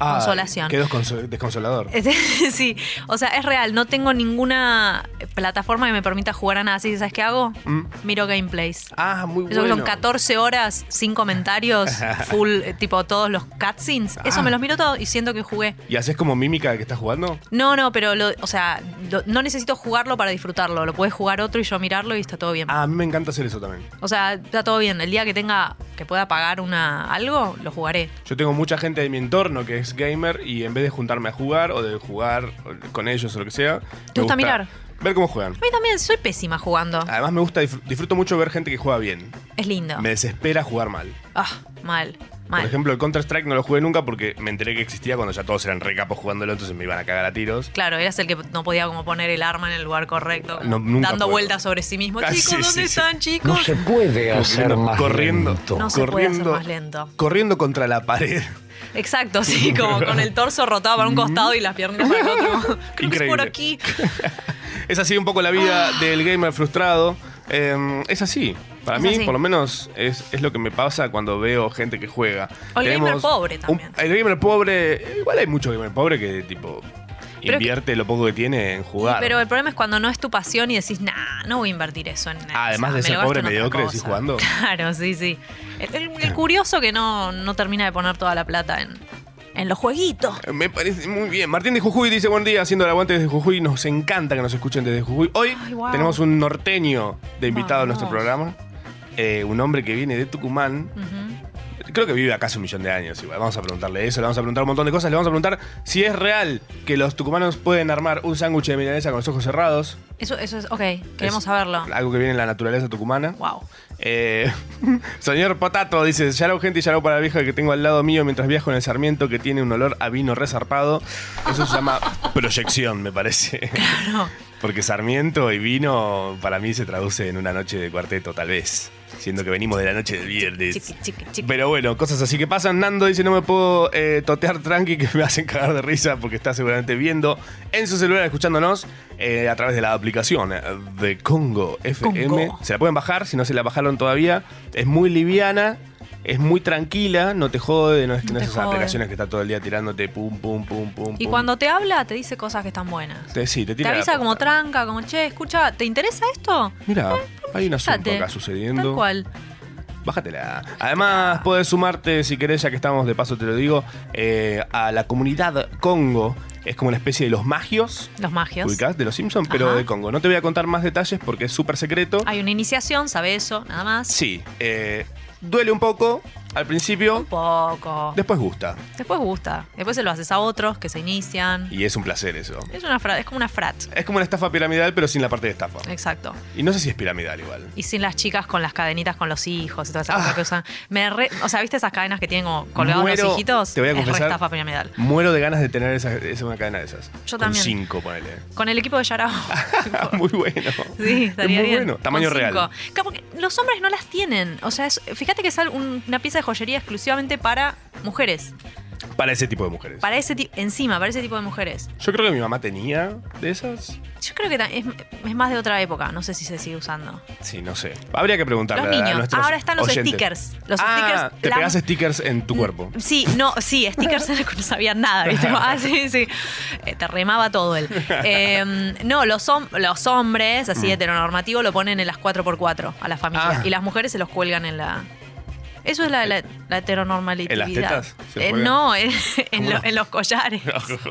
Speaker 4: Ah,
Speaker 2: consolación. Eh,
Speaker 4: Quedó desconsol- desconsolador.
Speaker 2: sí, o sea, es real. No tengo ninguna plataforma que me permita jugar a nada. Así que, ¿sabes qué hago?
Speaker 4: Mm.
Speaker 2: Miro gameplays.
Speaker 4: Ah, muy
Speaker 2: Eso que son
Speaker 4: bueno.
Speaker 2: 14 horas sin comentarios, full, eh, tipo todos los cutscenes. Eso
Speaker 4: Ah.
Speaker 2: me los miro todos y siento que jugué.
Speaker 4: ¿Y haces como mímica de que estás jugando?
Speaker 2: No, no, pero, lo- o sea, lo- no necesito jugarlo para disfrutarlo. Lo puedes jugar otro y yo mirarlo y está todo bien.
Speaker 4: Ah, a mí me encanta hacer eso también.
Speaker 2: O sea, está todo bien. El día que tenga, que pueda pagar una algo, lo jugaré.
Speaker 4: Yo tengo mucha gente de mi entorno que es gamer y en vez de juntarme a jugar o de jugar o- con ellos o lo que sea,
Speaker 2: ¿Te gusta mirar?
Speaker 4: Ver cómo juegan.
Speaker 2: A mí también soy pésima jugando.
Speaker 4: Además me gusta, disfr- disfruto mucho ver gente que juega bien.
Speaker 2: Es lindo.
Speaker 4: Ah, Me desespera jugar mal.
Speaker 2: Ah, mal,
Speaker 4: Por
Speaker 2: mal.
Speaker 4: ejemplo, el Counter-Strike no lo jugué nunca porque me enteré que existía cuando ya todos eran recapos jugándolo, entonces me iban a cagar a tiros.
Speaker 2: Claro, eras el que no podía como poner el arma en el lugar correcto,
Speaker 4: No, nunca
Speaker 2: dando
Speaker 4: puedo.
Speaker 2: vueltas sobre sí mismo.
Speaker 4: Ah,
Speaker 2: Chicos,
Speaker 4: sí,
Speaker 2: ¿dónde
Speaker 4: sí, sí.
Speaker 2: están, chicos?
Speaker 4: puede
Speaker 13: hacer más
Speaker 4: corriendo,
Speaker 2: No se puede hacer
Speaker 4: corriendo,
Speaker 2: más lento.
Speaker 4: corriendo contra la pared.
Speaker 2: Exacto, sí, como con el torso rotado para un costado y las piernas para el otro. Creo que es por
Speaker 4: Increíble.
Speaker 2: aquí.
Speaker 4: Es así un poco la vida
Speaker 2: Ah.
Speaker 4: del gamer frustrado. Eh, es así. Para
Speaker 2: Es
Speaker 4: mí,
Speaker 2: así.
Speaker 4: por lo menos, es, es lo que me pasa cuando veo gente que juega.
Speaker 2: O el
Speaker 4: Tenemos
Speaker 2: gamer pobre
Speaker 4: un-
Speaker 2: también.
Speaker 4: el gamer pobre, igual hay mucho gamer pobre que tipo
Speaker 2: Pero
Speaker 4: invierte lo poco que tiene en jugar.
Speaker 2: Pero el problema es cuando no es tu pasión y decís, nah, no voy a invertir eso en nada.
Speaker 4: Además de
Speaker 2: me
Speaker 4: ser
Speaker 2: lo gasto
Speaker 4: pobre
Speaker 2: en otra
Speaker 4: mediocre, decís
Speaker 2: cosa".
Speaker 4: jugando.
Speaker 2: Claro, sí, sí. El, el- el curioso que no, no termina de poner toda la plata en, en los jueguitos.
Speaker 4: Me parece muy bien. Martín de Jujuy dice buen día, haciendo el aguante desde Jujuy. Nos encanta que nos escuchen desde Jujuy. Hoy
Speaker 2: Ay, wow.
Speaker 4: tenemos un norteño de invitado a nuestro
Speaker 2: Vamos.
Speaker 4: programa. Eh, un hombre que viene de Tucumán. Creo que vive acá hace un millón de años. igual. Vamos a preguntarle eso, le vamos a preguntar un montón de cosas. Le vamos a preguntar si es real que los tucumanos pueden armar un sándwich de milanesa con los ojos cerrados.
Speaker 2: Eso, eso es, ok, queremos
Speaker 4: Es
Speaker 2: saberlo.
Speaker 4: Algo que viene en la naturaleza tucumana. Eh,
Speaker 2: Wow.
Speaker 4: señor Potato dice: Yarau, gente, yarau para la vieja que tengo al lado mío mientras viajo en el Sarmiento que tiene un olor a vino resarpado. Eso se llama proyección, me parece.
Speaker 2: Claro.
Speaker 4: Porque Sarmiento y vino para mí se traduce en una noche de cuarteto, tal vez. Siendo que venimos de la noche de viernes. Pero bueno, cosas así que pasan. Nando dice: No me puedo eh, totear tranqui, que me hacen cagar de risa porque está seguramente viendo en su celular, escuchándonos eh, a través de la aplicación eh, de Congo FM.
Speaker 13: Congo.
Speaker 4: Se la pueden bajar si no se la bajaron todavía. Es muy liviana. Es muy tranquila, no te jode, no es que no,
Speaker 2: te
Speaker 4: es esas
Speaker 2: jode.
Speaker 4: aplicaciones que está todo el día tirándote pum, pum, pum, pum.
Speaker 2: Y
Speaker 4: pum.
Speaker 2: cuando te habla, te dice cosas que están buenas.
Speaker 4: Te, sí, te
Speaker 2: Te
Speaker 4: tira la
Speaker 2: avisa
Speaker 4: posta.
Speaker 2: como tranca, como che, escucha, ¿te interesa esto?
Speaker 4: Mira, hay un asunto
Speaker 2: Fíjate.
Speaker 4: acá sucediendo.
Speaker 2: Tal cual.
Speaker 4: Bájatela. Además, puedes sumarte, si querés, ya que estamos de paso, te lo digo, eh, a la comunidad Congo. Es como una especie de los magios.
Speaker 2: Los magios.
Speaker 4: ubicás, De los Simpsons, pero de Congo. No te voy a contar más detalles porque es súper secreto.
Speaker 2: Hay una iniciación, sabe eso, nada más.
Speaker 4: Sí, eh, duele un poco al principio,
Speaker 2: Poco.
Speaker 4: después gusta.
Speaker 2: Después gusta. Después se lo haces a otros que se inician.
Speaker 4: Y es un placer eso.
Speaker 2: Es, una fra- es como una frat.
Speaker 4: Es como una estafa piramidal, pero sin la parte de estafa.
Speaker 2: Exacto.
Speaker 4: Y no sé si es piramidal igual.
Speaker 2: Y sin las chicas con las cadenitas con los hijos y todas esas cosas que usan. Me re- o sea, ¿viste esas cadenas que tienen como colgados
Speaker 4: Ah. Muero-
Speaker 2: los hijitos?
Speaker 4: te voy a
Speaker 2: es
Speaker 4: confesar-
Speaker 2: re estafa piramidal.
Speaker 4: Muero de ganas de tener esa, esa- una cadena de esas.
Speaker 2: Yo
Speaker 4: Con
Speaker 2: también.
Speaker 4: cinco, ponele. Ah,
Speaker 2: Con el equipo de Yarao.
Speaker 4: Muy bueno.
Speaker 2: Sí, estaría
Speaker 4: es muy
Speaker 2: bien.
Speaker 4: bueno. Tamaño
Speaker 2: Con
Speaker 4: real.
Speaker 2: cinco. Claro, porque los hombres no las tienen. O sea, es- fíjate que es al- un- una pieza de joyería exclusivamente para mujeres.
Speaker 4: Para ese tipo de mujeres.
Speaker 2: Para ese tipo, encima, para ese tipo de mujeres.
Speaker 4: Yo creo que mi mamá tenía de esas.
Speaker 2: Yo creo que ta- es, es más de otra época. No sé si se sigue usando.
Speaker 4: Sí, no sé. Habría que preguntarle
Speaker 2: Los
Speaker 4: a- a
Speaker 2: niños.
Speaker 4: nuestros
Speaker 2: Ahora están los
Speaker 4: oyentes.
Speaker 2: stickers. Los
Speaker 4: Ah,
Speaker 2: stickers.
Speaker 4: Te
Speaker 2: la-
Speaker 4: pegas stickers en tu cuerpo.
Speaker 2: Sí, no, sí, stickers era que no sabía nada, ¿viste? Ah, sí, sí. Eh, te remaba todo él. Eh, no, los, hom- los hombres, así
Speaker 4: Mm.
Speaker 2: heteronormativo, lo ponen en las 4x4 a la familia.
Speaker 4: Ah. Eh,
Speaker 2: Y las mujeres se los cuelgan en la. Eso es la, la, la heteronormatividad.
Speaker 4: ¿En las tetas se
Speaker 2: Eh,
Speaker 4: cuelgan?
Speaker 2: no, en, en
Speaker 4: ¿Cómo
Speaker 2: lo-
Speaker 4: no? Ah,
Speaker 2: en los collares.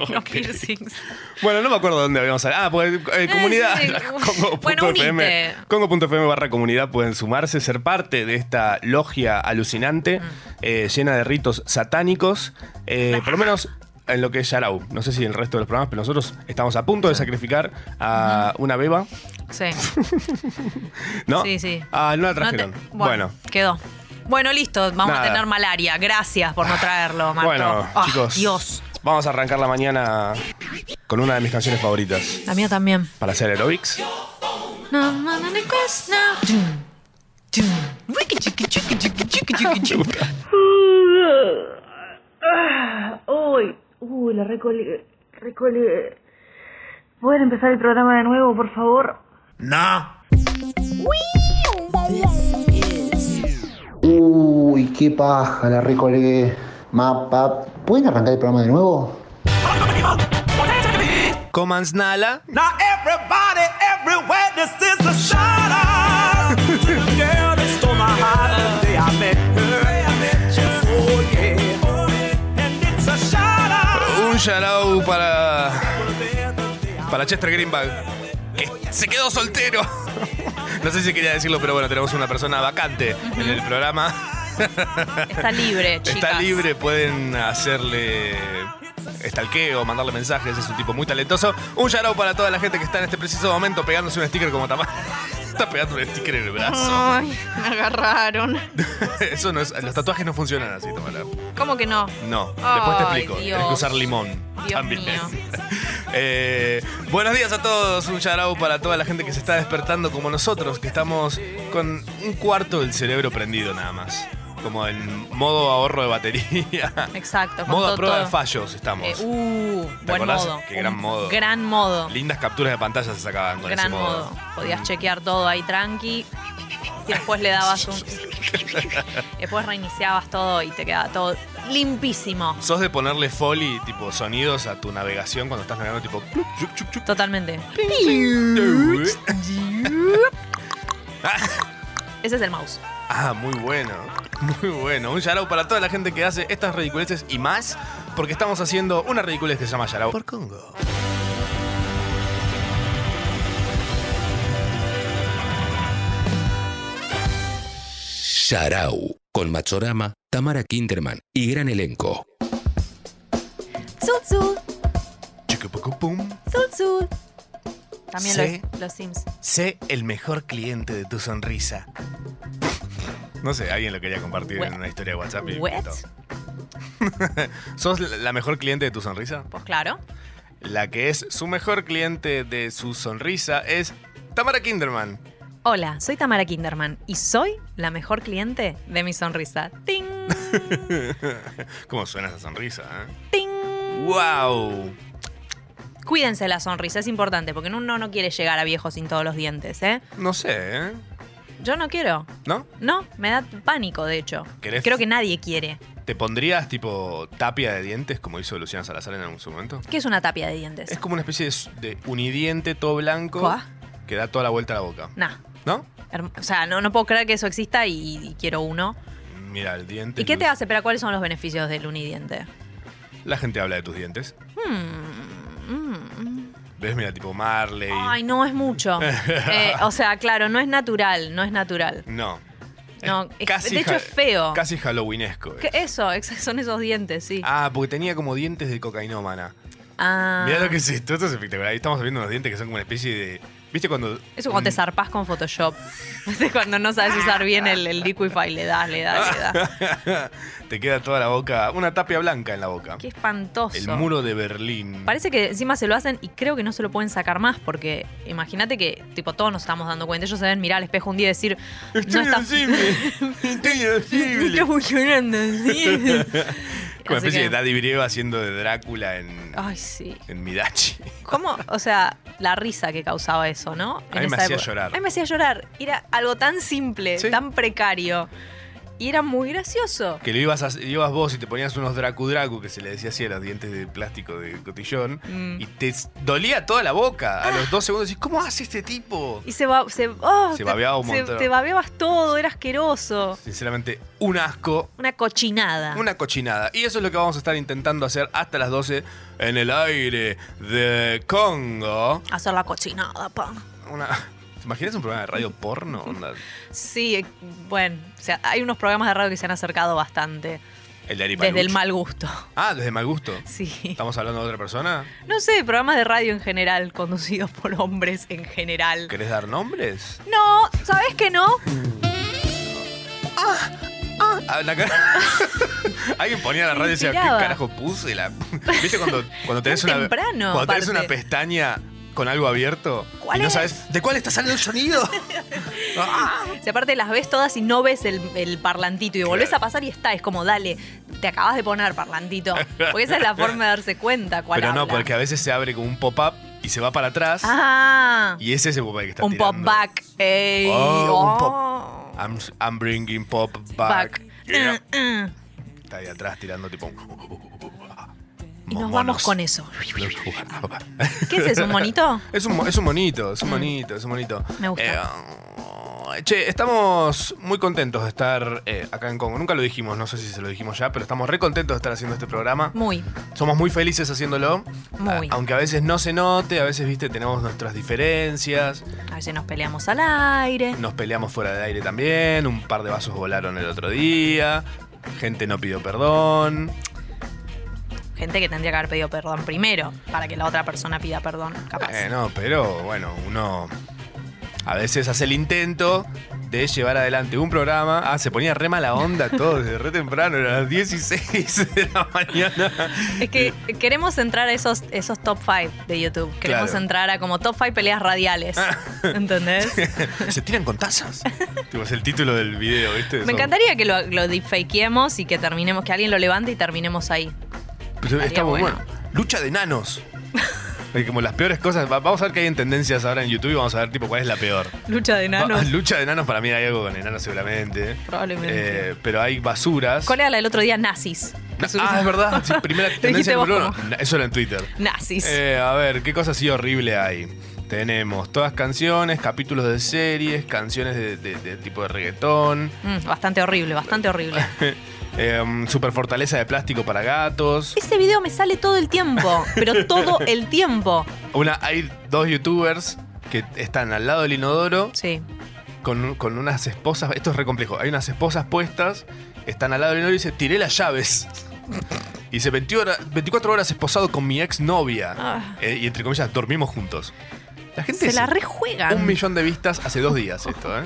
Speaker 4: Ok.
Speaker 2: Los piercings.
Speaker 4: Bueno, no me acuerdo dónde habíamos hablado. Ah, pues eh, comunidad.
Speaker 2: sí.
Speaker 4: Congo.fm.
Speaker 2: Bueno, unite.
Speaker 4: Congo.fm barra comunidad pueden sumarse, ser parte de esta logia alucinante, eh, llena de ritos satánicos. eh, por lo menos en lo que es Yarau. No sé si en el resto de los programas, pero nosotros estamos a punto de sacrificar a una beba.
Speaker 2: Sí.
Speaker 4: ¿No?
Speaker 2: Sí, sí.
Speaker 4: Ah, no la
Speaker 2: No te-
Speaker 4: trajeron.
Speaker 2: bueno,
Speaker 4: bueno.
Speaker 2: Quedó. Bueno, listo, vamos
Speaker 4: Nada.
Speaker 2: a tener malaria. Gracias por no traerlo, Marto.
Speaker 4: Bueno,
Speaker 2: Ah,
Speaker 4: chicos.
Speaker 2: Dios.
Speaker 4: Vamos a arrancar la mañana con una de mis canciones favoritas.
Speaker 2: La mía también.
Speaker 4: Para hacer aerobics.
Speaker 2: No, no, no, no, pues, no. Tum, tum. Wiki, chiqui, chiqui, chiqui, chiqui, chiqui, chiqui.
Speaker 17: Ah, Uy, uy, la recolgué, recolgué. ¿Pueden empezar el programa de nuevo, por favor?
Speaker 3: No.
Speaker 16: Uy, qué paja, la recolgué.
Speaker 18: Ma, pa, ¿pueden arrancar el programa de nuevo?
Speaker 4: Comans Nala.
Speaker 3: Now everybody, everywhere, this is a shout out to the girl that stole my heart the day I met her. Oh yeah, oh yeah, and it's a shout out.
Speaker 4: Un shout out para. Para Chester Greenbag. Que se quedó soltero. No sé si quería decirlo, pero bueno, tenemos una persona vacante en el programa.
Speaker 2: Está libre, chicas.
Speaker 4: Está libre, pueden hacerle estalqueo, mandarle mensajes, es un tipo muy talentoso. Un shout out para toda la gente que está en este preciso momento pegándose un sticker como Tamara. Está pegando un sticker en el brazo.
Speaker 2: Ay, me agarraron.
Speaker 4: Eso no es- los tatuajes no funcionan así, Tamara.
Speaker 2: ¿Cómo que no?
Speaker 4: No, después te
Speaker 2: Ay,
Speaker 4: explico.
Speaker 2: Dios.
Speaker 4: Tienes que usar limón
Speaker 2: Dios
Speaker 4: también.
Speaker 2: mío.
Speaker 4: Eh, buenos días a todos, un shout out para toda la gente que se está despertando como nosotros, que estamos con un cuarto del cerebro prendido nada más. Como en modo ahorro de batería.
Speaker 2: Exacto. con
Speaker 4: modo
Speaker 2: todo-
Speaker 4: a prueba de
Speaker 2: todo.
Speaker 4: fallos estamos.
Speaker 2: Eh, uh,
Speaker 4: ¿Te
Speaker 2: buen
Speaker 4: acordás?
Speaker 2: modo.
Speaker 4: Qué gran
Speaker 2: Un
Speaker 4: modo.
Speaker 2: Gran modo.
Speaker 4: Lindas capturas de pantalla se sacaban con ese
Speaker 2: gran
Speaker 4: modo.
Speaker 2: modo. Podías chequear todo ahí tranqui. Y después le dabas un. Después reiniciabas todo y te quedaba todo limpísimo.
Speaker 4: ¿Sos de ponerle foley, tipo sonidos a tu navegación cuando estás navegando, tipo. plup, chup, chup, chup?
Speaker 2: Totalmente. Ese es el mouse.
Speaker 4: Ah, muy bueno. Muy bueno. Un yarau para toda la gente que hace estas ridiculeces y más, porque estamos haciendo una ridiculez que se llama yarau por Congo.
Speaker 7: Yarau, con Machorama, Tamara Kinderman y gran elenco.
Speaker 2: Zul,
Speaker 4: Chiquipocupum.
Speaker 2: zul, zul. También
Speaker 4: Sí.
Speaker 2: los, los Sims.
Speaker 4: Sé el mejor cliente de tu sonrisa. No sé, alguien lo quería compartir en
Speaker 2: What?
Speaker 4: una historia de WhatsApp. y
Speaker 2: What?
Speaker 4: pintó. ¿Sos la mejor cliente de tu sonrisa?
Speaker 2: Pues claro.
Speaker 4: La que es su mejor cliente de su sonrisa es Tamara Kinderman.
Speaker 2: Hola, soy Tamara Kinderman y soy la mejor cliente de mi sonrisa. ¡Ting!
Speaker 4: ¿Cómo suena esa sonrisa? eh? ¡Wow!
Speaker 2: Cuídense la sonrisa, es importante, porque uno no quiere llegar a viejo sin todos los dientes, ¿eh?
Speaker 4: No sé, ¿eh?
Speaker 2: Yo no quiero.
Speaker 4: ¿No?
Speaker 2: No, me da pánico, de hecho.
Speaker 4: ¿Querés?
Speaker 2: Creo que nadie quiere.
Speaker 4: ¿Te pondrías tipo tapia de dientes como hizo Luciana Salazar en algún momento?
Speaker 2: ¿Qué es una tapia de dientes?
Speaker 4: Es como una especie de, s- de unidiente todo blanco
Speaker 2: Cuá.
Speaker 4: que da toda la vuelta a la boca.
Speaker 2: Nah.
Speaker 4: ¿No?
Speaker 2: Herm- O sea, no, no puedo creer que eso exista y, y quiero uno.
Speaker 4: Mira, el diente.
Speaker 2: ¿Y qué te
Speaker 4: luz-
Speaker 2: hace? Pero ¿cuáles son los beneficios del unidiente?
Speaker 4: La gente habla de tus dientes.
Speaker 2: Hmm, mm, mm.
Speaker 4: ¿Ves? Mira, tipo Marley.
Speaker 2: Eh. Ay, no, es mucho. Eh, o sea, claro, no es natural, no es natural.
Speaker 4: No.
Speaker 2: No, es-
Speaker 4: Casi
Speaker 2: de hecho
Speaker 4: ja-
Speaker 2: es feo.
Speaker 4: Casi halloweenesco. eh.
Speaker 2: ¿Qué- eso, ex- son esos dientes, sí.
Speaker 4: Ah, porque tenía como dientes de cocainómana.
Speaker 2: Ah.
Speaker 4: Mirá lo que es esto. Esto es espectacular. Ahí estamos viendo unos dientes que son como una especie de. ¿Viste cuando.? mm,
Speaker 2: Eso cuando te zarpás con Photoshop. ¿Viste? cuando no sabes usar bien el, el liquify, le das, le das, le das.
Speaker 4: te queda toda la boca. Una tapia blanca en la boca.
Speaker 2: Qué espantoso.
Speaker 4: El muro de Berlín.
Speaker 2: Parece que encima se lo hacen y creo que no se lo pueden sacar más porque imagínate que tipo todos nos estamos dando cuenta. Ellos se ven mirar al espejo un día y decir, no está
Speaker 4: Increíble.
Speaker 2: está funcionando. sí".
Speaker 4: Como una
Speaker 2: Así
Speaker 4: especie
Speaker 2: que-
Speaker 4: de
Speaker 2: Ah.
Speaker 4: Daddy Brieva haciendo de Drácula en,
Speaker 2: Ay, sí.
Speaker 4: en Midachi.
Speaker 2: ¿Cómo? O sea, la risa que causaba eso, ¿no?
Speaker 4: A mí
Speaker 2: En
Speaker 4: me
Speaker 2: esa
Speaker 4: hacía
Speaker 2: época.
Speaker 4: llorar.
Speaker 2: A mí me hacía llorar. Era algo tan simple, tan precario. Y era muy gracioso.
Speaker 4: Que lo ibas, a- ibas vos y te ponías unos Dracu Dracu, que se le decía así a los dientes de plástico de cotillón,
Speaker 2: Mm.
Speaker 4: y te s- dolía toda la boca. A los dos segundos decís, ¿cómo hace este tipo?
Speaker 2: Y se, ba- se, oh,
Speaker 4: Se
Speaker 2: te-
Speaker 4: babeaba un
Speaker 2: se-
Speaker 4: montón.
Speaker 2: te babeabas todo, era asqueroso.
Speaker 4: Sinceramente, un asco,
Speaker 2: Una cochinada.
Speaker 4: una cochinada. Y eso es lo que vamos a estar intentando hacer hasta las 12 en el aire de Congo.
Speaker 2: Hacer la cochinada, pa.
Speaker 4: Una... ¿Te imaginas un programa de radio porno? Onda?
Speaker 2: Sí, eh, bueno, o sea, hay unos programas de radio que se han acercado bastante.
Speaker 4: El de Ari
Speaker 2: Desde el
Speaker 4: Paluch.
Speaker 2: mal gusto.
Speaker 4: Ah, desde mal gusto.
Speaker 2: Sí.
Speaker 4: ¿Estamos hablando de otra persona?
Speaker 2: No sé, programas de radio en general, conducidos por hombres en general.
Speaker 4: ¿Querés dar nombres?
Speaker 2: No, ¿sabes que no?
Speaker 4: Ah, la cara- Alguien ponía la radio y decía, ¿qué
Speaker 2: Inspiraba.
Speaker 4: carajo puse? La... ¿Viste cuando, cuando tenés, una,
Speaker 2: temprano,
Speaker 4: cuando tenés
Speaker 2: aparte.
Speaker 4: una pestaña con algo abierto
Speaker 2: ¿Cuál
Speaker 4: y no
Speaker 2: es?
Speaker 4: sabes de cuál está saliendo el sonido?
Speaker 2: Si aparte las ves todas y no ves el, el parlantito y volvés a pasar y está, es como, dale, te acabas de poner parlantito. Porque esa es la forma de darse cuenta cuál
Speaker 4: Pero no,
Speaker 2: habla.
Speaker 4: porque a veces se abre como un pop-up y se va para atrás
Speaker 2: Ah,
Speaker 4: y es ese pop-up que está
Speaker 2: un
Speaker 4: tirando.
Speaker 2: pop back. ey,
Speaker 4: Oh, un
Speaker 2: oh,
Speaker 4: pop- I'm, I'm bringing pop back.
Speaker 2: back. Mm, mm.
Speaker 4: Está está ahí atrás tirando tipo un...
Speaker 2: Y nos vamos con eso. ¿Qué es eso, un monito?
Speaker 4: Es un, mo- es un monito, es un monito, es un monito.
Speaker 2: Me gusta.
Speaker 4: Eh, che, estamos muy contentos de estar eh, acá en Congo. Nunca lo dijimos, no sé si se lo dijimos ya, pero estamos re contentos de estar haciendo este programa.
Speaker 2: Muy,
Speaker 4: Somos muy felices haciéndolo.
Speaker 2: muy.
Speaker 4: a- Aunque a veces no se note, a veces, viste, tenemos nuestras diferencias.
Speaker 2: A veces nos peleamos al aire.
Speaker 4: Nos peleamos fuera del aire también. Un par de vasos volaron el otro día. Gente no pidió perdón.
Speaker 2: Gente que tendría que haber pedido perdón primero para que la otra persona pida perdón, capaz.
Speaker 4: Eh, no, pero bueno, uno a veces hace el intento de llevar adelante un programa. Ah, se ponía re mala onda todo desde re temprano, era las 16 de la mañana.
Speaker 2: Es que queremos entrar a esos, esos top 5 de YouTube. Queremos
Speaker 4: Claro. Ah.
Speaker 2: entrar a como top 5 peleas radiales. ¿Entendés?
Speaker 4: se tiran con tazas. Tipo, es el título del video, ¿viste?
Speaker 2: Me
Speaker 4: Son-
Speaker 2: encantaría que lo, lo deepfakeemos y que terminemos, que alguien lo levante y terminemos ahí.
Speaker 4: Pero está
Speaker 2: Estaría
Speaker 4: muy
Speaker 2: bueno.
Speaker 4: bueno. Lucha de nanos. Hay como las peores cosas. Va- Vamos a ver qué hay en tendencias ahora en YouTube y vamos a ver tipo cuál es la peor.
Speaker 2: Lucha de enanos.
Speaker 4: Ah, Lucha de nanos para mí hay algo con enanos seguramente.
Speaker 2: Probablemente.
Speaker 4: Eh, pero hay basuras.
Speaker 2: ¿Cuál era la del otro día? Nazis.
Speaker 4: Ah, es verdad. sí, primera
Speaker 2: dijiste
Speaker 4: tendencia
Speaker 2: vos
Speaker 4: número uno. Eso era en Twitter.
Speaker 2: Nazis.
Speaker 4: Eh, a ver, ¿qué cosa así horrible hay? Tenemos todas canciones, capítulos de series, canciones de, de- de tipo de reggaetón,
Speaker 2: Mm, bastante horrible, bastante horrible.
Speaker 4: em, superfortaleza de plástico para gatos.
Speaker 2: Ese video me sale todo el tiempo, pero todo el tiempo.
Speaker 4: Una, hay dos youtubers que están al lado del inodoro. Con, con unas esposas. Esto es re complejo. Hay unas esposas puestas, están al lado del inodoro y dice: Tiré las llaves. Y dice: 20 horas- 24 horas esposado con mi ex novia.
Speaker 2: Ah.
Speaker 4: y entre comillas, dormimos juntos. La gente
Speaker 2: Se
Speaker 4: es-
Speaker 2: la rejuegan.
Speaker 4: Un millón de vistas hace dos días esto, ¿eh?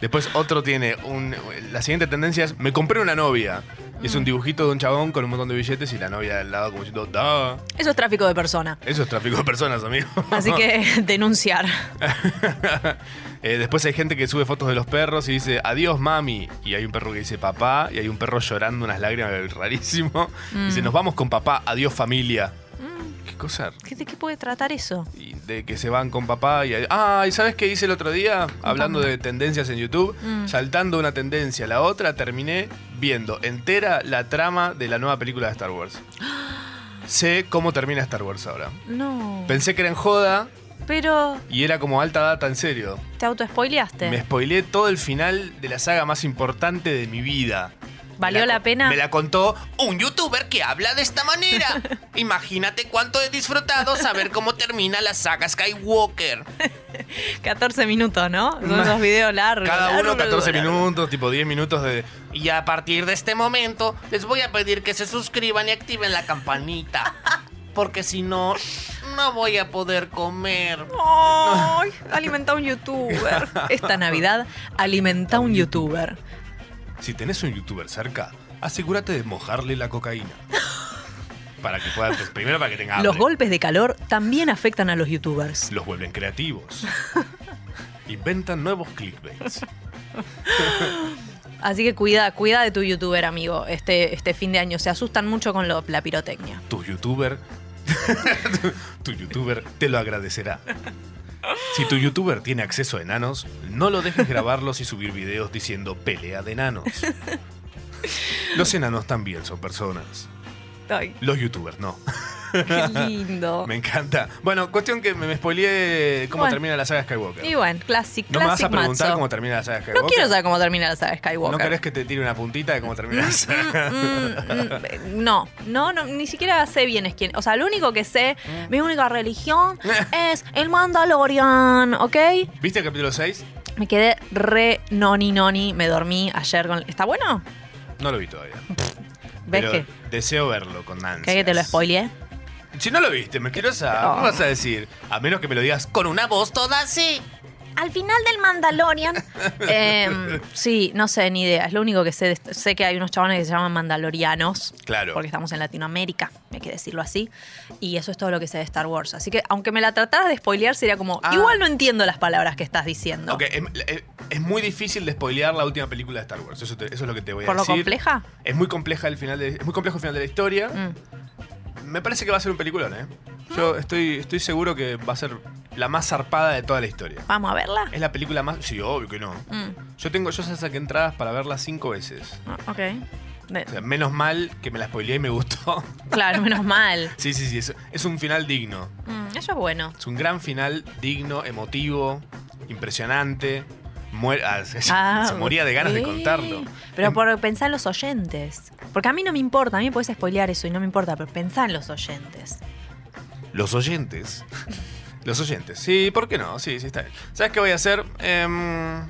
Speaker 4: Después otro tiene un... La siguiente tendencia es, me compré una novia. Y
Speaker 2: Mm.
Speaker 4: es un dibujito de un chabón con un montón de billetes y la novia del lado como diciendo, da.
Speaker 2: Eso es tráfico de persona.
Speaker 4: Eso es tráfico de personas, amigo.
Speaker 2: Así que denunciar.
Speaker 4: Eh, después hay gente que sube fotos de los perros y dice, adiós mami. Y hay un perro que dice papá y hay un perro llorando unas lágrimas rarísimo.
Speaker 2: Mm.
Speaker 4: Dice, nos vamos con papá, adiós familia. ¿Qué cosa?
Speaker 2: ¿Qué- ¿De qué puede tratar eso?
Speaker 4: y de que se van con papá y ah y sabes qué hice el otro día hablando de tendencias en YouTube
Speaker 2: Mm.
Speaker 4: saltando una tendencia a la otra terminé viendo entera la trama de la nueva película de Star Wars sé cómo termina Star Wars ahora
Speaker 2: No.
Speaker 4: pensé que era en joda
Speaker 2: Pero
Speaker 4: y era como alta data en serio
Speaker 2: te autospoileaste.
Speaker 4: me spoileé todo el final de la saga más importante de mi vida
Speaker 2: ¿Valió la, pena?
Speaker 4: me la contó
Speaker 3: Un youtuber que habla de esta manera. Imagínate cuánto he disfrutado saber cómo termina la saga Skywalker.
Speaker 2: 14 minutos, ¿no? Son esos videos largos.
Speaker 4: cada uno
Speaker 2: largos,
Speaker 4: 14
Speaker 2: largos.
Speaker 4: minutos tipo 10 minutos de
Speaker 3: Y a partir de este momento les voy a pedir que se suscriban y activen la campanita. Porque si no, no voy a poder comer.
Speaker 2: Ay, alimenta a un youtuber. Esta Navidad alimenta a un youtuber.
Speaker 4: Si tenés un youtuber cerca, asegúrate de mojarle la cocaína. Para que pueda, pues, primero para que tenga hambre.
Speaker 2: Los golpes de calor también afectan a los youtubers.
Speaker 4: Los vuelven creativos. Inventan nuevos clickbaits.
Speaker 2: Así que cuida, cuida de tu youtuber, amigo, este, este fin de año. Se asustan mucho con lo- la pirotecnia.
Speaker 4: Tu youtuber. tu, tu youtuber te lo agradecerá. Si tu youtuber tiene acceso a enanos, no lo dejes grabarlos y subir videos diciendo pelea de enanos. Los enanos también son personas.
Speaker 2: Ay,
Speaker 4: Los youtubers no.
Speaker 2: qué lindo.
Speaker 4: Me encanta. Bueno, cuestión que me, me spoileé cómo
Speaker 2: Oh. Bueno.
Speaker 4: termina la saga Skywalker.
Speaker 2: Y bueno, classic,
Speaker 4: No me vas
Speaker 2: classic
Speaker 4: a preguntar
Speaker 2: macho.
Speaker 4: cómo termina la saga Skywalker.
Speaker 2: No quiero saber cómo termina la saga
Speaker 4: ¿No
Speaker 2: Skywalker.
Speaker 4: querés que te tire una puntita de cómo termina la saga?
Speaker 2: Mm, No, no, no, ni siquiera sé bien es quién. O sea, lo único que sé,
Speaker 4: Mm.
Speaker 2: mi única religión es el Mandalorian, ¿ok?
Speaker 4: ¿Viste el capítulo 6?
Speaker 2: Me quedé re noni noni, me dormí ayer con... ¿Está bueno?
Speaker 4: No lo vi todavía.
Speaker 2: ¿Ves
Speaker 4: Pero
Speaker 2: que?
Speaker 4: deseo verlo con ansias.
Speaker 2: ¿Querés que te lo spoileé?
Speaker 4: Si no lo viste, mentirosa, ¿cómo vas a decir? A menos que me lo digas con una voz toda así.
Speaker 12: Al final del Mandalorian,
Speaker 2: Em, sí, no sé, ni idea. Es lo único que sé. de esto. Sé que hay unos chabones que se llaman mandalorianos.
Speaker 4: Claro.
Speaker 2: Porque estamos en Latinoamérica, hay que decirlo así. Y eso es todo lo que sé de Star Wars. Así que, aunque me la trataras de spoilear, sería como, igual no entiendo las palabras que estás diciendo.
Speaker 4: Ah. Ok, es, es- es muy difícil de spoilear la última película de Star Wars. Eso, te- eso es lo que te voy a
Speaker 2: ¿Por lo
Speaker 4: decir.
Speaker 2: compleja?
Speaker 4: Es muy compleja el final de, es muy complejo el final de la historia.
Speaker 2: Mm.
Speaker 4: Me parece que va a ser un peliculón, ¿eh? Yo estoy, estoy seguro que va a ser la más zarpada de toda la historia.
Speaker 2: ¿Vamos a verla?
Speaker 4: Es la película más. Sí, obvio que no.
Speaker 2: Mm, ah,
Speaker 4: Yo tengo, yo ya saqué entradas para verla cinco veces.
Speaker 2: ok. De-
Speaker 4: O sea, menos mal que me la spoileé y me gustó.
Speaker 2: Claro, menos mal.
Speaker 4: sí, sí, sí. Es, es un final digno.
Speaker 2: Mm, eso es bueno.
Speaker 4: Es un gran final digno, emotivo, impresionante. Muer- ah, se,
Speaker 2: Ah,
Speaker 4: se moría de ganas de
Speaker 2: ok.
Speaker 4: contarlo. Em,
Speaker 2: Pero por pensar en los oyentes. Porque a mí no me importa, a mí me puedes spoilear eso y no me importa, pero pensá en los oyentes.
Speaker 4: Los oyentes. Los oyentes. Sí, ¿por qué no? Sí, sí, está bien. ¿Sabes qué voy a hacer? Em,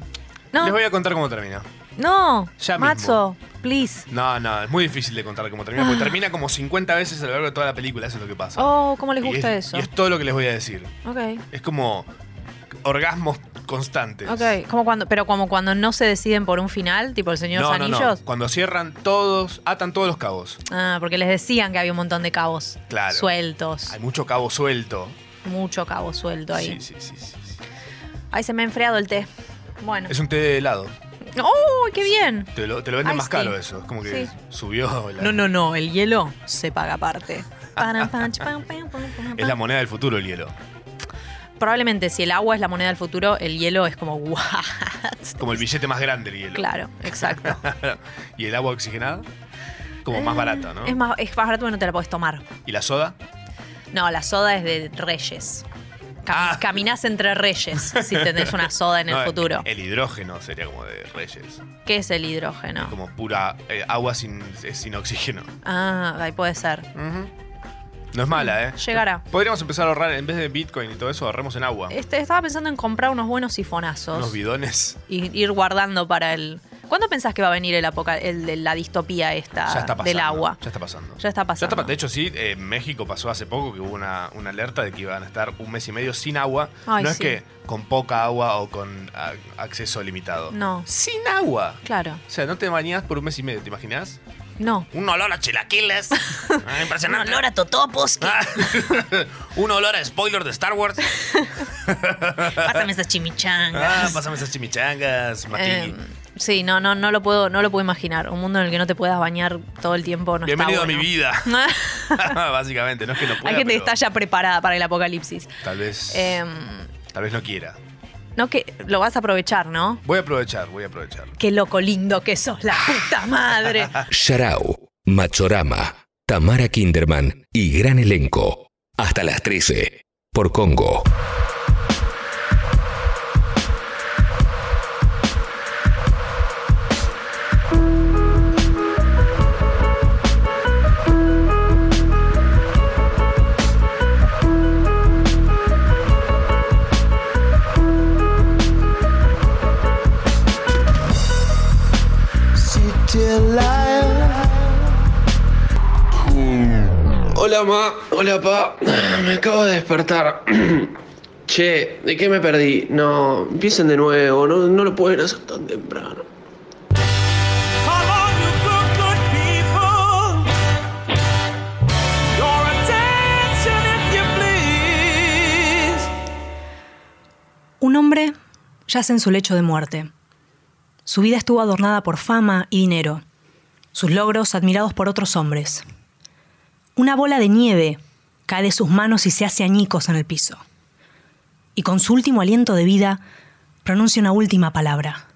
Speaker 2: No.
Speaker 4: Les voy a contar cómo termina.
Speaker 2: No,
Speaker 4: Ya
Speaker 2: Matzo, please.
Speaker 4: No, no, es muy difícil de contar cómo termina, porque termina como 50 veces a lo largo de toda la película, eso es lo que pasa.
Speaker 2: Ah. Oh, ¿cómo les
Speaker 4: Y
Speaker 2: gusta
Speaker 4: es-
Speaker 2: eso?
Speaker 4: Y es todo lo que les voy a decir.
Speaker 2: Ok.
Speaker 4: Es como orgasmos constantes.
Speaker 2: Ok, como cuando, pero como cuando no se deciden por un final, tipo el Señor
Speaker 4: No,
Speaker 2: de
Speaker 4: no,
Speaker 2: los
Speaker 4: no.
Speaker 2: Anillos.
Speaker 4: Cuando cierran todos, atan todos los cabos.
Speaker 2: Ah, porque les decían que había un montón de cabos
Speaker 4: Claro.
Speaker 2: sueltos.
Speaker 4: Hay mucho cabo suelto.
Speaker 2: Mucho cabo suelto ahí.
Speaker 4: Sí, sí, sí, sí.
Speaker 2: Ay, se me ha enfriado el té. Bueno.
Speaker 4: Es un té de helado.
Speaker 2: ¡Oh, qué bien!
Speaker 4: Te lo, te lo venden
Speaker 2: Ice
Speaker 4: más caro
Speaker 2: tea.
Speaker 4: eso. Es como que
Speaker 2: Sí.
Speaker 4: subió. la-
Speaker 2: No, no, no, el hielo se paga aparte. Param, pam, chpam, pam, pam, pam,
Speaker 4: Es
Speaker 2: pam.
Speaker 4: la moneda del futuro el hielo.
Speaker 2: Probablemente si el agua es la moneda del futuro, el hielo es como wow.
Speaker 4: Como el billete más grande el hielo.
Speaker 2: Claro, exacto.
Speaker 4: y el agua oxigenada, como más
Speaker 2: Eh,
Speaker 4: barata, ¿no?
Speaker 2: Es más, es más barato porque no te la podés tomar.
Speaker 4: ¿Y la soda?
Speaker 2: No, la soda es de reyes. Cam- Caminás entre reyes si tenés una soda en el
Speaker 4: Ah. No,
Speaker 2: futuro.
Speaker 4: El hidrógeno sería como de Reyes.
Speaker 2: ¿Qué es el hidrógeno?
Speaker 4: Como pura eh, agua sin, eh, sin oxígeno.
Speaker 2: Ah, ahí puede ser.
Speaker 4: No es mala, ¿eh?
Speaker 2: Llegará.
Speaker 4: Podríamos empezar a ahorrar, en vez de Bitcoin y todo eso, ahorremos en agua.
Speaker 2: Este, estaba pensando en comprar unos buenos sifonazos.
Speaker 4: Unos bidones.
Speaker 2: y ir guardando para el. ¿Cuándo pensás que va a venir el apoca el de la distopía esta
Speaker 4: Ya está pasando.
Speaker 2: Ah, del agua?
Speaker 4: Ya está pasando.
Speaker 2: Ya está
Speaker 4: Ya
Speaker 2: pasando.
Speaker 4: está pa- de hecho, sí, eh, México pasó hace poco que hubo una, una alerta de que iban a estar un mes y medio sin agua.
Speaker 2: Ay,
Speaker 4: no es
Speaker 2: sí.
Speaker 4: que con poca agua o con a- acceso limitado.
Speaker 2: No.
Speaker 4: Sin agua.
Speaker 2: Claro.
Speaker 4: O sea, no te bañás por un mes y medio, ¿te imaginas?
Speaker 2: No.
Speaker 4: Un olor a chilaquiles. Ah, impresionante. Ah.
Speaker 2: Un olor a totopos. que-
Speaker 4: Un olor a spoiler de Star Wars.
Speaker 2: Pásame esas chimichangas.
Speaker 4: Ah, pásame esas chimichangas, Mati.
Speaker 2: Eh, sí, no, no, no lo puedo, no lo puedo imaginar. Un mundo en el que no te puedas bañar todo el tiempo no
Speaker 4: Bienvenido
Speaker 2: está bueno.
Speaker 4: a mi vida. Básicamente, no es que no pueda,
Speaker 2: Hay gente que
Speaker 4: pero
Speaker 2: está ya preparada para el apocalipsis.
Speaker 4: tal vez
Speaker 2: Em,
Speaker 4: tal vez no quiera.
Speaker 2: no que lo vas a aprovechar, ¿no?
Speaker 4: Voy a aprovechar, voy a aprovechar.
Speaker 2: Qué loco lindo que sos, la puta madre.
Speaker 7: Sharau, Machorama, Tamara Kinderman y gran elenco. Hasta las 13 por Congo.
Speaker 19: Hola ma, hola pa, me acabo de despertar. Che, ¿de qué me perdí? No, empiecen de nuevo, no, no lo pueden hacer tan temprano.
Speaker 3: Your attention, if you please.
Speaker 11: Un hombre yace en su lecho de muerte. Su vida estuvo adornada por fama y dinero, sus logros admirados por otros hombres. Una bola de nieve cae de sus manos y se hace añicos en el piso. Y con su último aliento de vida, pronuncia una última palabra.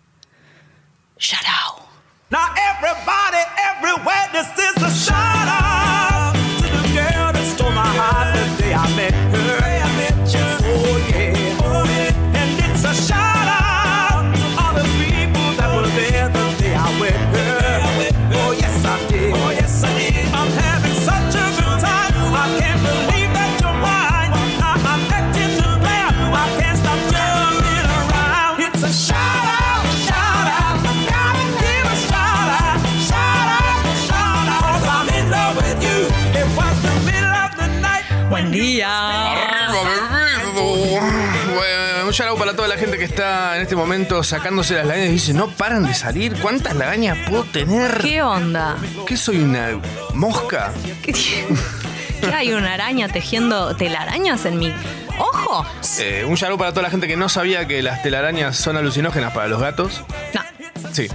Speaker 3: Now everybody, everywhere, this is a shout out to the girl that stole my heart the day I met her. I met you. Oh yeah, oh yeah. And it's a shout out to all the people that were there the day I met her. Oh yes I did. Oh yes I did. I'm having such a good time. I can't believe that you're mine. I- I'm connected to where I can't stop turning around. It's a shout out, shout out. I gotta give a shout out, shout out, shout out. 'Cause I'm in love with you. It was the middle of the night.
Speaker 11: Buen
Speaker 4: Bueno, un shout para toda la gente que está en este momento sacándose las lagañas y dice, no paran de salir, ¿cuántas lagañas puedo tener?
Speaker 11: ¿Qué onda?
Speaker 4: ¿Qué soy una mosca?
Speaker 11: ¿Qué hay una araña tejiendo telarañas en mi ojo?
Speaker 4: Eh, un shout para toda la gente que no sabía que las telarañas son alucinógenas para los gatos.
Speaker 11: No.
Speaker 4: Sí.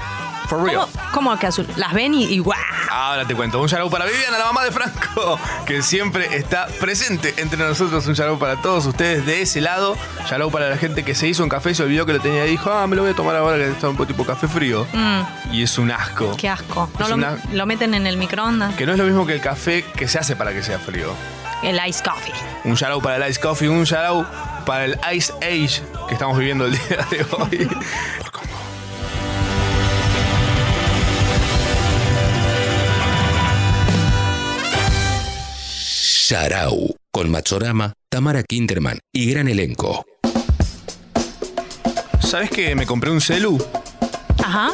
Speaker 4: For real.
Speaker 2: ¿Cómo que azul? Las ven y, y guau.
Speaker 4: Ahora te cuento. Un shout para Viviana, la mamá de Franco, que siempre está presente entre nosotros. Un shout para todos ustedes de ese lado. Shout para la gente que se hizo un café, se olvidó que lo tenía y dijo, ah, me lo voy a tomar ahora que está un poco tipo café frío.
Speaker 2: Mm,
Speaker 4: Y es un asco.
Speaker 2: qué asco. No
Speaker 4: Es
Speaker 2: lo,
Speaker 4: una-
Speaker 2: lo meten en el microondas.
Speaker 4: Que no es lo mismo que el café que se hace para que sea frío.
Speaker 2: El ice coffee.
Speaker 4: Un shout para el Ice Coffee, un shout para el Ice Age que estamos viviendo el día de hoy.
Speaker 7: Sharau, con Machorama, Tamara Kinderman y gran elenco.
Speaker 4: ¿Sabes que me compré un celu?
Speaker 2: Ajá.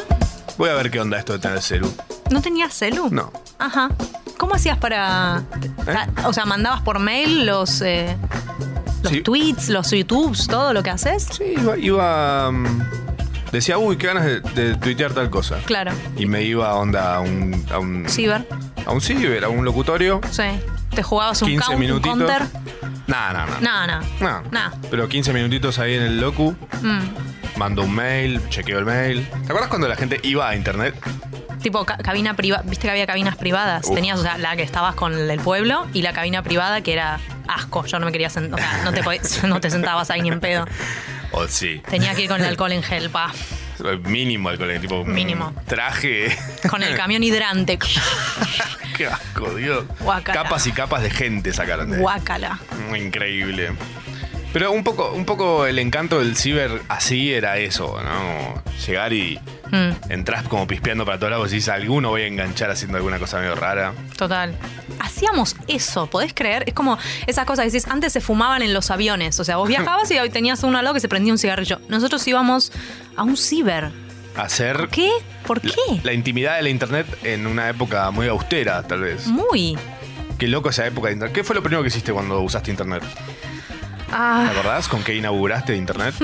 Speaker 4: Voy a ver qué onda esto de tener celu.
Speaker 2: ¿No tenías celu?
Speaker 4: No. ¿Eh?
Speaker 2: Ajá. ¿Cómo hacías para...? ah, O sea, ¿mandabas por mail los, eh, los tweets, los YouTubes, todo lo que haces?
Speaker 4: Sí, iba... iba mm, decía, uy, qué ganas de, de tuitear tal cosa.
Speaker 2: Claro.
Speaker 4: Y me iba a onda a un. A un
Speaker 2: Ciber.
Speaker 4: A un ciber, a un locutorio.
Speaker 2: Sí. ¿Te jugabas un,
Speaker 4: 15
Speaker 2: count, un
Speaker 4: minutitos.
Speaker 2: counter?
Speaker 4: Nada, nada, nada.
Speaker 2: Nada, nada.
Speaker 4: Nah.
Speaker 2: Nada.
Speaker 4: Pero 15 minutitos ahí en el locu.
Speaker 2: Mm.
Speaker 4: Mando un mail, chequeo el mail. ¿Te acuerdas cuando la gente iba a internet?
Speaker 2: Tipo ca- cabina privada, viste que había cabinas privadas.
Speaker 4: Uf.
Speaker 2: Tenías o sea, la que estabas con el pueblo y la cabina privada que era asco. Yo no me quería sentar, no te, podías- no te sentabas ahí ni en pedo.
Speaker 4: O sí.
Speaker 2: Tenía que ir con el alcohol en gel, pa.
Speaker 4: Mínimo alcohol, eh, tipo. mm,
Speaker 2: Mínimo.
Speaker 4: Traje.
Speaker 2: Con el camión hidrante.
Speaker 4: Qué asco, Dios.
Speaker 2: Guácala.
Speaker 4: Capas y capas de gente sacaron de ahí. Mm,
Speaker 2: Guácala.
Speaker 4: Increíble. Pero un poco, un poco el encanto del ciber así era eso, ¿no? Llegar y
Speaker 2: Mm,
Speaker 4: entras como pispeando para todos lados y dices, alguno voy a enganchar haciendo alguna cosa medio rara.
Speaker 2: total. Hacíamos eso, ¿podés creer? Es como esas cosas que decís, antes se fumaban en los aviones. O sea, vos viajabas y hoy tenías uno al lado que se prendía un cigarrillo. Nosotros íbamos a un ciber.
Speaker 4: Hacer
Speaker 2: ¿Qué? ¿Por qué?
Speaker 4: la intimidad de la internet en una época muy austera, tal
Speaker 2: Mm.
Speaker 4: vez.
Speaker 2: Muy.
Speaker 4: Qué loco esa época de internet. ¿Qué fue lo primero que hiciste cuando usaste internet? ¿Te
Speaker 2: Ah.
Speaker 4: acordás con qué inauguraste internet?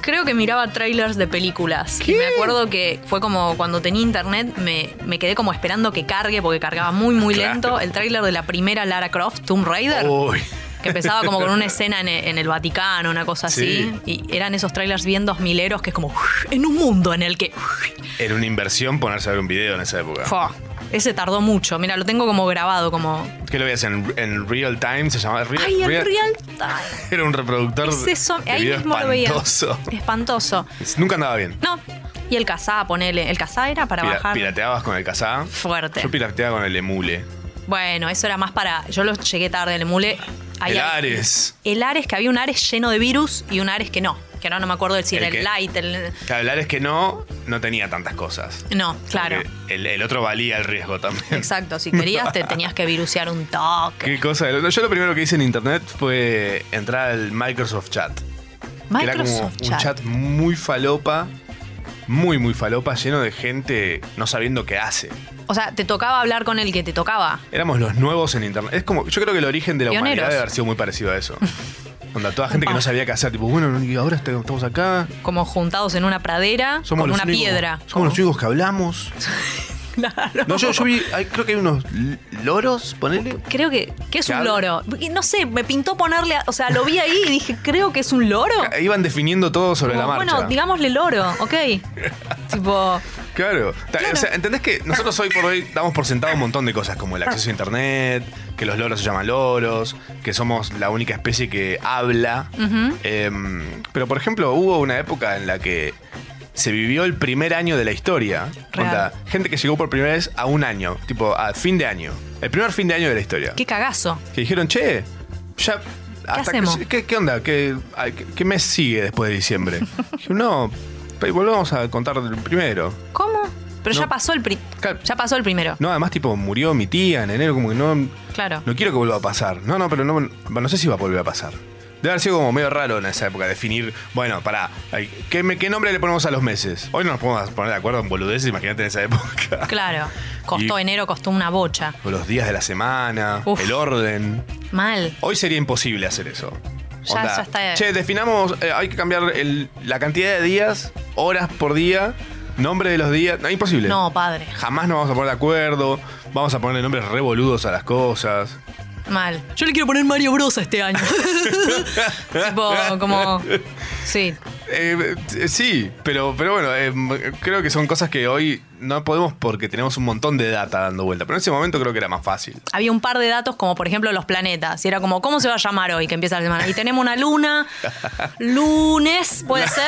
Speaker 2: Creo que miraba trailers de películas. Y me acuerdo que fue como cuando tenía internet, me, me quedé como esperando que cargue, porque cargaba muy, muy
Speaker 4: Claro.
Speaker 2: lento. El trailer de la primera Lara Croft, Tomb Raider.
Speaker 4: Uy.
Speaker 2: Que empezaba como con una escena en, e, en el Vaticano, una cosa así. Y eran esos trailers bien dos mileros que es como "Uf", en un mundo en el que "Uf",
Speaker 4: Era una inversión ponerse a ver un video en esa época.
Speaker 2: fa. ese tardó mucho. Mira, lo tengo como grabado, como
Speaker 4: ¿Qué lo veías en, en real time? Se llamaba real,
Speaker 2: ay, el
Speaker 4: real-
Speaker 2: real time.
Speaker 4: Era un reproductor
Speaker 2: Es eso,
Speaker 4: de
Speaker 2: ahí
Speaker 4: video
Speaker 2: mismo lo veía.
Speaker 4: espantoso.
Speaker 2: Espantoso.
Speaker 4: Nunca andaba bien.
Speaker 2: No. Y el casá, ponele. El casá era para
Speaker 4: Pira-
Speaker 2: bajar.
Speaker 4: Pirateabas con el casá.
Speaker 2: Fuerte.
Speaker 4: Yo pirateaba con el emule.
Speaker 2: Bueno, eso era más para. Yo lo llegué tarde en el mule. Ahí
Speaker 4: el
Speaker 2: hay-
Speaker 4: Ares.
Speaker 2: El Ares, que había un Ares lleno de virus y un Ares que no. Que ahora no me acuerdo del si
Speaker 4: El
Speaker 2: era el
Speaker 4: que-
Speaker 2: Light, el.
Speaker 4: Claro, el Ares que no, no tenía tantas cosas.
Speaker 2: No, claro.
Speaker 4: Porque El, el otro valía el riesgo también.
Speaker 2: Exacto. Si querías, te tenías que virusear un toque.
Speaker 4: Qué cosa. del otro. Yo lo primero que hice en internet fue entrar al Microsoft Chat. Que era como
Speaker 2: Microsoft
Speaker 4: un chat muy falopa, muy, muy falopa, lleno de gente no sabiendo qué hace.
Speaker 2: O sea, te tocaba hablar con el que te tocaba.
Speaker 4: Éramos los nuevos en internet. Es como, yo creo que el origen de la
Speaker 2: Pioneros.
Speaker 4: humanidad debe haber sido muy parecido a eso. Onda, toda gente que no sabía qué hacer, tipo, bueno, y ahora est- estamos acá.
Speaker 2: Como juntados en una pradera con
Speaker 4: los
Speaker 2: una
Speaker 4: únicos-
Speaker 2: piedra.
Speaker 4: Somos los únicos que hablamos. No, yo, yo vi, hay- creo que hay unos l- loros, ponele.
Speaker 2: Creo que. ¿Qué es
Speaker 4: ¿Que
Speaker 2: un
Speaker 4: hablan?
Speaker 2: loro? Porque, No sé, me pintó ponerle. a- O sea, lo vi ahí y dije, creo que es un loro.
Speaker 4: Eh, Iban definiendo todo sobre
Speaker 2: Como,
Speaker 4: la marcha.
Speaker 2: bueno, digámosle loro, ok. tipo.
Speaker 4: Claro. Ta- O sea, entendés que
Speaker 2: Ah.
Speaker 4: nosotros hoy por hoy damos por sentado un montón de cosas, como el acceso a internet, que los loros se llaman loros, que somos la única especie que habla.
Speaker 20: Ujú.
Speaker 4: Em, pero por ejemplo, hubo una época en la que se vivió el primer año de la historia.
Speaker 2: Real.
Speaker 4: Onda, gente que llegó por primera vez a un año, tipo a fin de año. El primer fin de año de la historia.
Speaker 2: Qué cagazo.
Speaker 4: Que dijeron, che, ya. hasta que-
Speaker 2: hacemos?
Speaker 4: ¿qué, qué onda? ¿Qué, ay, qué- qué mes sigue después de diciembre? Dijeron, no, pe- volvamos a contar del primero.
Speaker 2: ¿Cómo? Pero ya
Speaker 4: No.
Speaker 2: pasó el pri- ya pasó el primero.
Speaker 4: No, además, tipo, murió mi tía en enero, como que no.
Speaker 2: Claro.
Speaker 4: No quiero que vuelva a pasar. No, no, pero no, no sé si va a volver a pasar. Debe haber sido como medio raro en esa época definir, bueno, pará, ay, ¿qué, me- qué nombre le ponemos a los meses? Hoy no nos podemos poner de acuerdo en boludeces, imagínate en esa época.
Speaker 2: Claro. Costó
Speaker 4: Y-
Speaker 2: enero, costó una bocha.
Speaker 4: O los días de la semana,
Speaker 2: Uf.
Speaker 4: el orden.
Speaker 2: Mal.
Speaker 4: Hoy sería imposible hacer eso.
Speaker 2: Ya- ya está.
Speaker 4: Che, definamos, eh, hay que cambiar el- la cantidad de días, horas por día, nombre de los días. No, imposible.
Speaker 2: No, padre.
Speaker 4: Jamás nos vamos a poner de acuerdo. Vamos a ponerle nombres revoludos a las cosas.
Speaker 2: Mal. Yo le quiero poner Mario Bros a este año. tipo, como. Sí.
Speaker 4: Eh, eh, sí, pero, pero bueno, eh, creo que son cosas que hoy no podemos porque tenemos un montón de data dando vuelta. Pero en ese momento creo que era más fácil.
Speaker 2: Había un par de datos, como por ejemplo los planetas. Y era como, ¿cómo se va a llamar hoy que empieza la semana? Y tenemos una luna, lunes, puede ser.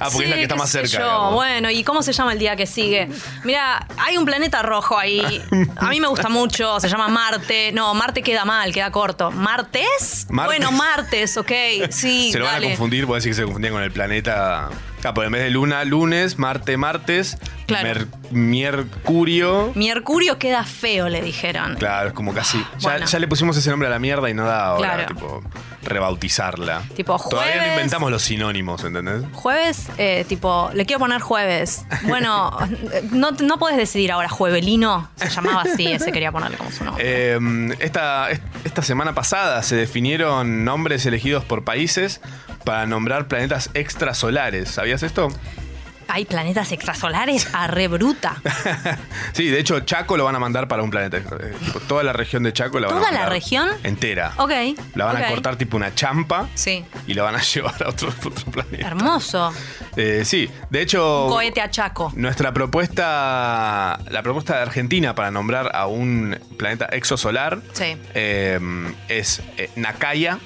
Speaker 4: Ah, porque es la que está
Speaker 2: qué
Speaker 4: más
Speaker 2: sé
Speaker 4: cerca,
Speaker 2: yo.
Speaker 4: digamos.
Speaker 2: Bueno, ¿y cómo se llama el día que sigue? Mira, hay un planeta rojo ahí. A mí me gusta mucho, se llama Marte. No, Marte queda mal, queda corto. ¿Martes?
Speaker 4: Martes.
Speaker 2: Bueno, martes, ok. Sí,
Speaker 4: se lo van a
Speaker 2: dale.
Speaker 4: confundir, puede decir que se confundían con el planeta. Ah, pues en vez de luna, lunes, Marte, martes,
Speaker 2: Claro.
Speaker 4: mer- Mercurio.
Speaker 2: Mercurio queda feo, le dijeron.
Speaker 4: Claro, es como casi. Ya,
Speaker 2: Bueno.
Speaker 4: ya le pusimos ese nombre a la mierda y no da ahora,
Speaker 2: Claro.
Speaker 4: tipo, rebautizarla.
Speaker 2: Tipo,
Speaker 4: Todavía no
Speaker 2: jueves-
Speaker 4: inventamos los sinónimos, ¿entendés?
Speaker 2: Jueves, eh, tipo, le quiero poner jueves. Bueno, no, no podés decidir ahora, juevelino. Se llamaba así, ese quería ponerle como su nombre.
Speaker 4: Eh, esta, esta semana pasada se definieron nombres elegidos por países para nombrar planetas extrasolares. ¿Sabías esto?
Speaker 2: Hay planetas extrasolares a re bruta.
Speaker 4: Sí, de hecho, Chaco lo van a mandar para un planeta. extra- eh, tipo, Toda la región de Chaco la van a
Speaker 2: ¿Toda la
Speaker 4: mandar
Speaker 2: región?
Speaker 4: entera.
Speaker 2: Ok.
Speaker 4: La van
Speaker 2: ok.
Speaker 4: a cortar tipo una champa
Speaker 2: Sí.
Speaker 4: y la van a llevar a otro, otro planeta.
Speaker 2: Hermoso.
Speaker 4: Eh, sí, de
Speaker 2: Un
Speaker 4: hecho,
Speaker 2: cohete a Chaco.
Speaker 4: nuestra propuesta, la propuesta de Argentina para nombrar a un planeta exosolar
Speaker 2: Sí.
Speaker 4: eh, es eh, Nakaya,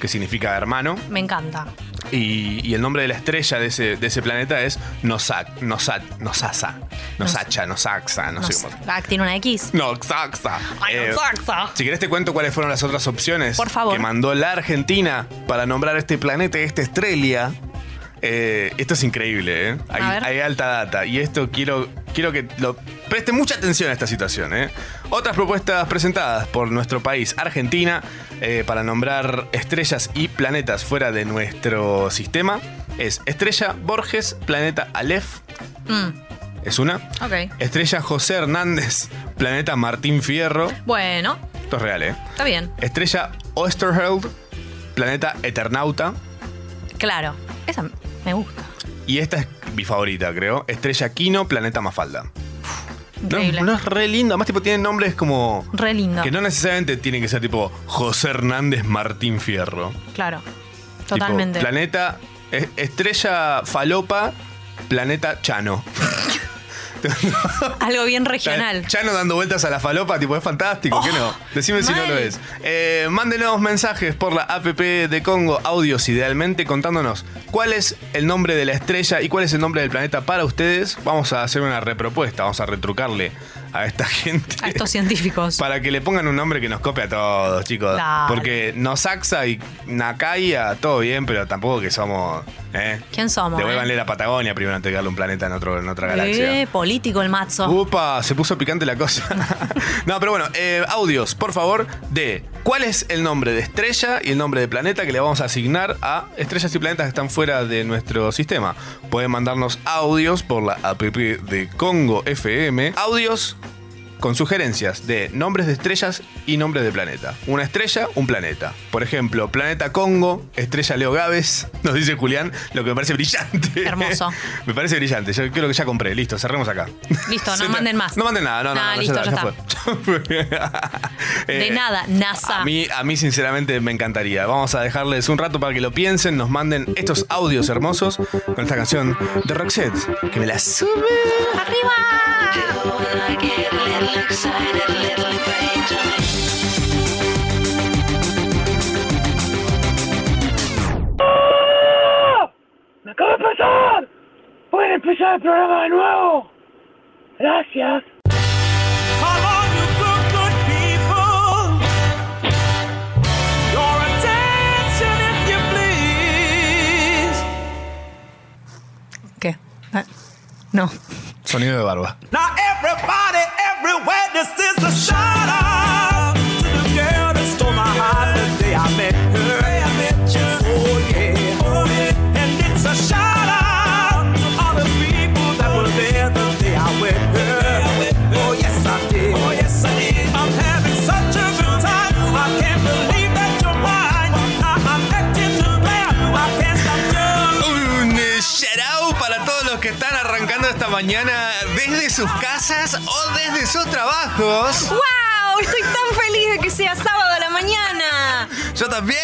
Speaker 4: que significa hermano,
Speaker 2: Me encanta.
Speaker 4: y, y el nombre de la estrella de ese, de ese planeta es Nosak, Nosat, Nosasa, Nosacha, Nosaxa, no,
Speaker 2: No
Speaker 4: sé
Speaker 2: sé.
Speaker 4: cómo. Eh.
Speaker 2: Ah, tiene una X.
Speaker 4: Nosaxa.
Speaker 2: Ay,
Speaker 4: Eh,
Speaker 2: Nosaxa.
Speaker 4: si querés te cuento cuáles fueron las otras opciones
Speaker 2: Por favor.
Speaker 4: que mandó la Argentina para nombrar este planeta, y esta estrella. Eh, esto es increíble, ¿eh? Hay,
Speaker 2: A ver.
Speaker 4: hay alta data y esto quiero, quiero que lo, preste mucha atención a esta situación, ¿eh? Otras propuestas presentadas por nuestro país, Argentina, eh, para nombrar estrellas y planetas fuera de nuestro sistema es Estrella Borges, Planeta Aleph,
Speaker 2: Mm,
Speaker 4: es una.
Speaker 2: ok.
Speaker 4: Estrella José Hernández, Planeta Martín Fierro.
Speaker 2: Bueno,
Speaker 4: Esto es real, ¿eh?
Speaker 2: está bien.
Speaker 4: Estrella Osterheld, planeta Eternauta.
Speaker 2: Claro. Esa me gusta.
Speaker 4: Y esta es mi favorita, creo. Estrella Quino, planeta Mafalda. No,
Speaker 2: Increíble.
Speaker 4: no es re lindo. Además, tipo, tienen nombres como.
Speaker 2: Re lindo.
Speaker 4: Que no necesariamente tienen que ser tipo José Hernández Martín Fierro.
Speaker 2: Claro.
Speaker 4: Tipo,
Speaker 2: Totalmente.
Speaker 4: planeta. e- Estrella Falopa, planeta Chano.
Speaker 2: Algo bien regional.
Speaker 4: Chano dando vueltas a la falopa, tipo, es fantástico, ¿qué no? Decime si no
Speaker 2: Oh, mal.
Speaker 4: lo es. Eh, mándenos mensajes por la app de Congo, audios idealmente, contándonos cuál es el nombre de la estrella y cuál es el nombre del planeta para ustedes. Vamos a hacer una repropuesta, vamos a retrucarle a esta gente.
Speaker 2: A estos científicos.
Speaker 4: Para que le pongan un nombre que nos copie a todos, chicos.
Speaker 2: Dale.
Speaker 4: Porque Nosaxa y Nakaya, todo bien, pero tampoco que somos. ¿eh?
Speaker 2: ¿Quién somos?
Speaker 4: Devuélvanle la Patagonia primero antes de darle un planeta en, otro, en otra galaxia. Uh,
Speaker 2: eh? Eh, político el mazo.
Speaker 4: Upa, se puso picante la cosa. no, pero bueno, eh, audios, por favor, de cuál es el nombre de estrella y el nombre de planeta que le vamos a asignar a estrellas y planetas que están fuera de nuestro sistema. Pueden mandarnos audios por la app de Congo FM. Audios con sugerencias de nombres de estrellas y nombres de planeta. Una estrella, un planeta. Por ejemplo, planeta Congo, estrella Leo Gávez, nos dice Julián, lo que me parece brillante.
Speaker 2: Hermoso.
Speaker 4: me parece brillante, yo creo que ya compré, listo, cerremos acá.
Speaker 2: Listo,
Speaker 4: Se
Speaker 2: no
Speaker 4: tra-
Speaker 2: manden más.
Speaker 4: No manden nada, no, no,
Speaker 2: Nah,
Speaker 4: no,
Speaker 2: listo,
Speaker 4: ya,
Speaker 2: ya
Speaker 4: está, ya fue.
Speaker 2: De
Speaker 4: Eh,
Speaker 2: nada, NASA.
Speaker 4: A mí, a mí sinceramente me encantaría. Vamos a dejarles un rato para que lo piensen, nos manden estos audios hermosos con esta canción de Roxette, que me la sube.
Speaker 21: ¡Me acaba de pasar! ¡Pueden empezar el programa de nuevo! ¡Gracias!
Speaker 3: Your attention, if you please.
Speaker 2: ¿Qué? Ah, No.
Speaker 4: Sonido de barba.
Speaker 3: Now everybody, everywhere, this is a shout out to the girl that stole my heart the day I met her. I met you. Oh yeah, oh yeah. And it's a shout out to all the people that were there the day I met her. Oh yes I did. Oh yes I did. I'm having such a good time. I can't believe that you're mine. I- I'm acting the way I do. I can't stop you.
Speaker 4: Un eh, shout out para todos los que están arrancando esta mañana desde sus casas o desde sus trabajos.
Speaker 2: ¡Wow! Estoy tan feliz de que sea sábado a la mañana.
Speaker 4: Yo también.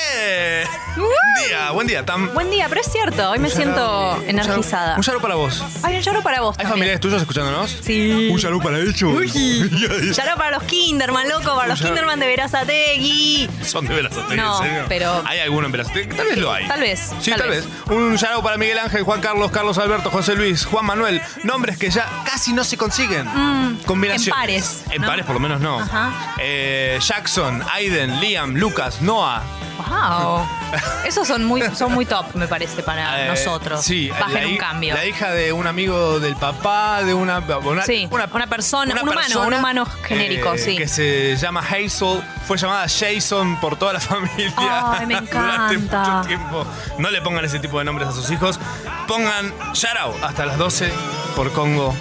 Speaker 2: ¡Woo!
Speaker 4: Buen día, buen día, Tam.
Speaker 2: Buen día, pero es cierto, hoy me
Speaker 4: Un saludo.
Speaker 2: siento energizada.
Speaker 4: Un saludo para vos.
Speaker 2: Ay, un saludo para vos.
Speaker 4: ¿Hay
Speaker 2: también.
Speaker 4: familiares tuyos escuchándonos?
Speaker 2: Sí.
Speaker 4: Un saludo para ellos.
Speaker 2: Un saludo para los Kinderman, loco, para
Speaker 4: Un
Speaker 2: los
Speaker 4: saludo.
Speaker 2: Kinderman de Verazategui.
Speaker 4: Son de Verazategui,
Speaker 2: No,
Speaker 4: en serio.
Speaker 2: pero-
Speaker 4: ¿Hay alguno en Verazategui? Tal vez lo hay.
Speaker 2: Tal vez.
Speaker 4: Sí, tal, vez. Un saludo para Miguel Ángel, Juan Carlos, Carlos Alberto, José Luis, Juan Manuel. Nombres que ya casi no se consiguen.
Speaker 2: Mm,
Speaker 4: Combinación.
Speaker 2: En pares.
Speaker 4: En
Speaker 2: ¿no?
Speaker 4: pares por lo menos no.
Speaker 2: Ajá.
Speaker 4: Eh, Jackson, Aiden, Liam, Lucas, Noah.
Speaker 2: Wow. Esos son muy, son muy top, me parece, para
Speaker 4: eh,
Speaker 2: nosotros.
Speaker 4: Sí, la
Speaker 2: Bajen un
Speaker 4: hi-
Speaker 2: cambio.
Speaker 4: La hija de un amigo del papá, de una. una
Speaker 2: sí, una, persona,
Speaker 4: una
Speaker 2: un humano,
Speaker 4: persona,
Speaker 2: un humano genérico,
Speaker 4: eh,
Speaker 2: sí.
Speaker 4: Que se llama Hazel, fue llamada Jason por toda la familia.
Speaker 2: Ay, me
Speaker 4: durante
Speaker 2: encanta.
Speaker 4: mucho tiempo. No le pongan ese tipo de nombres a sus hijos. Pongan Yarao hasta las 12 por Congo.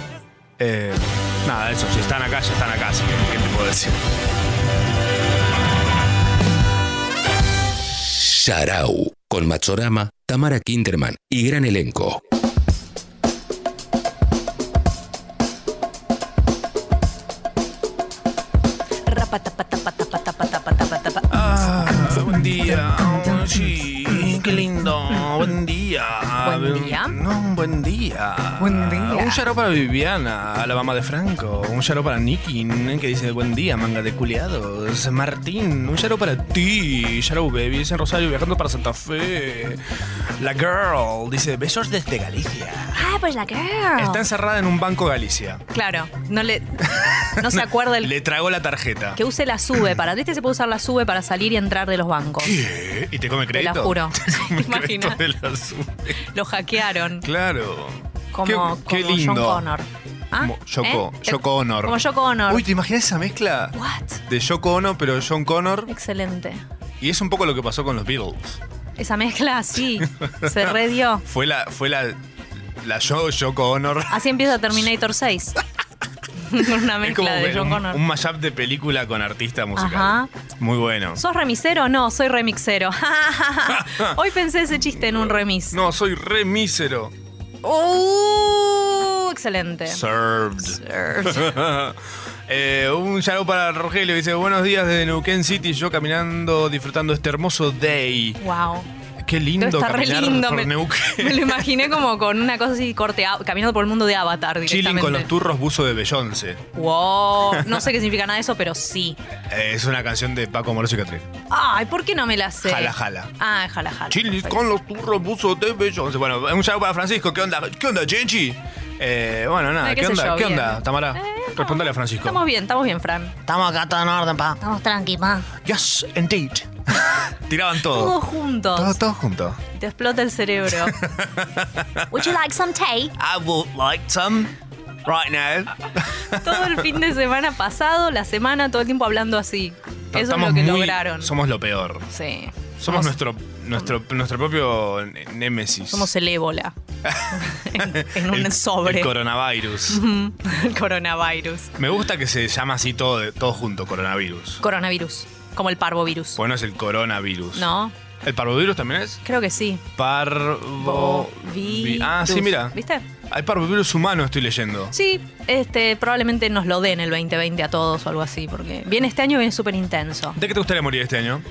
Speaker 4: Eh, nada, eso, si están acá, ya están acá, así que, ¿qué te puedo decir?
Speaker 7: Sharau, con Machorama, Tamara Kinderman y gran elenco.
Speaker 4: Ah, buen día. Oh, sí, qué lindo. Buen día.
Speaker 2: Buen día.
Speaker 4: No, un buen día. Buen día. Un charo para Viviana, a la mamá de Franco. Un charo para Nicky, ¿eh? que dice buen día, manga de culiados. Martín, un charo para ti. Charo baby, dice en Rosario, viajando para Santa Fe. La girl, dice besos desde Galicia.
Speaker 2: Ah, pues la girl.
Speaker 4: Está encerrada en un banco Galicia.
Speaker 2: Claro, no le no se acuerda el
Speaker 4: Le tragó la tarjeta.
Speaker 2: que use la sube para. ¿Viste? Se puede usar la sube para salir y entrar de los bancos.
Speaker 4: ¿Qué? ¿Y te come
Speaker 2: Te
Speaker 4: crédito?
Speaker 2: lo juro. ¿Te
Speaker 4: Crédito
Speaker 2: imaginas?
Speaker 4: de la sube.
Speaker 2: Lo hackearon.
Speaker 4: Claro.
Speaker 2: Como,
Speaker 4: qué, qué
Speaker 2: como
Speaker 4: lindo.
Speaker 2: John Connor. ¿Ah?
Speaker 4: Como Yoko,
Speaker 2: ¿Eh?
Speaker 4: Yoko Honor.
Speaker 2: Como Yoko Honor.
Speaker 4: Uy, ¿te imaginas esa mezcla?
Speaker 2: What?
Speaker 4: De Yoko Ono, pero John Connor.
Speaker 2: Excelente.
Speaker 4: Y es un poco lo que pasó con los Beatles.
Speaker 2: Esa mezcla, sí. se redió.
Speaker 4: Fue la, fue la, la yo, Yoko Honor.
Speaker 2: Así empieza Terminator 6. Una
Speaker 4: Es como
Speaker 2: mezcla de
Speaker 4: un-
Speaker 2: John
Speaker 4: un,
Speaker 2: Connor.
Speaker 4: un mashup de película con artista musical.
Speaker 2: Ajá.
Speaker 4: Muy bueno.
Speaker 2: ¿Sos remisero? No, soy remixero. Hoy pensé ese chiste en un remis.
Speaker 4: No, soy re mísero.
Speaker 2: ¡Uh! Excelente.
Speaker 4: Served. Eh, un saludo para Rogelio que dice: Buenos días desde Neuquén City. Yo caminando, disfrutando este hermoso day.
Speaker 2: Wow.
Speaker 4: Qué lindo
Speaker 2: Está re
Speaker 4: caminar
Speaker 2: lindo,
Speaker 4: por
Speaker 2: me-
Speaker 4: Neuquén.
Speaker 2: Me lo imaginé como con una cosa así corte, a- caminando por el mundo de Avatar
Speaker 4: Chilling
Speaker 2: directamente.
Speaker 4: con los turros buzo de Bellonce.
Speaker 2: Wow. No sé qué significa nada de eso, pero sí.
Speaker 4: Eh, es una canción de Paco Moroso y Catrín.
Speaker 2: Ay, ¿por qué no me la sé?
Speaker 4: Jala, jala.
Speaker 2: Ah, jala, jala.
Speaker 4: Chilling con los turros buzo de Beyoncé. Bueno, un saludo para Francisco. ¿Qué onda? ¿Qué onda, Genchi? Eh, bueno, nada.
Speaker 2: Ay,
Speaker 4: ¿Qué,
Speaker 2: qué sé
Speaker 4: onda?
Speaker 2: yo,
Speaker 4: ¿Qué
Speaker 2: bien. Eh,
Speaker 4: onda, Tamara? Respondale a Francisco.
Speaker 2: Estamos bien, estamos bien, Fran.
Speaker 4: Estamos acá todo en orden, pa.
Speaker 2: Estamos tranqui, pa.
Speaker 4: Yes, indeed. Tiraban todo.
Speaker 2: Todos juntos.
Speaker 4: Oh. Todo, todo junto.
Speaker 2: Te explota el cerebro.
Speaker 15: Would you like some tea?
Speaker 4: I would like some right now.
Speaker 2: todo el fin de semana pasado, la semana, todo el tiempo hablando así. Eso
Speaker 4: Ah, Estamos
Speaker 2: es lo que
Speaker 4: muy-
Speaker 2: lograron.
Speaker 4: Somos lo peor.
Speaker 2: Sí.
Speaker 4: Somos nuestro, nuestro, nuestro propio ne- némesis.
Speaker 2: Somos el ébola. en, en un
Speaker 4: El-
Speaker 2: sobre.
Speaker 4: El coronavirus.
Speaker 2: Ujú, el coronavirus.
Speaker 4: Me gusta que se llama así todo, todo junto, coronavirus.
Speaker 2: Coronavirus. Como el parvovirus.
Speaker 4: Bueno, es el coronavirus.
Speaker 2: No,
Speaker 4: ¿El parvovirus también es?
Speaker 2: creo que sí.
Speaker 4: Parvo... vi-
Speaker 2: Virus.
Speaker 4: Ah, sí, mira.
Speaker 2: ¿Viste?
Speaker 4: Hay parvovirus humano, estoy leyendo.
Speaker 2: Sí, este, probablemente nos lo den el 2020 a todos o algo así, porque viene este año y viene súper intenso.
Speaker 4: ¿De qué te gustaría morir este año?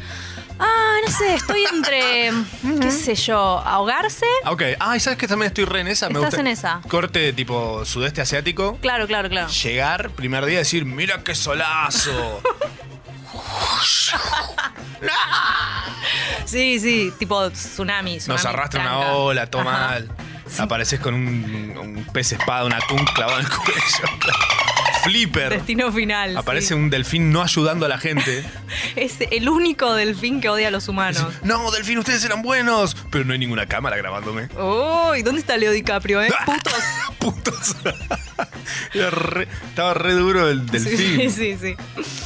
Speaker 2: Ah, no sé, estoy entre, qué sé yo, ahogarse.
Speaker 4: Ah, Ok. Ah, y sabes que también estoy re en esa. Me
Speaker 2: Estás
Speaker 4: gusta-
Speaker 2: en esa.
Speaker 4: Corte tipo sudeste asiático.
Speaker 2: Claro, claro, claro.
Speaker 4: Llegar, primer día, decir, mira qué solazo.
Speaker 2: Sí, sí, tipo tsunami. tsunami
Speaker 4: Nos arrastra una
Speaker 2: blanca.
Speaker 4: ola, todo
Speaker 2: Ajá.
Speaker 4: mal. Apareces con un, un pez espada, un atún clavado en el cuello. Flipper.
Speaker 2: Destino final. sí.
Speaker 4: Aparece un delfín no ayudando a la gente.
Speaker 2: Es el único delfín que odia a los humanos.
Speaker 4: no, delfín, ustedes eran buenos. Pero no hay ninguna cámara grabándome.
Speaker 2: Uy, ¿dónde está Leo DiCaprio,
Speaker 4: Ah,
Speaker 2: eh? Putos.
Speaker 4: Era re- estaba re duro el delfín.
Speaker 2: Sí, sí, sí.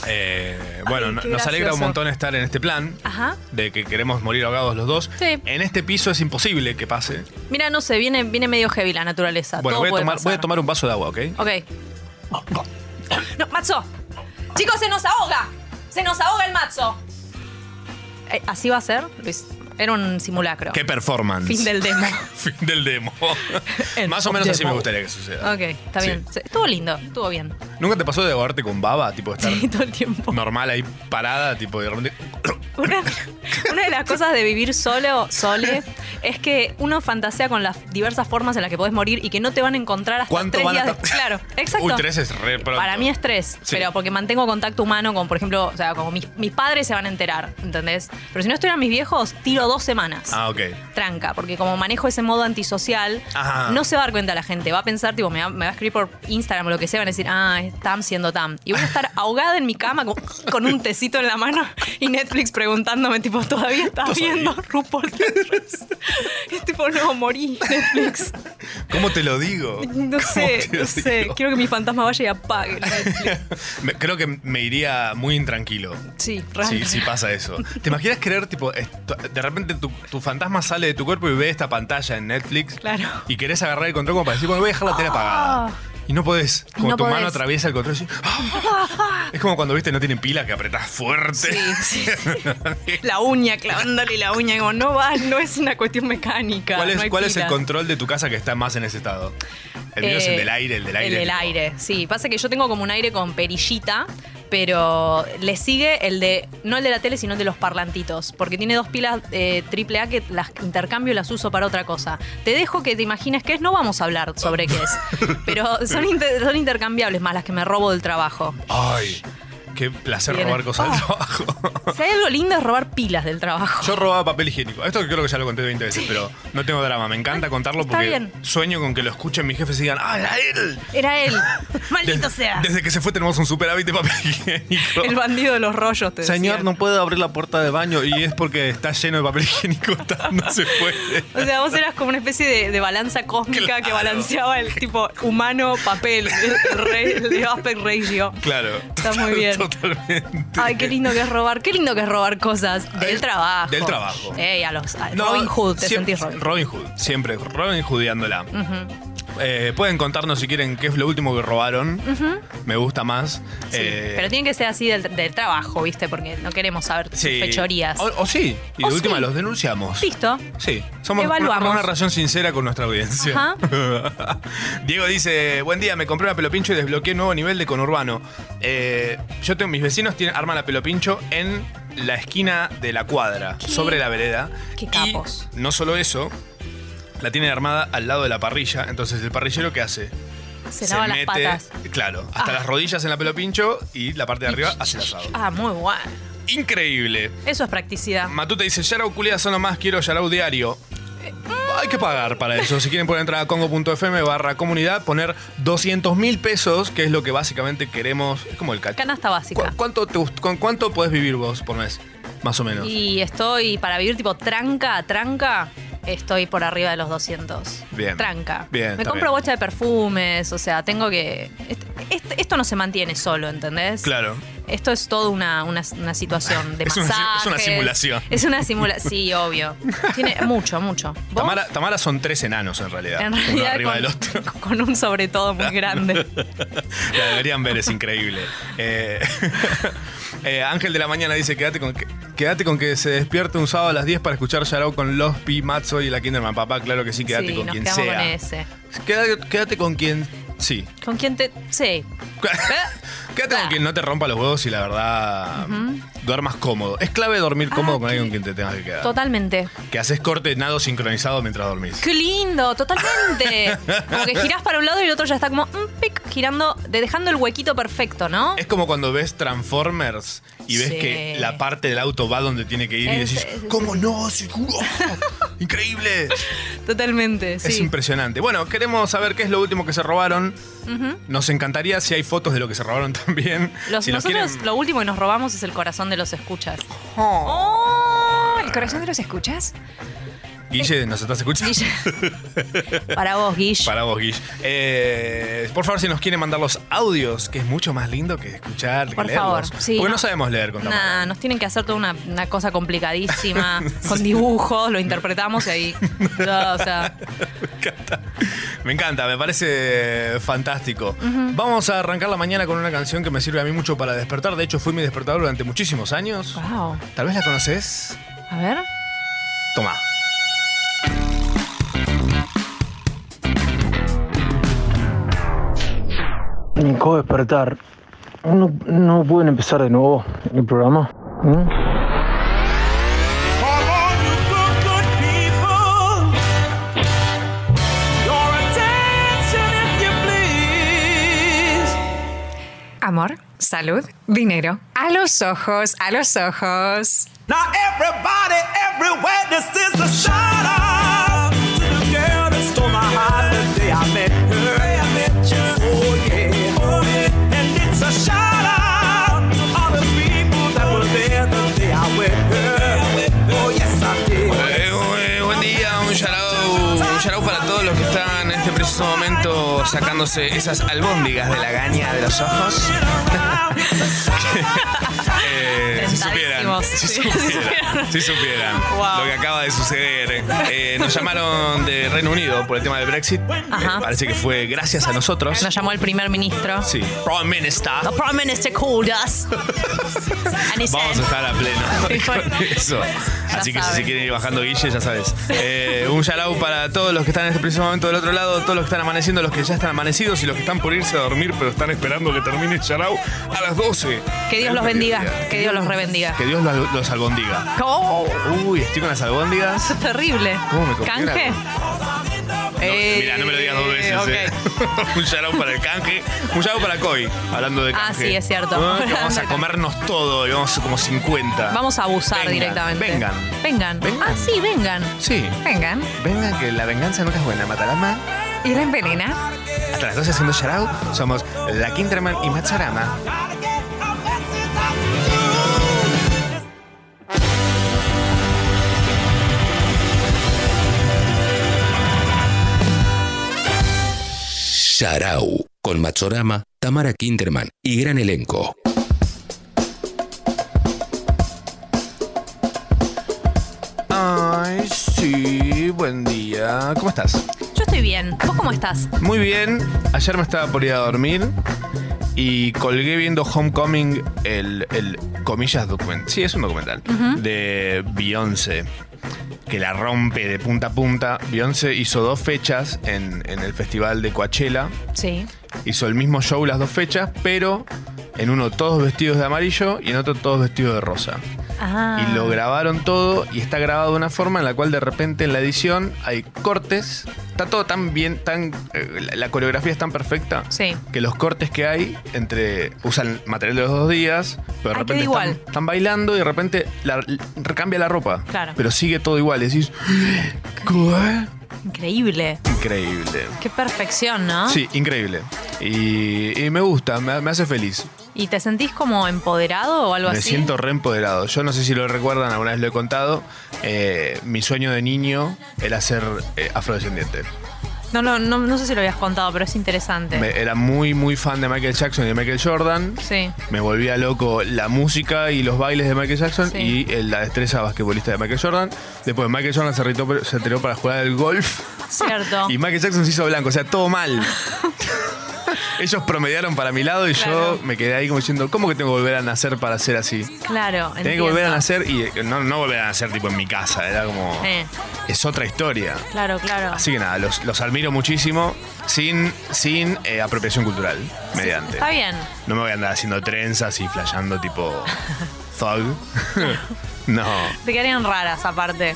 Speaker 4: Eh, bueno,
Speaker 2: Ay,
Speaker 4: no-
Speaker 2: qué
Speaker 4: nos alegra
Speaker 2: gracioso.
Speaker 4: un montón estar en este plan
Speaker 2: Ajá.
Speaker 4: de que queremos morir ahogados los dos.
Speaker 2: Sí.
Speaker 4: En este piso es imposible que pase.
Speaker 2: Mira, no sé, viene, viene medio heavy la naturaleza.
Speaker 4: Bueno,
Speaker 2: Todo
Speaker 4: voy a,
Speaker 2: puede
Speaker 4: tomar, voy a
Speaker 2: pasar.
Speaker 4: tomar un vaso de agua, ¿ok?
Speaker 2: Ok. No, Matzo. Chicos, se nos ahoga. Se nos ahoga el Matzo. Eh, ¿Así va a ser, Luis? Era un simulacro.
Speaker 4: Qué performance.
Speaker 2: Fin del demo.
Speaker 4: Fin del demo. Más o menos así me gustaría que suceda.
Speaker 2: Ok, está
Speaker 4: Sí.
Speaker 2: bien. Se- Estuvo lindo, estuvo bien.
Speaker 4: ¿Nunca te pasó de ahogarte con baba? Tipo, estar
Speaker 2: todo el tiempo.
Speaker 4: normal ahí parada, tipo, y de repente.
Speaker 2: Una, una de las cosas de vivir solo, sole, es que uno fantasea con las diversas formas en las que podés morir y que no te van a encontrar hasta
Speaker 4: ¿Cuánto
Speaker 2: tres
Speaker 4: van a
Speaker 2: días de-
Speaker 4: tardar?
Speaker 2: Claro, exacto.
Speaker 4: Uy, tres es re pronto.
Speaker 2: Para mí es tres,
Speaker 4: Sí.
Speaker 2: pero porque mantengo contacto humano con, por ejemplo, o sea, como mis, mis padres se van a enterar, ¿entendés? Pero si no estuvieran mis viejos, tiro dos semanas.
Speaker 4: Ah, ok.
Speaker 2: Tranca, porque como manejo ese modo antisocial,
Speaker 4: Ajá.
Speaker 2: no se va a dar cuenta la gente. Va a pensar, tipo, me va, me va a escribir por Instagram o lo que sea, van a decir, ah, es Tam siendo Tam. Y voy a estar ahogada en mi cama con, con un tecito en la mano y Netflix preguntándome, tipo, ¿todavía estás viendo RuPaul? es tipo, no, morí, Netflix.
Speaker 4: ¿Cómo te lo digo?
Speaker 2: No sé,
Speaker 4: Oh, te lo
Speaker 2: no sé.
Speaker 4: digo?
Speaker 2: Quiero que mi fantasma vaya y apague. Netflix.
Speaker 4: Me- creo que me iría muy intranquilo.
Speaker 2: Sí,
Speaker 4: Sí,
Speaker 2: realmente.
Speaker 4: sí pasa eso. ¿Te imaginas querer, tipo, esto- de repente tu, tu fantasma sale de tu cuerpo y ve esta pantalla en Netflix?
Speaker 2: Claro.
Speaker 4: Y querés agarrar el control como para decir, bueno, voy a dejar la tele apagada.
Speaker 2: Ah.
Speaker 4: Y no podés. Como
Speaker 2: No
Speaker 4: tu mano
Speaker 2: podés.
Speaker 4: atraviesa el control y decís, "Ah". es como cuando viste no tienen pila que apretás fuerte.
Speaker 2: Sí, La uña, clavándole la uña, como no va, no es una cuestión mecánica.
Speaker 4: ¿Cuál, es,
Speaker 2: no hay
Speaker 4: cuál es el
Speaker 2: pila.
Speaker 4: control de tu casa que está más en ese estado? El mío es el
Speaker 2: Eh,
Speaker 4: del aire, el del aire.
Speaker 2: El del aire, sí. Pasa que yo tengo como un aire con perillita, pero le sigue el de, no el de la tele, sino el de los parlantitos, porque tiene dos pilas eh, triple A que las intercambio y las uso para otra cosa. Te dejo que te imagines qué es, no vamos a hablar sobre qué es, pero son, inter- son intercambiables más las que me robo del trabajo.
Speaker 4: Ay, qué placer
Speaker 2: Bien.
Speaker 4: robar cosas
Speaker 2: Ah.
Speaker 4: del trabajo.
Speaker 2: Si hay algo lindo es robar pilas del trabajo.
Speaker 4: Yo robaba papel higiénico. Esto creo que ya lo conté 20 veces, pero no tengo drama. Me encanta contarlo
Speaker 2: está
Speaker 4: porque
Speaker 2: bien.
Speaker 4: sueño con que lo escuchen mis jefes y digan, ¡ah, era él!
Speaker 2: Era él. Maldito
Speaker 4: Desde-
Speaker 2: sea.
Speaker 4: Desde que se fue tenemos un superávit de papel higiénico.
Speaker 2: El bandido de los rollos, te
Speaker 4: Señor,
Speaker 2: decían.
Speaker 4: no puedo abrir la puerta de baño y es porque está lleno de papel higiénico. está- no se puede.
Speaker 2: O sea, vos eras como una especie de, de balanza cósmica que balanceaba el tipo humano papel, el, re- el aspect ratio.
Speaker 4: Claro.
Speaker 2: Está muy bien.
Speaker 4: Totalmente.
Speaker 2: Ay, qué lindo que es robar, qué lindo que es robar cosas del trabajo.
Speaker 4: del trabajo.
Speaker 2: Ey, a los a-
Speaker 4: No,
Speaker 2: Robin Hood, te
Speaker 4: siem-
Speaker 2: sentís Robin.
Speaker 4: Robin Hood, siempre. Robin Hoodiándola.
Speaker 2: Ujú,
Speaker 4: Eh, pueden contarnos si quieren qué es lo último que robaron.
Speaker 2: ujú.
Speaker 4: Me gusta más. Eh,
Speaker 2: Pero tiene que ser así del, del trabajo, ¿viste? Porque no queremos saber tus
Speaker 4: sí.
Speaker 2: fechorías.
Speaker 4: O, o sí. Y
Speaker 2: O
Speaker 4: de última
Speaker 2: sí.
Speaker 4: los denunciamos.
Speaker 2: Listo.
Speaker 4: Sí, somos
Speaker 2: Evaluamos.
Speaker 4: una, una relación sincera con nuestra audiencia. Diego dice, buen día, me compré una pelopincho y desbloqueé nuevo nivel de conurbano. Eh, yo tengo, mis vecinos tienen, arman la pelopincho en la esquina de la cuadra, sobre la vereda.
Speaker 2: Qué capos.
Speaker 4: No solo eso, la tienen armada al lado de la parrilla, entonces el parrillero ¿qué hace?
Speaker 2: Se lava las patas.
Speaker 4: claro, hasta
Speaker 2: Ah.
Speaker 4: las rodillas en la pelopincho y la parte de arriba hace el asado.
Speaker 2: Ah, muy guay.
Speaker 4: Increíble.
Speaker 2: Eso es practicidad.
Speaker 4: Matute dice, Yarau Culea son nomás, quiero Yarau Diario. Eh, Hay que pagar para eso. Si quieren pueden entrar a congo.fm barra comunidad, poner 200 mil pesos, que es lo que básicamente queremos. Es como el cacho.
Speaker 2: Canasta básica.
Speaker 4: ¿Cuánto te gust- ¿Con cuánto podés vivir vos por mes? Más o menos.
Speaker 2: Y estoy para vivir tipo tranca, tranca. Estoy por arriba de los 200.
Speaker 4: Bien.
Speaker 2: Tranca.
Speaker 4: Bien,
Speaker 2: Me
Speaker 4: está
Speaker 2: compro
Speaker 4: bien.
Speaker 2: bocha de perfumes, o sea, tengo que. est- est- esto no se mantiene solo, ¿entendés?
Speaker 4: Claro.
Speaker 2: Esto es toda una, una- una situación de
Speaker 4: Es una si- es una
Speaker 2: masajes.
Speaker 4: simulación.
Speaker 2: Es una simulación, sí, obvio. Tiene mucho, mucho. ¿Vos?
Speaker 4: Tamara, Tamara son tres enanos en realidad.
Speaker 2: En
Speaker 4: Uno
Speaker 2: realidad,
Speaker 4: arriba
Speaker 2: con-
Speaker 4: del otro.
Speaker 2: Con un sobre todo muy grande.
Speaker 4: La deberían ver, es increíble. Eh, eh, Ángel de la Mañana dice, quédate con que, quédate con que se despierte un sábado a las 10 para escuchar Yarao con los Pi, Matzo y la Kinderman. Papá, claro que sí, quédate
Speaker 2: sí,
Speaker 4: con
Speaker 2: nos
Speaker 4: quien
Speaker 2: quedamos
Speaker 4: sea.
Speaker 2: con ese.
Speaker 4: Quédate, quédate con quien. Sí.
Speaker 2: ¿Con quién te.? Sí. Eh,
Speaker 4: Quédate con quien no te rompa los huevos y la verdad
Speaker 2: Ujú. Ah,
Speaker 4: duermas cómodo. Es clave dormir cómodo con alguien con quien te tengas que quedar.
Speaker 2: Totalmente.
Speaker 4: Que haces corte nado sincronizado mientras dormís.
Speaker 2: ¡Qué lindo! Totalmente. Como que girás para un lado y el otro ya está como mm, pic, girando, de- dejando el huequito perfecto, ¿no?
Speaker 4: Es como cuando ves Transformers y ves
Speaker 2: Sí.
Speaker 4: que la parte del auto va donde tiene que ir y
Speaker 2: Es-
Speaker 4: decís,
Speaker 2: es-
Speaker 4: ¿cómo no? Seguro. Increíble.
Speaker 2: Totalmente,
Speaker 4: Es
Speaker 2: sí.
Speaker 4: impresionante. Bueno, queremos saber qué es lo último que se robaron.
Speaker 2: Ujú.
Speaker 4: Nos encantaría si hay fotos de lo que se robaron también.
Speaker 2: Los-
Speaker 4: si nos
Speaker 2: nosotros
Speaker 4: quieren-
Speaker 2: lo último que nos robamos es el corazón de los escuchas.
Speaker 22: Oh, ¿El corazón de los escuchas?
Speaker 4: Guille, ¿nos estás escuchando?
Speaker 2: Para vos, Guille.
Speaker 4: Para vos, Guille. Eh, por favor, si nos quieren mandar los audios, que es mucho más lindo que escuchar, que
Speaker 2: Por
Speaker 4: leerlos.
Speaker 2: favor, sí,
Speaker 4: Porque no.
Speaker 2: no.
Speaker 4: sabemos leer con Tamara.
Speaker 2: Nah, nos tienen que hacer toda una, una cosa complicadísima, con dibujos, lo interpretamos y ahí. No, o sea,
Speaker 4: Me encanta, me parece fantástico.
Speaker 2: Ujú.
Speaker 4: Vamos a arrancar la mañana con una canción que me sirve a mí mucho para despertar. De hecho, fui mi despertador durante muchísimos años.
Speaker 2: wow.
Speaker 4: Tal vez la conoces.
Speaker 2: A ver.
Speaker 4: Toma.
Speaker 6: Me acabo de despertar. ¿No, no pueden empezar de nuevo el programa? ¿Mm?
Speaker 23: Amor, salud, dinero. A los ojos, a los ojos.
Speaker 3: Now everybody, everywhere, this is a shout out to the girl that stole my heart the day I met her. I met you. Oh yeah, oh yeah. And it's a shout out to all the people that were there the day I met her. Oh yes, I did.
Speaker 4: Eh, buen día, un yarao, un yarao para todos los que están en este preciso momento sacándose esas albóndigas de la gaña de los ojos. Eh, si supieran,
Speaker 3: Tentadísimos,
Speaker 4: si
Speaker 3: sí.
Speaker 4: supieran, si supieran lo que acaba de suceder. Eh, nos llamaron de Reino Unido por el tema del Brexit.
Speaker 2: Ajá.
Speaker 4: Eh, parece que fue gracias a nosotros.
Speaker 2: Nos llamó el primer ministro.
Speaker 4: Sí, Prime Minister.
Speaker 2: The Prime Minister called us. And he
Speaker 4: Vamos a
Speaker 2: said,
Speaker 4: estar a pleno con eso. Así que si se quieren ir bajando Guille, ya sabes. Eh, un yarau para todos los que están en este preciso momento del otro lado, todos los que están amaneciendo, los que ya están amanecidos y los que están por irse a dormir, pero están esperando que termine el yarau a las 12.
Speaker 2: que Dios los bendiga, que Dios los rebendiga.
Speaker 4: Que Dios los, los albondiga.
Speaker 2: Oh,
Speaker 4: Uy, estoy con las albóndigas.
Speaker 2: eso es terrible.
Speaker 4: ¿Cómo me copié la-
Speaker 2: ¿Canje? Eh,
Speaker 4: Mira, no me lo digas dos veces.
Speaker 2: ok.
Speaker 4: eh. un yarau para el canje. Un yarau para Koi, hablando de
Speaker 2: Ah,
Speaker 4: canje.
Speaker 2: sí, es cierto.
Speaker 4: Ah, que vamos a comernos todo y vamos como 50.
Speaker 2: Vamos a abusar
Speaker 4: Vengan,
Speaker 2: directamente.
Speaker 4: Vengan.
Speaker 2: Vengan. Ah, sí, vengan.
Speaker 4: Sí.
Speaker 23: Vengan.
Speaker 4: Vengan, que la venganza nunca es buena. Matarama.
Speaker 23: Y la envenena.
Speaker 4: Hasta las 12 haciendo Sharau, somos la Kinderman y Matsarama.
Speaker 7: Sharau, con Machorama, Tamara Kinderman y gran elenco.
Speaker 4: Ay, sí, buen día. ¿Cómo estás?
Speaker 2: Yo estoy bien. ¿Vos cómo estás?
Speaker 4: Muy bien. Ayer me estaba por ir a dormir y colgué viendo Homecoming, el, el comillas documental. Sí, es un documental.
Speaker 3: Ujú.
Speaker 4: De Beyoncé. Que la rompe de punta a punta. Beyoncé hizo dos fechas en, en el festival de Coachella.
Speaker 2: Sí.
Speaker 4: Hizo el mismo show las dos fechas, pero en uno todos vestidos de amarillo y en otro todos vestidos de rosa.
Speaker 2: Ah.
Speaker 4: Y lo grabaron todo y está grabado de una forma en la cual de repente en la edición hay cortes. Está todo tan bien, tan eh, la, la coreografía es tan perfecta
Speaker 2: Sí.
Speaker 4: que los cortes que hay entre usan material de los dos días, pero de
Speaker 2: Ah, queda
Speaker 4: repente
Speaker 2: igual.
Speaker 4: Están, están bailando y de repente la- la- cambia la ropa.
Speaker 2: Claro.
Speaker 4: Pero sigue todo igual. y decís, ¿qué?
Speaker 2: Increíble.
Speaker 4: Increíble.
Speaker 2: Qué perfección, ¿no?
Speaker 4: Sí, increíble. Y, y me gusta, me, me hace feliz.
Speaker 2: ¿Y te sentís como empoderado o algo
Speaker 4: Me
Speaker 2: así?
Speaker 4: siento reempoderado. Yo no sé si lo recuerdan, alguna vez lo he contado. eh, mi sueño de niño era ser eh, afrodescendiente.
Speaker 2: No, no, no, no sé si lo habías contado, pero es interesante.
Speaker 4: Me- era muy, muy fan de Michael Jackson y de Michael Jordan.
Speaker 2: Sí.
Speaker 4: Me volvía loco la música y los bailes de Michael Jackson
Speaker 2: Sí.
Speaker 4: y eh, la destreza basquetbolista de Michael Jordan. Después Michael Jordan se, retiró- se retiró para jugar al golf
Speaker 2: Cierto.
Speaker 4: y Michael Jackson se hizo blanco, o sea, todo mal. Ellos promediaron para mi lado y yo me quedé ahí como diciendo, ¿cómo que tengo que volver a nacer para ser así?
Speaker 2: Claro,
Speaker 4: Tenía que
Speaker 2: entiendo.
Speaker 4: volver a nacer y eh, no, no volver a nacer tipo en mi casa, era como...
Speaker 2: Eh,
Speaker 4: Es otra historia.
Speaker 2: claro, claro.
Speaker 4: Así que nada, los, los admiro muchísimo sin, sin eh, apropiación cultural mediante.
Speaker 2: Está bien.
Speaker 4: No me voy a andar haciendo trenzas y flasheando tipo thug. no.
Speaker 2: Te quedarían raras aparte.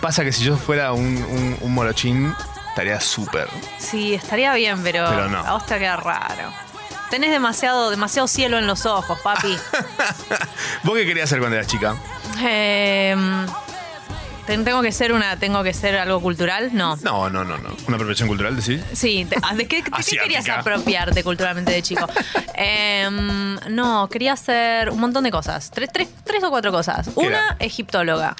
Speaker 4: Pasa que si yo fuera un, un, un morochín, estaría súper.
Speaker 2: Sí, estaría bien, pero,
Speaker 4: Pero no.
Speaker 2: a vos te queda raro. Tenés demasiado, demasiado cielo en los ojos, papi.
Speaker 4: ¿Vos qué querías hacer cuando eras chica?
Speaker 2: Eh, ten- tengo que ser una, tengo que ser algo cultural, no.
Speaker 4: No, no, no, no. ¿Una apropiación cultural decís?
Speaker 2: Sí, te- ah, ¿de qué, de qué
Speaker 4: Asiática.
Speaker 2: querías apropiarte culturalmente de chico? Em, no, quería hacer un montón de cosas. Tres, tres, tres o cuatro cosas.
Speaker 4: ¿Qué
Speaker 2: Una,
Speaker 4: era? Ah.
Speaker 2: egiptóloga.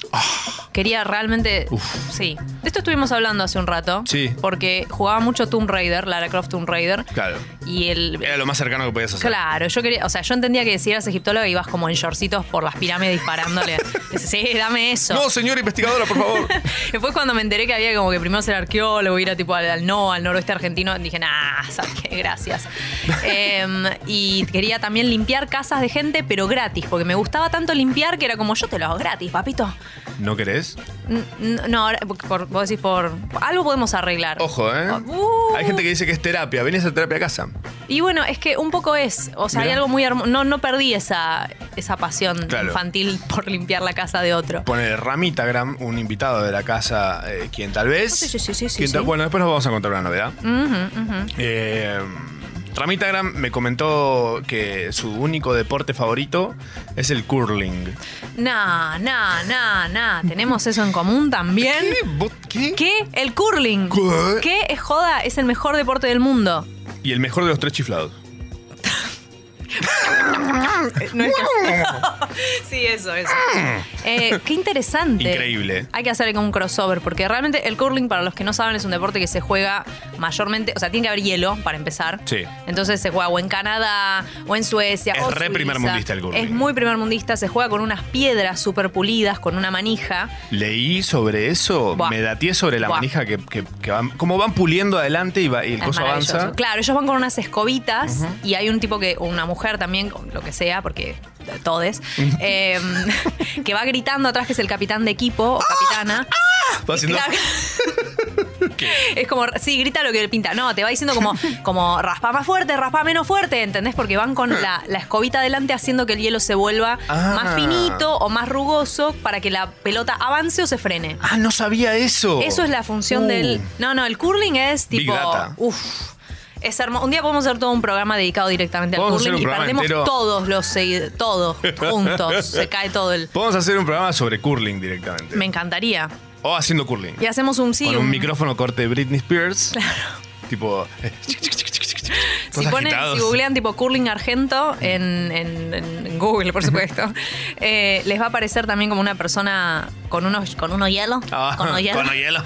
Speaker 2: Quería realmente. Sí. De esto estuvimos hablando hace un rato.
Speaker 4: Sí.
Speaker 2: Porque jugaba mucho Tomb Raider, Lara Croft Tomb Raider.
Speaker 4: Claro.
Speaker 2: Y el.
Speaker 4: Era lo más cercano que podías hacer.
Speaker 2: Claro, yo quería, o sea, yo entendía que si eras egiptóloga ibas como en shortcitos por las pirámides disparándole. Dices, sí, dame eso.
Speaker 4: No, señora investigadora, por favor.
Speaker 2: Después cuando me enteré que había como que primero ser arqueólogo, ir a tipo al, al no, al noroeste argentino, dije, nah, ¿sabes qué? Gracias. Em, y quería también limpiar casas de gente, pero gratis, porque me gustaba tanto limpiar que era como, yo te lo hago gratis, papito.
Speaker 4: ¿No querés? ¿Tenés?
Speaker 2: N- No, ahora, por- vos decís por. Algo podemos arreglar.
Speaker 4: Ojo, ¿eh?
Speaker 2: Uh.
Speaker 4: Hay gente que dice que es terapia. Venís a terapia a casa.
Speaker 2: Y bueno, es que un poco es. O sea,
Speaker 4: Mirá.
Speaker 2: hay algo muy hermoso. No, no perdí esa, esa pasión
Speaker 4: Claro.
Speaker 2: infantil por limpiar la casa de otro.
Speaker 4: Pone Ramitagram, un invitado de la casa, eh, quien tal vez.
Speaker 2: Sí, sí, sí, sí, sí,
Speaker 4: quien tal-
Speaker 2: sí.
Speaker 4: Bueno, después nos vamos a contar una novedad.
Speaker 2: Ujú, ujú.
Speaker 4: Eh, Ramitagram me comentó que su único deporte favorito es el curling.
Speaker 2: Nah, nah, nah, nah. Tenemos eso en común también.
Speaker 4: ¿Qué?
Speaker 2: ¿Qué? El curling.
Speaker 4: ¿Qué?
Speaker 2: ¿Qué? Es joda, es el mejor deporte del mundo.
Speaker 4: Y el mejor de los tres chiflados.
Speaker 2: No es que- sí, eso, eso. Eh, qué interesante.
Speaker 4: Increíble.
Speaker 2: Hay que hacer como un crossover, porque realmente el curling, para los que no saben, es un deporte que se juega mayormente, o sea, tiene que haber hielo para empezar.
Speaker 4: Sí.
Speaker 2: Entonces se juega o en Canadá, o en Suecia.
Speaker 4: Es
Speaker 2: o
Speaker 4: re
Speaker 2: Suiza.
Speaker 4: primermundista el curling.
Speaker 2: Es muy primermundista, se juega con unas piedras super pulidas, con una manija.
Speaker 4: Leí sobre eso,
Speaker 2: Buah.
Speaker 4: me datié sobre la
Speaker 2: Buah.
Speaker 4: manija que, que- que van, como van puliendo adelante y, va, y el
Speaker 2: Es
Speaker 4: coso
Speaker 2: maravilloso.
Speaker 4: avanza.
Speaker 2: Claro, ellos van con unas escobitas y hay un tipo que, o una mujer también, con lo que sea, porque todes, eh, que va gritando atrás que es el capitán de equipo o capitana.
Speaker 4: Va Ah, haciendo-
Speaker 2: Es como, sí, grita lo que le pinta. No, te va diciendo como, como raspa más fuerte, raspa menos fuerte, ¿entendés? Porque van con la, la escobita adelante haciendo que el hielo se vuelva
Speaker 4: Ah.
Speaker 2: más finito o más rugoso para que la pelota avance o se frene.
Speaker 4: Ah, no sabía eso.
Speaker 2: Eso es la función
Speaker 4: Uh.
Speaker 2: del. No, no, el curling es
Speaker 4: Big
Speaker 2: tipo.
Speaker 4: data.
Speaker 2: Uf. Es hermoso. Un día podemos hacer todo un programa dedicado directamente al
Speaker 4: Vamos a hacer
Speaker 2: curling
Speaker 4: un
Speaker 2: y
Speaker 4: programa
Speaker 2: perdemos
Speaker 4: entero.
Speaker 2: todos los segui- todos juntos. se cae todo el.
Speaker 4: Podemos hacer un programa sobre curling directamente.
Speaker 2: Me encantaría.
Speaker 4: O haciendo curling.
Speaker 2: Y hacemos un sí,
Speaker 4: Con un
Speaker 2: un-
Speaker 4: micrófono corte de Britney Spears. Tipo. eh, todos
Speaker 2: Si, ponen,
Speaker 4: agitados.
Speaker 2: si googlean tipo curling argento en, en- en Google, por supuesto, eh, les va a aparecer también como una persona con unos con uno hielo,
Speaker 4: Ah,
Speaker 2: con uno hielo,
Speaker 4: con hielo.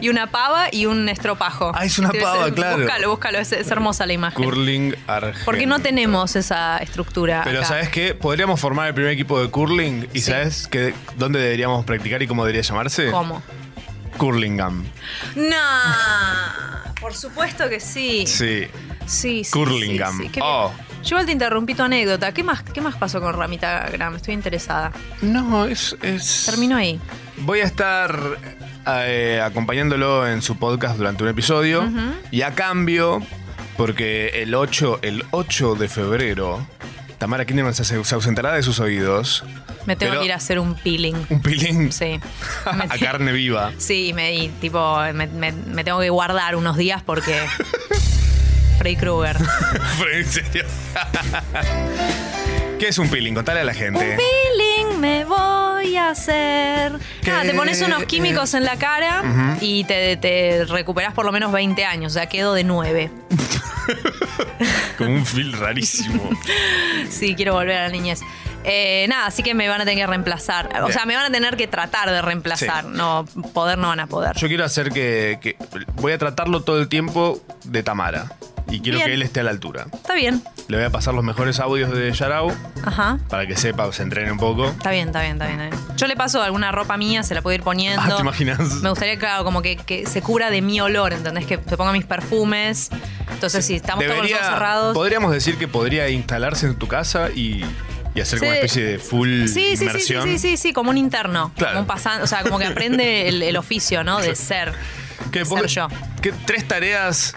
Speaker 2: y una pava y un estropajo. Ah,
Speaker 4: es una pava, claro.
Speaker 2: Búscalo, búscalo, es, es hermosa la imagen.
Speaker 4: Curling argentino.
Speaker 2: Porque no tenemos esa estructura.
Speaker 4: Pero
Speaker 2: acá.
Speaker 4: ¿sabes qué? Podríamos formar el primer equipo de curling y ¿sabes qué, dónde deberíamos practicar y cómo debería llamarse?
Speaker 2: ¿Cómo?
Speaker 4: Curlingham.
Speaker 2: No, por supuesto que sí.
Speaker 4: Sí.
Speaker 2: Sí, sí,
Speaker 4: Curlingham.
Speaker 2: sí, sí. Qué bien.
Speaker 4: Oh.
Speaker 2: Yo igual te interrumpí tu anécdota. ¿Qué más, qué más pasó con Ramita Gram? Estoy interesada.
Speaker 4: No, es. es...
Speaker 2: Termino ahí.
Speaker 4: Voy a estar eh, acompañándolo en su podcast durante un episodio.
Speaker 2: Ujú.
Speaker 4: Y a cambio, porque el 8, el 8 de febrero, Tamara Kinderman se, se ausentará de sus oídos.
Speaker 2: Me tengo
Speaker 4: Pero-
Speaker 2: que ir a hacer un peeling.
Speaker 4: Un peeling.
Speaker 2: Sí. Me
Speaker 4: A
Speaker 2: te-
Speaker 4: carne viva.
Speaker 2: Sí, me, y tipo, me, me- me tengo que guardar unos días porque. Freddy Krueger.
Speaker 4: Pero, en serio. ¿Qué es un peeling? Contale a la gente.
Speaker 2: Peeling me voy a hacer. Nada,
Speaker 4: ¿Qué Eh,
Speaker 2: te pones unos químicos en la cara
Speaker 4: Ujú.
Speaker 2: y te, te recuperás por lo menos 20 años. Ya quedo de 9.
Speaker 4: Con un feel rarísimo.
Speaker 2: Sí, quiero volver a la niñez. Eh, nada, así que me van a tener que reemplazar. O
Speaker 4: Bien.
Speaker 2: sea, me van a tener que tratar de reemplazar.
Speaker 4: Sí.
Speaker 2: No, poder no van a poder.
Speaker 4: Yo quiero hacer que, que- Voy a tratarlo todo el tiempo de Tamara. Y quiero
Speaker 2: Bien.
Speaker 4: que él esté a la altura.
Speaker 2: Está bien.
Speaker 4: Le voy a pasar los mejores audios de Yarao
Speaker 2: Ajá.
Speaker 4: para que sepa, se entrene un poco. Ah,
Speaker 2: Está bien, está bien, está bien, está bien. Yo le paso alguna ropa mía, se la puedo ir poniendo.
Speaker 4: Ah, ¿te imaginas?
Speaker 2: Me gustaría, claro, como que, que se cubra de mi olor, ¿entendés? Que se ponga mis perfumes. Entonces, sí, estamos todos los ojos cerrados.
Speaker 4: podríamos decir que podría instalarse en tu casa y, y hacer como
Speaker 2: Sí.
Speaker 4: una especie de full
Speaker 2: Sí, sí, sí, sí,
Speaker 4: inmersión.
Speaker 2: sí, sí, sí, como un interno.
Speaker 4: Claro.
Speaker 2: Como un pasante, o sea, como que aprende el, el oficio, ¿no? De ser.
Speaker 4: Que
Speaker 2: ser
Speaker 4: vos-
Speaker 2: yo.
Speaker 4: que tres tareas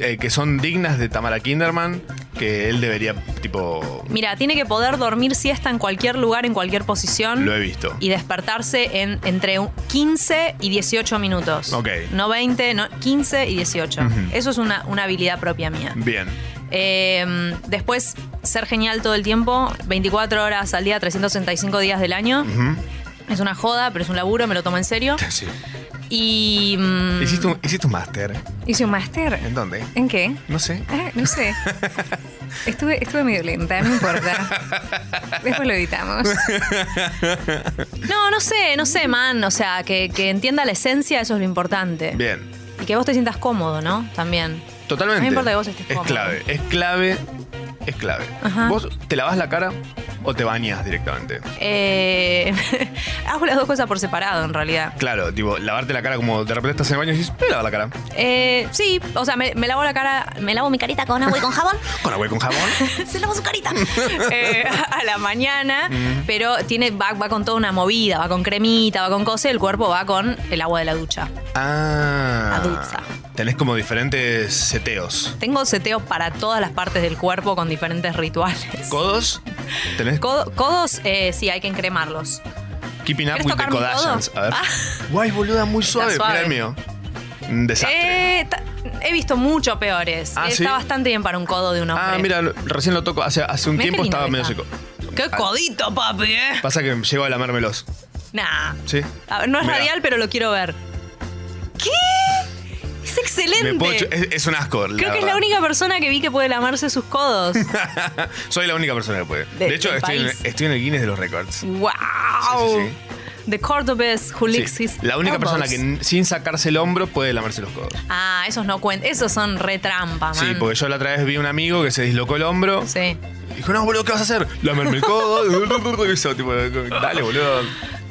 Speaker 4: eh, que son dignas de Tamara Kinderman que él debería, tipo,
Speaker 2: Mira, tiene que poder dormir siesta en cualquier lugar, en cualquier posición.
Speaker 4: lo he visto.
Speaker 2: y despertarse en entre un- 15 y 18 minutos.
Speaker 4: Ok.
Speaker 2: No 20, no, 15 y 18.
Speaker 4: Ujú. Mm.
Speaker 2: Eso es una, una habilidad propia mía.
Speaker 4: Bien.
Speaker 2: Eh, después, ser genial todo el tiempo, 24 horas al día, 365 días del año.
Speaker 4: ¿Mm?
Speaker 2: Es una joda, pero es un laburo, me lo tomo en serio.
Speaker 4: Sí.
Speaker 2: Y mm,
Speaker 4: Hiciste un, hiciste un máster.
Speaker 22: Hice un máster.
Speaker 4: ¿En dónde?
Speaker 22: ¿En qué?
Speaker 4: No sé.
Speaker 22: Ah, no sé. Estuve, estuve medio lenta, no importa. Después lo editamos.
Speaker 2: No, no sé, no sé, man. O sea, que, que entienda la esencia, eso es lo importante.
Speaker 4: Bien.
Speaker 2: Y que vos te sientas cómodo, ¿no? También.
Speaker 4: Totalmente.
Speaker 2: No importa que vos estés
Speaker 4: Es
Speaker 2: cómodo.
Speaker 4: clave, es clave, es clave.
Speaker 2: Ajá.
Speaker 4: Vos te lavas la cara o te bañas directamente?
Speaker 2: Eh, hago las dos cosas por separado, en realidad.
Speaker 4: Claro, tipo, lavarte la cara como de repente estás en el baño y dices, me lavo la cara.
Speaker 2: Eh, sí, o sea, me, me lavo la cara, me lavo mi carita con agua y con jabón.
Speaker 4: Con agua y con jabón.
Speaker 2: Se lava su carita Eh, a la mañana,
Speaker 4: Mm.
Speaker 2: pero tiene va, va con toda una movida, va con cremita, va con cosa, y el cuerpo va con el agua de la ducha.
Speaker 4: Ah.
Speaker 2: Adulta.
Speaker 4: Tenés como diferentes seteos.
Speaker 2: Tengo seteo para todas las partes del cuerpo con diferentes rituales.
Speaker 4: ¿Codos? ¿Tenés
Speaker 2: Codo- codos, eh, sí, hay que encremarlos.
Speaker 4: Keeping Up
Speaker 2: ¿Querés
Speaker 4: with the
Speaker 2: tocar mi codo? Ah.
Speaker 4: Kardashians? A ver. Guay, boluda, muy suave. Mira
Speaker 2: suave.
Speaker 4: el mío. Un Desastre.
Speaker 2: Eh, ta- he visto mucho peores.
Speaker 4: Ah,
Speaker 2: Está
Speaker 4: ¿sí?
Speaker 2: bastante bien para un codo de un hombre.
Speaker 4: Ah, mira, lo- recién lo toco. Hace, hace un
Speaker 2: Mirá qué
Speaker 4: tiempo
Speaker 2: lindo
Speaker 4: estaba
Speaker 2: que
Speaker 4: medio
Speaker 2: está.
Speaker 4: seco.
Speaker 2: ¡Qué
Speaker 4: Ah,
Speaker 2: codito, papi! eh!
Speaker 4: Pasa que llego a lamérmelos.
Speaker 2: Nah.
Speaker 4: ¿Sí?
Speaker 2: A ver, no es
Speaker 4: Mirá.
Speaker 2: radial, pero lo quiero ver. ¿Qué? Es
Speaker 4: Me
Speaker 2: excelente.
Speaker 4: puedo ch- es, es un asco. la
Speaker 2: Creo que es la
Speaker 4: verdad.
Speaker 2: única persona que vi que puede lamarse sus codos.
Speaker 4: Soy la única persona que puede. De,
Speaker 2: De-
Speaker 4: hecho,
Speaker 2: del
Speaker 4: estoy en,
Speaker 2: país.
Speaker 4: estoy en el Guinness de los récords.
Speaker 2: ¡Wow!
Speaker 4: Sí,
Speaker 2: The Cordobés who licks
Speaker 4: Sí,
Speaker 2: his
Speaker 4: La única
Speaker 2: elbows.
Speaker 4: persona que n- sin sacarse el hombro puede lamerse los codos.
Speaker 2: Ah, esos no cuentan. Esos son re trampa, man.
Speaker 4: Sí, porque yo la otra vez vi a un amigo que se dislocó el hombro.
Speaker 2: Sí.
Speaker 4: Dijo, no, boludo, ¿qué vas a hacer? Lamerme el codo. Eso, tipo, dale, boludo.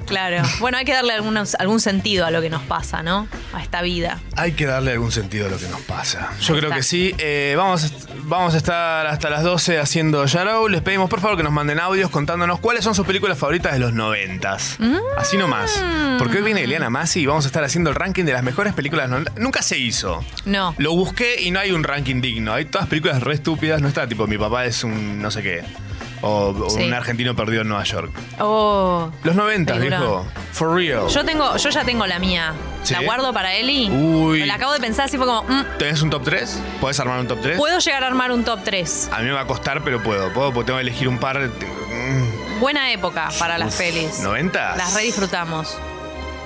Speaker 2: Claro. Bueno, hay que darle algunos- algún sentido a lo que nos pasa, ¿no? A esta vida.
Speaker 4: Hay que darle algún sentido a lo que nos pasa. Yo creo que sí. Eh, vamos, a est- vamos a estar hasta las 12 haciendo Yarrow. Les pedimos por favor que nos manden audios contándonos cuáles son sus películas favoritas de los noventas.
Speaker 2: Mm.
Speaker 4: Así nomás. Porque hoy viene Eliana Masi y vamos a estar haciendo el ranking de las mejores películas de los 90. Nunca se hizo.
Speaker 2: No.
Speaker 4: Lo busqué y no hay un ranking digno. Hay todas películas re estúpidas. No está tipo mi papá es un no sé qué. O, o
Speaker 2: Sí.
Speaker 4: un argentino perdido en Nueva York.
Speaker 2: Oh.
Speaker 4: Los 90,
Speaker 2: Qué duro.
Speaker 4: viejo. For real.
Speaker 2: Yo tengo, yo ya tengo la mía.
Speaker 4: ¿Sí?
Speaker 2: La guardo para Eli.
Speaker 4: Uy.
Speaker 2: La acabo de pensar así fue como, mm,
Speaker 4: ¿Tenés un top 3? ¿Podés armar un top 3?
Speaker 2: puedo llegar a armar un top 3.
Speaker 4: A mí me va a costar, pero puedo. Puedo porque tengo que elegir un par. mm,
Speaker 2: Buena época para las pelis.
Speaker 4: ¿90?
Speaker 2: Las re disfrutamos,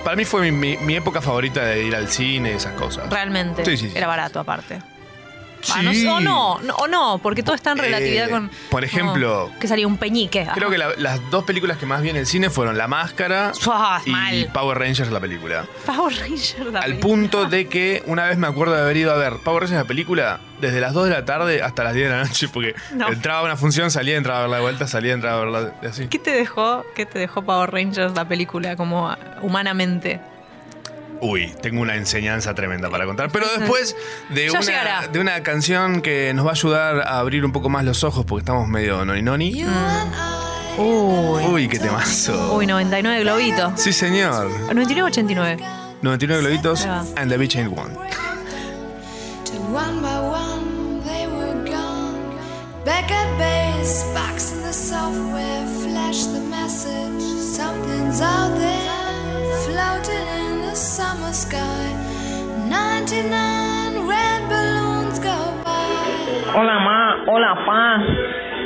Speaker 4: Para mí fue mi, mi- mi época favorita de ir al cine y esas cosas.
Speaker 2: realmente.
Speaker 4: Sí, sí, sí.
Speaker 2: Era barato aparte.
Speaker 4: Sí.
Speaker 2: Ah, no sé, o no, no- o no, porque todo está en relatividad
Speaker 4: Eh,
Speaker 2: con.
Speaker 4: Por ejemplo,
Speaker 2: no, que salía un peñique.
Speaker 4: creo que la- las dos películas que más vi en el cine fueron La Máscara
Speaker 2: Ah,
Speaker 4: y Power Rangers, la película.
Speaker 2: Power Ranger la
Speaker 4: Al
Speaker 2: peli.
Speaker 4: punto de que una vez me acuerdo de haber ido a ver Power Rangers, la película, desde las 2 de la tarde hasta las 10 de la noche, porque
Speaker 2: No.
Speaker 4: entraba a una función, salía, entraba a verla de vuelta, salía, entraba a verla de- así.
Speaker 2: ¿Qué te dejó? ¿Qué te dejó Power Rangers la película como ah, humanamente?
Speaker 4: Uy, tengo una enseñanza tremenda para contar. Pero después de
Speaker 2: Ya llegará.
Speaker 4: una, de una canción que nos va a ayudar a abrir un poco más los ojos porque estamos medio noni noni.
Speaker 2: Mm. Uy.
Speaker 4: Uy, qué temazo.
Speaker 2: Uy, 99 globito.
Speaker 4: Sí, señor.
Speaker 2: 99 89.
Speaker 4: 99 globitos
Speaker 2: Ahí va.
Speaker 4: and the beach ain't one.
Speaker 24: One by one, they were gone. Back at base, box in the software, flash the message. Something's out there, floating in the summer sky. 99 red balloons go by.
Speaker 25: Hola ma, hola pa.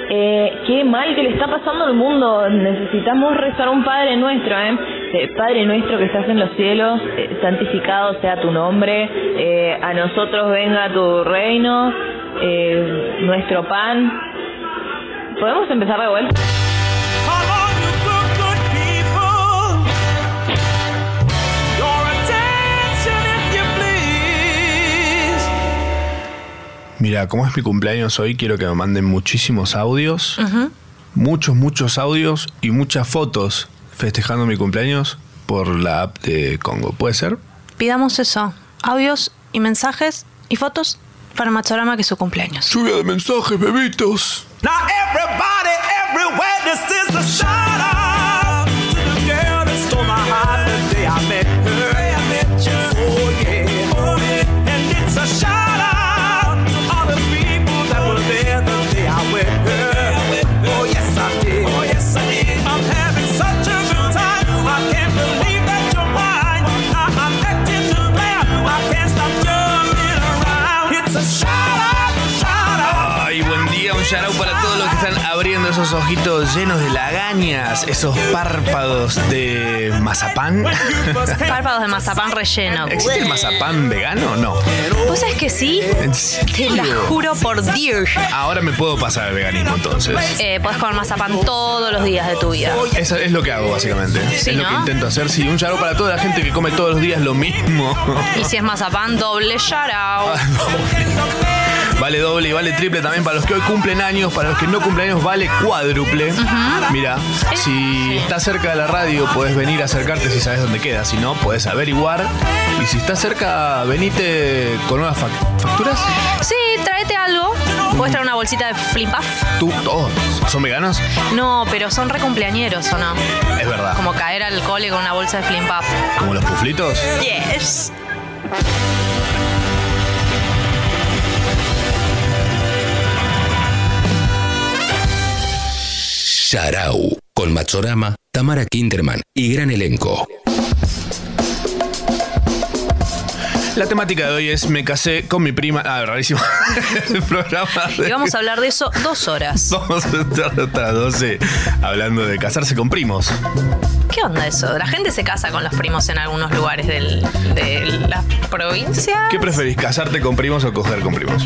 Speaker 25: Eh, qué mal que le está pasando al mundo. Necesitamos rezar un Padre Nuestro, ¿eh? Eh, Padre Nuestro que estás en los cielos, eh, santificado sea tu nombre, eh, a nosotros venga tu reino, eh, nuestro pan. ¿Podemos empezar de vuelta?
Speaker 4: Mira, como es mi cumpleaños hoy, quiero que me manden muchísimos audios. Muchos, muchos audios y muchas fotos festejando mi cumpleaños por la app de Congo. ¿Puede ser?
Speaker 2: Pidamos eso. Audios y mensajes y fotos para Machorama que es su cumpleaños.
Speaker 4: Lluvia de mensajes, bebitos.
Speaker 3: Now everybody everywhere, this is a shout out to the girl that stole my heart the day I met her. I met you. Oh yeah, oh yeah. And it's a shout out to all the people that were there the day I met her. Oh yes I did. Oh yes I did. I'm having such a good time. I can't believe that you're mine. I- I'm acting to blame. I can't stop jumping around. It's a shout out, shout out.
Speaker 4: Ay, buen día, un shout out para todos los que están abriendo esos ojitos llenos de lagañas, esos párpados de mazapán.
Speaker 2: Párpados de mazapán relleno.
Speaker 4: ¿Existe el mazapán vegano? No.
Speaker 2: ¿Vos sabés que sí? Te la juro por Dios.
Speaker 4: Ahora me puedo pasar al veganismo entonces.
Speaker 2: Eh, podés comer mazapán todos los días de tu vida.
Speaker 4: Eso es lo que hago básicamente.
Speaker 2: Sí,
Speaker 4: es lo que
Speaker 2: ¿no?
Speaker 4: intento hacer. Sí, un shout out para toda la gente que come todos los días lo mismo.
Speaker 2: Y si es mazapán, doble shout out.
Speaker 4: Vale doble y vale triple también para los que hoy cumplen años, para los que no cumplen años vale cuádruple.
Speaker 26: Ujú.
Speaker 4: Mira, si estás cerca de la radio, puedes venir a acercarte si sabes dónde queda. Si no, puedes averiguar. Y si estás cerca, venite con unas fac- facturas.
Speaker 2: Sí, tráete algo. Puedes traer una bolsita de flipas.
Speaker 4: Tú, todos, ¿son veganos?
Speaker 2: No, pero son re cumpleañeros, ¿o no?
Speaker 4: Es verdad.
Speaker 2: Como caer al cole con una bolsa de flimpaf.
Speaker 4: ¿Como los puflitos?
Speaker 2: Yes.
Speaker 7: Sharau, con Machorama, Tamara Kinderman y gran elenco.
Speaker 4: La temática de hoy es me casé con mi prima. Ah, rarísimo. El programa. de-
Speaker 2: Y vamos a hablar de eso dos horas.
Speaker 4: Vamos a estar hasta las 12 hablando de casarse con primos.
Speaker 2: ¿Qué onda eso? La gente se casa con los primos en algunos lugares del- de la provincia.
Speaker 4: ¿Qué preferís, casarte con primos o coger con primos?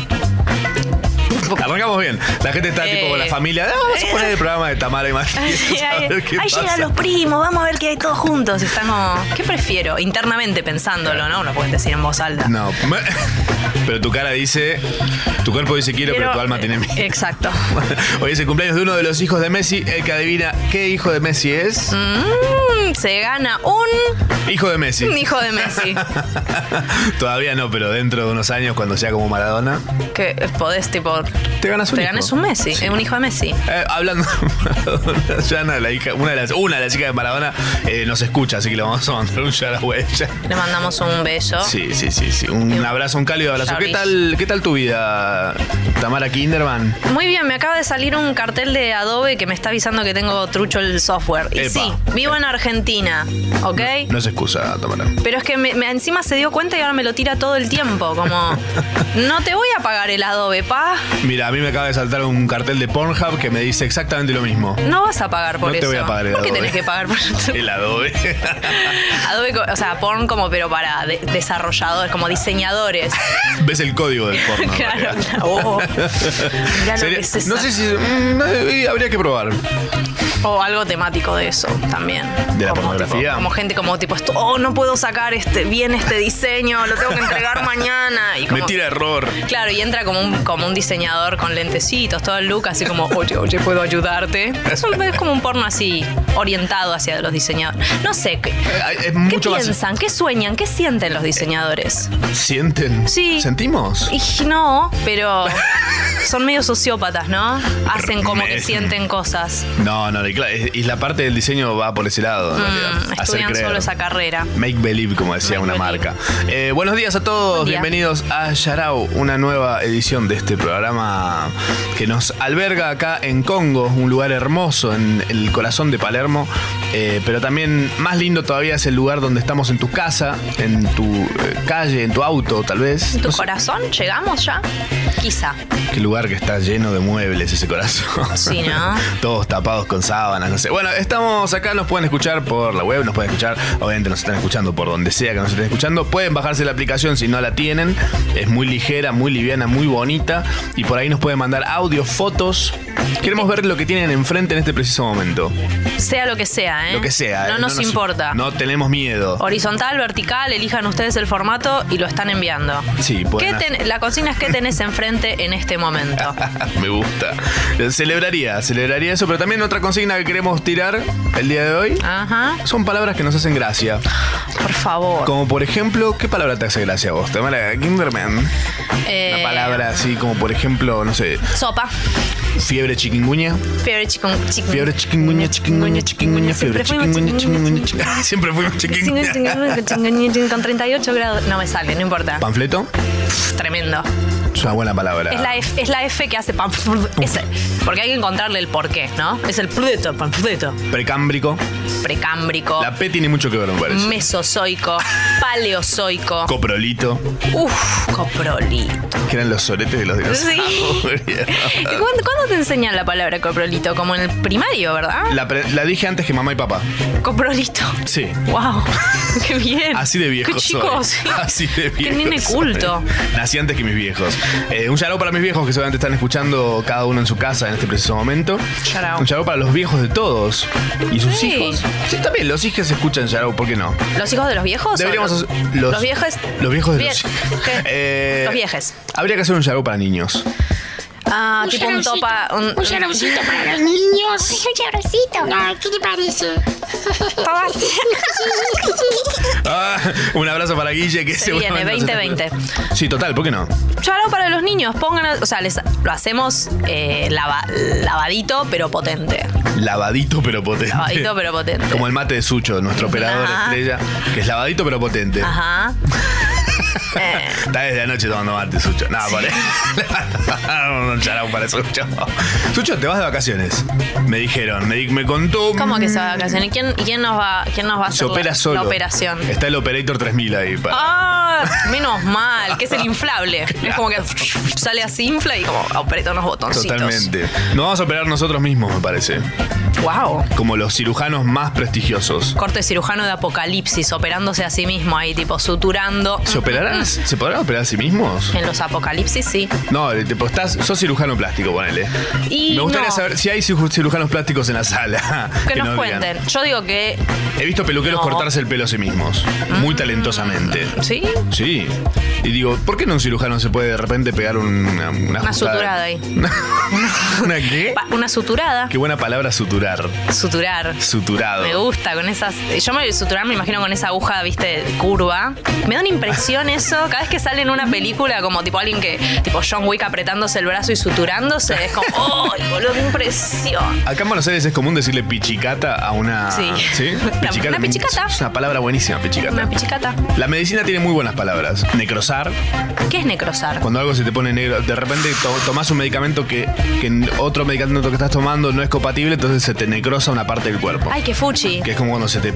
Speaker 4: Arrancamos bien. La gente está tipo con la familia. "Ah, vamos a poner el programa de Tamara y Matías.
Speaker 2: Eh. Sí,
Speaker 4: a
Speaker 2: ahí
Speaker 4: ver qué
Speaker 2: ahí
Speaker 4: pasa".
Speaker 2: llegan los primos, vamos a ver qué hay todos juntos. Están como, ¿qué prefiero? Internamente pensándolo, ¿no? Uno puede decir en voz alta.
Speaker 4: No. me- Pero tu cara dice. Tu cuerpo dice quiero, pero tu
Speaker 2: eh.
Speaker 4: alma tiene miedo.
Speaker 2: Exacto.
Speaker 4: Hoy es el cumpleaños de uno de los hijos de Messi. El que adivina qué hijo de Messi es.
Speaker 2: Mm, se gana un
Speaker 4: Hijo de Messi.
Speaker 2: Mm. hijo de Messi.
Speaker 4: Todavía no, pero dentro de unos años, cuando sea como Maradona.
Speaker 2: que podés, tipo.
Speaker 4: Te ganas Ah, un
Speaker 2: Te
Speaker 4: hijo.
Speaker 2: ganas un Messi,
Speaker 4: Sí.
Speaker 2: eh, un hijo de Messi.
Speaker 4: Eh, hablando de Maradona, Yana, la hija, una de las, una de las chicas de Maradona, eh, nos escucha, así que le vamos a mandar un shout out a ella.
Speaker 2: Le mandamos un beso.
Speaker 4: Sí, sí, sí, sí. Un abrazo, un cálido abrazo. ¿Qué
Speaker 2: Yauris.
Speaker 4: tal, ¿Qué tal tu vida, Tamara Kinderman?
Speaker 2: Muy bien, me acaba de salir un cartel de Adobe que me está avisando que tengo trucho el software. Y
Speaker 4: Epa.
Speaker 2: sí, vivo en Argentina, ¿ok?
Speaker 4: No es excusa, Tamara.
Speaker 2: Pero es que me- me- encima se dio cuenta y ahora me lo tira todo el tiempo. Como, no te voy a pagar el Adobe, pa.
Speaker 4: Mira, a mí me acaba de saltar un cartel de Pornhub que me dice exactamente lo mismo.
Speaker 2: No vas a pagar por
Speaker 4: No te
Speaker 2: eso.
Speaker 4: voy a pagar el
Speaker 2: ¿Por qué
Speaker 4: Adobe?
Speaker 2: tenés que pagar por
Speaker 4: El Adobe.
Speaker 2: Adobe? co- O sea, porn como, pero para de- desarrolladores, como diseñadores.
Speaker 4: Ves el código del porno. en
Speaker 2: Claro,
Speaker 4: realidad.
Speaker 2: claro.
Speaker 4: Oh.
Speaker 2: Mirá lo
Speaker 4: Sería-
Speaker 2: que es esa.
Speaker 4: no sé si. mm, eh, habría que probar.
Speaker 2: O algo temático de eso también.
Speaker 4: De la
Speaker 2: Tipo,
Speaker 4: pornografía.
Speaker 2: como gente como tipo, esto, oh, no puedo sacar este bien este diseño, lo tengo que entregar mañana. Y como,
Speaker 4: Me tira error.
Speaker 2: Claro, y entra como un, como un diseñador con lentecitos, todo el look, así como, oye, oye, ¿puedo ayudarte? Es, un- es como un porno así, orientado hacia los diseñadores. No sé, ¿qué,
Speaker 4: Eh, es
Speaker 2: ¿qué
Speaker 4: mucho más-
Speaker 2: piensan? ¿Qué sueñan? ¿Qué sienten los diseñadores?
Speaker 4: ¿Sienten?
Speaker 2: Sí.
Speaker 4: ¿Sentimos?
Speaker 2: Y no, pero son medio sociópatas, ¿no? Hacen como que sienten cosas.
Speaker 4: No, no, y, claro, y la parte del diseño va por ese lado, en
Speaker 2: Mm,
Speaker 4: realidad. Hacer
Speaker 2: estudian
Speaker 4: creer.
Speaker 2: solo esa carrera.
Speaker 4: Make believe, como decía una marca. Eh, buenos días a todos,
Speaker 2: Buen día.
Speaker 4: bienvenidos a Yarao, una nueva edición de este programa que nos alberga acá en Congo, un lugar hermoso en el corazón de Palermo, eh, pero también más lindo todavía es el lugar donde estamos en tu casa, en tu eh, calle, en tu auto, tal vez.
Speaker 2: ¿Tu
Speaker 4: No sé
Speaker 2: corazón? ¿Llegamos ya? Quizá.
Speaker 4: Qué lugar que está lleno de muebles ese corazón.
Speaker 2: Sí, ¿no?
Speaker 4: Todos tapados con sábanas, no sé. Bueno, estamos acá, nos pueden escuchar por la web, nos pueden escuchar, obviamente nos están escuchando por donde sea que nos estén escuchando. Pueden bajarse la aplicación si no la tienen. Es muy ligera, muy liviana, muy bonita. Y por ahí nos pueden mandar audio, fotos. Queremos ver lo que tienen enfrente en este preciso momento.
Speaker 2: Sea lo que sea, ¿eh?
Speaker 4: Lo que sea.
Speaker 2: No
Speaker 4: eh,
Speaker 2: nos importa.
Speaker 4: No tenemos miedo.
Speaker 2: Horizontal, vertical, elijan ustedes el formato y lo están enviando.
Speaker 4: Sí, pueden
Speaker 2: ¿Qué ten- la consigna es qué tenés enfrente en este momento.
Speaker 4: Ah, Me gusta. Celebraría, celebraría eso, pero también otra consigna que queremos tirar el día de hoy. Son palabras que nos hacen gracia.
Speaker 2: Por favor.
Speaker 4: Como por ejemplo, ¿qué palabra te hace gracia a vos? Tamara Kinderman.
Speaker 2: Eh,
Speaker 4: Una palabra así como por ejemplo, no sé,
Speaker 2: Sopa.
Speaker 4: fiebre chiquinguña.
Speaker 2: Fiebre chicun, chicun-
Speaker 4: Fiebre chiquinguña, chiquinguña, chiquinguña, fiebre chiquinguña, chiquinguña, chiquinguña. Siempre fuimos chiquinguña.
Speaker 2: chicun- chicun- chicun- Con 38 grados. No me sale, no importa.
Speaker 4: ¿Panfleto?
Speaker 2: Pf, tremendo.
Speaker 4: Es una buena palabra.
Speaker 2: Es la, F, es la F que hace pan. ese. porque hay que encontrarle el porqué, ¿no? Es el pludeto, panfleto.
Speaker 4: Precámbrico.
Speaker 2: Precámbrico.
Speaker 4: La P tiene mucho que ver, me parece.
Speaker 2: Mesozoico, paleozoico.
Speaker 4: Coprolito.
Speaker 2: Uf, coprolito.
Speaker 4: Que eran los soletes de los dinosaurios. Eh.
Speaker 2: ¿Y cuándo, cuándo te enseñan la palabra coprolito? Como en el primario, ¿verdad?
Speaker 4: La, pre- la dije antes que mamá y papá.
Speaker 2: Compró listo.
Speaker 4: Sí.
Speaker 2: ¡Wow! ¡Qué bien!
Speaker 4: Así de viejo
Speaker 2: ¡Qué chicos!
Speaker 4: soy. Así de viejo.
Speaker 2: nene
Speaker 4: soy.
Speaker 2: culto.
Speaker 4: Nací antes que mis viejos. Eh, un saludo para mis viejos que seguramente están escuchando cada uno en su casa en este preciso momento.
Speaker 2: Shout out.
Speaker 4: Un saludo para los viejos de todos. Y sus
Speaker 2: Sí.
Speaker 4: hijos. Sí, también los hijos escuchan Yarao, ¿por qué no?
Speaker 2: ¿Los hijos de los viejos? o
Speaker 4: Deberíamos
Speaker 2: los,
Speaker 4: hacer- los-
Speaker 2: los viejos.
Speaker 4: los viejos de los-
Speaker 2: ¿Qué?
Speaker 4: Eh,
Speaker 2: Los viejes.
Speaker 4: Habría que hacer un Yarao para niños.
Speaker 2: Ah, tipo un
Speaker 15: jarabcito.
Speaker 2: topa. Un,
Speaker 15: Un jarabcito para los niños. Un jarabcito. No, ¿qué te parece?
Speaker 4: Ah, un abrazo para Guille que
Speaker 2: Se
Speaker 4: seguramente
Speaker 2: viene,
Speaker 4: nos está
Speaker 2: 2020.
Speaker 4: escuchando. Sí, total, ¿por qué no?
Speaker 2: Charo para los niños, pongan, o sea, les, lo hacemos eh, lava- lavadito pero potente.
Speaker 4: Lavadito pero potente.
Speaker 2: Lavadito pero potente.
Speaker 4: Como el mate de Sucho, nuestro operador
Speaker 2: Ajá.
Speaker 4: estrella, que es lavadito pero potente.
Speaker 2: Ajá. Eh,
Speaker 4: Está desde anoche tomando mate, Sucho. No, vale. Un charao para Sucho. Sucho, te vas de vacaciones. Me dijeron, me, di- me contó.
Speaker 2: ¿Cómo que se va a vacaciones? ¿Quién, quién, nos va, ¿Quién nos va a hacer
Speaker 4: Se
Speaker 2: la-
Speaker 4: opera solo.
Speaker 2: la operación?
Speaker 4: Está el Operator 3000 ahí. para-
Speaker 2: Ah, menos mal, que es el inflable. Es como que sale así, infla y como aprieta unos botoncitos.
Speaker 4: Totalmente. Nos vamos a operar nosotros mismos, me parece.
Speaker 2: Wow.
Speaker 4: Como los cirujanos más prestigiosos.
Speaker 2: Corte cirujano de apocalipsis, operándose a sí mismo ahí, tipo suturando. Mm.
Speaker 4: ¿Se operarán? ¿Se podrán operar a sí mismos?
Speaker 2: En los apocalipsis, sí.
Speaker 4: No, tipo, estás, sos cirujano plástico, ponele.
Speaker 2: Y
Speaker 4: Me gustaría
Speaker 2: no.
Speaker 4: saber si hay ciru- cirujanos plásticos en la sala.
Speaker 2: Que nos
Speaker 4: digan.
Speaker 2: cuenten. Yo digo que.
Speaker 4: He visto peluqueros
Speaker 2: No.
Speaker 4: cortarse el pelo a sí mismos, muy talentosamente.
Speaker 2: ¿Sí?
Speaker 4: Sí. Y digo, ¿por qué no un cirujano se puede de repente pegar un- una, una
Speaker 2: Una
Speaker 4: ajustada?
Speaker 2: suturada ahí.
Speaker 4: ¿Una qué?
Speaker 2: Pa- Una suturada.
Speaker 4: Qué buena palabra suturar.
Speaker 2: Suturar.
Speaker 4: Suturado.
Speaker 2: Me gusta con esas. Yo me suturar me imagino con esa aguja, viste, curva. Me da una impresión eso. Cada vez que sale en una película, como tipo alguien que, tipo John Wick apretándose el brazo y suturándose, es como, ¡ay, boludo, qué impresión!
Speaker 4: Acá en Buenos Aires es común decirle pichicata a una.
Speaker 2: Sí. Una-
Speaker 4: Pichicata.
Speaker 2: una pichicata.
Speaker 4: Es una palabra buenísima, pichicata.
Speaker 2: Una pichicata.
Speaker 4: La medicina tiene muy buenas palabras. Necrosar,
Speaker 2: ¿Qué es necrosar?
Speaker 4: cuando algo se te pone negro, de repente to- tomás un medicamento que, que en otro medicamento que estás tomando no es compatible, entonces se te necrosa una parte del cuerpo.
Speaker 2: ¡Ay, qué fuchi!
Speaker 4: Que es como cuando se te.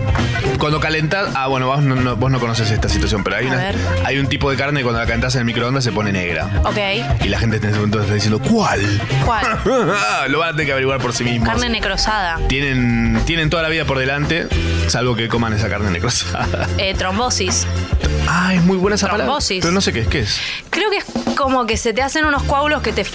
Speaker 4: Cuando calentás. Ah, bueno, vos no, no- vos no conoces esta situación, pero hay,
Speaker 2: A
Speaker 4: una-
Speaker 2: ver.
Speaker 4: hay un tipo de carne que cuando la calentás en el microondas se pone negra.
Speaker 2: Ok,
Speaker 4: Y la gente en ese momento está diciendo, ¿cuál? Ah,
Speaker 2: ¿cuál?
Speaker 4: Lo van a tener que averiguar por sí mismos.
Speaker 2: Carne necrosada.
Speaker 4: Tienen, tienen toda la vida por delante, salvo que coman esa carne necrosada.
Speaker 2: Eh, trombosis.
Speaker 4: Ah, es muy buena esa palabra.
Speaker 2: Trombosis.
Speaker 4: Pero no sé qué es, qué es.
Speaker 2: Creo que es como que se te hacen unos coágulos que te.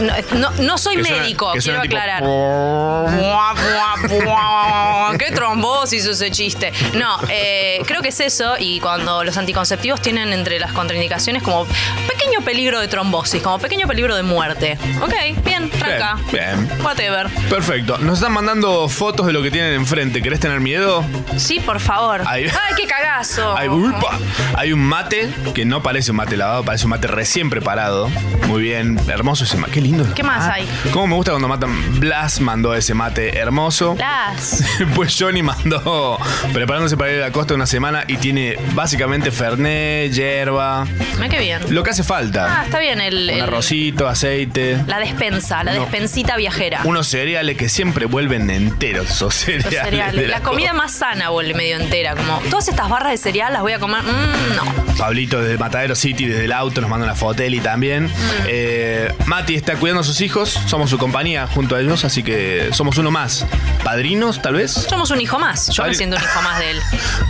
Speaker 2: No, no- no soy
Speaker 4: Que suena-
Speaker 2: médico,
Speaker 4: que
Speaker 2: quiero
Speaker 4: suena tipo- "Oh".
Speaker 2: aclarar. Buah, buah, buah. ¡Qué trombosis ese chiste! No, eh, creo que es eso. Y cuando los anticonceptivos tienen entre las contraindicaciones como pequeño peligro de trombosis, como pequeño peligro de muerte. Ok, bien, tranca.
Speaker 4: Bien, bien.
Speaker 2: Whatever.
Speaker 4: Perfecto. Nos están mandando fotos de lo que tienen enfrente. ¿Querés tener miedo?
Speaker 2: Sí, por favor.
Speaker 4: Ahí-
Speaker 2: ¡Ay, qué cagazo!
Speaker 4: Hay, ¡Upa! Hay un mate que no parece un mate lavado, parece un mate recién preparado. Muy bien, hermoso ese mate. Qué lindo. Ah,
Speaker 2: ¿Qué más hay?
Speaker 4: ¿Cómo me gusta cuando matan? Blas mandó ese mate hermoso.
Speaker 2: Las.
Speaker 4: Pues Johnny mandó preparándose para ir a la costa una semana y tiene básicamente fernet, hierba,
Speaker 2: Mira qué bien.
Speaker 4: lo que hace
Speaker 2: Ah,
Speaker 4: falta.
Speaker 2: está bien el.
Speaker 4: Un
Speaker 2: el-
Speaker 4: arrocito, aceite.
Speaker 2: la despensa, la
Speaker 4: No.
Speaker 2: despensita viajera.
Speaker 4: Unos cereales que siempre vuelven enteros, esos
Speaker 2: Los
Speaker 4: cereales.
Speaker 2: cereales.
Speaker 4: de
Speaker 2: La comida más sana vuelve medio entera. Como todas estas barras de cereal las voy a comer. Mm, no.
Speaker 4: Pablito desde Matadero City, desde el auto, nos manda una foteli también.
Speaker 2: Mm.
Speaker 4: Eh, Mati está cuidando a sus hijos, somos su compañía junto a ellos, así que somos uno más. ¿Padrinos, tal vez?
Speaker 2: Somos un hijo más. Yo me
Speaker 4: Ari-
Speaker 2: siento un hijo más de él.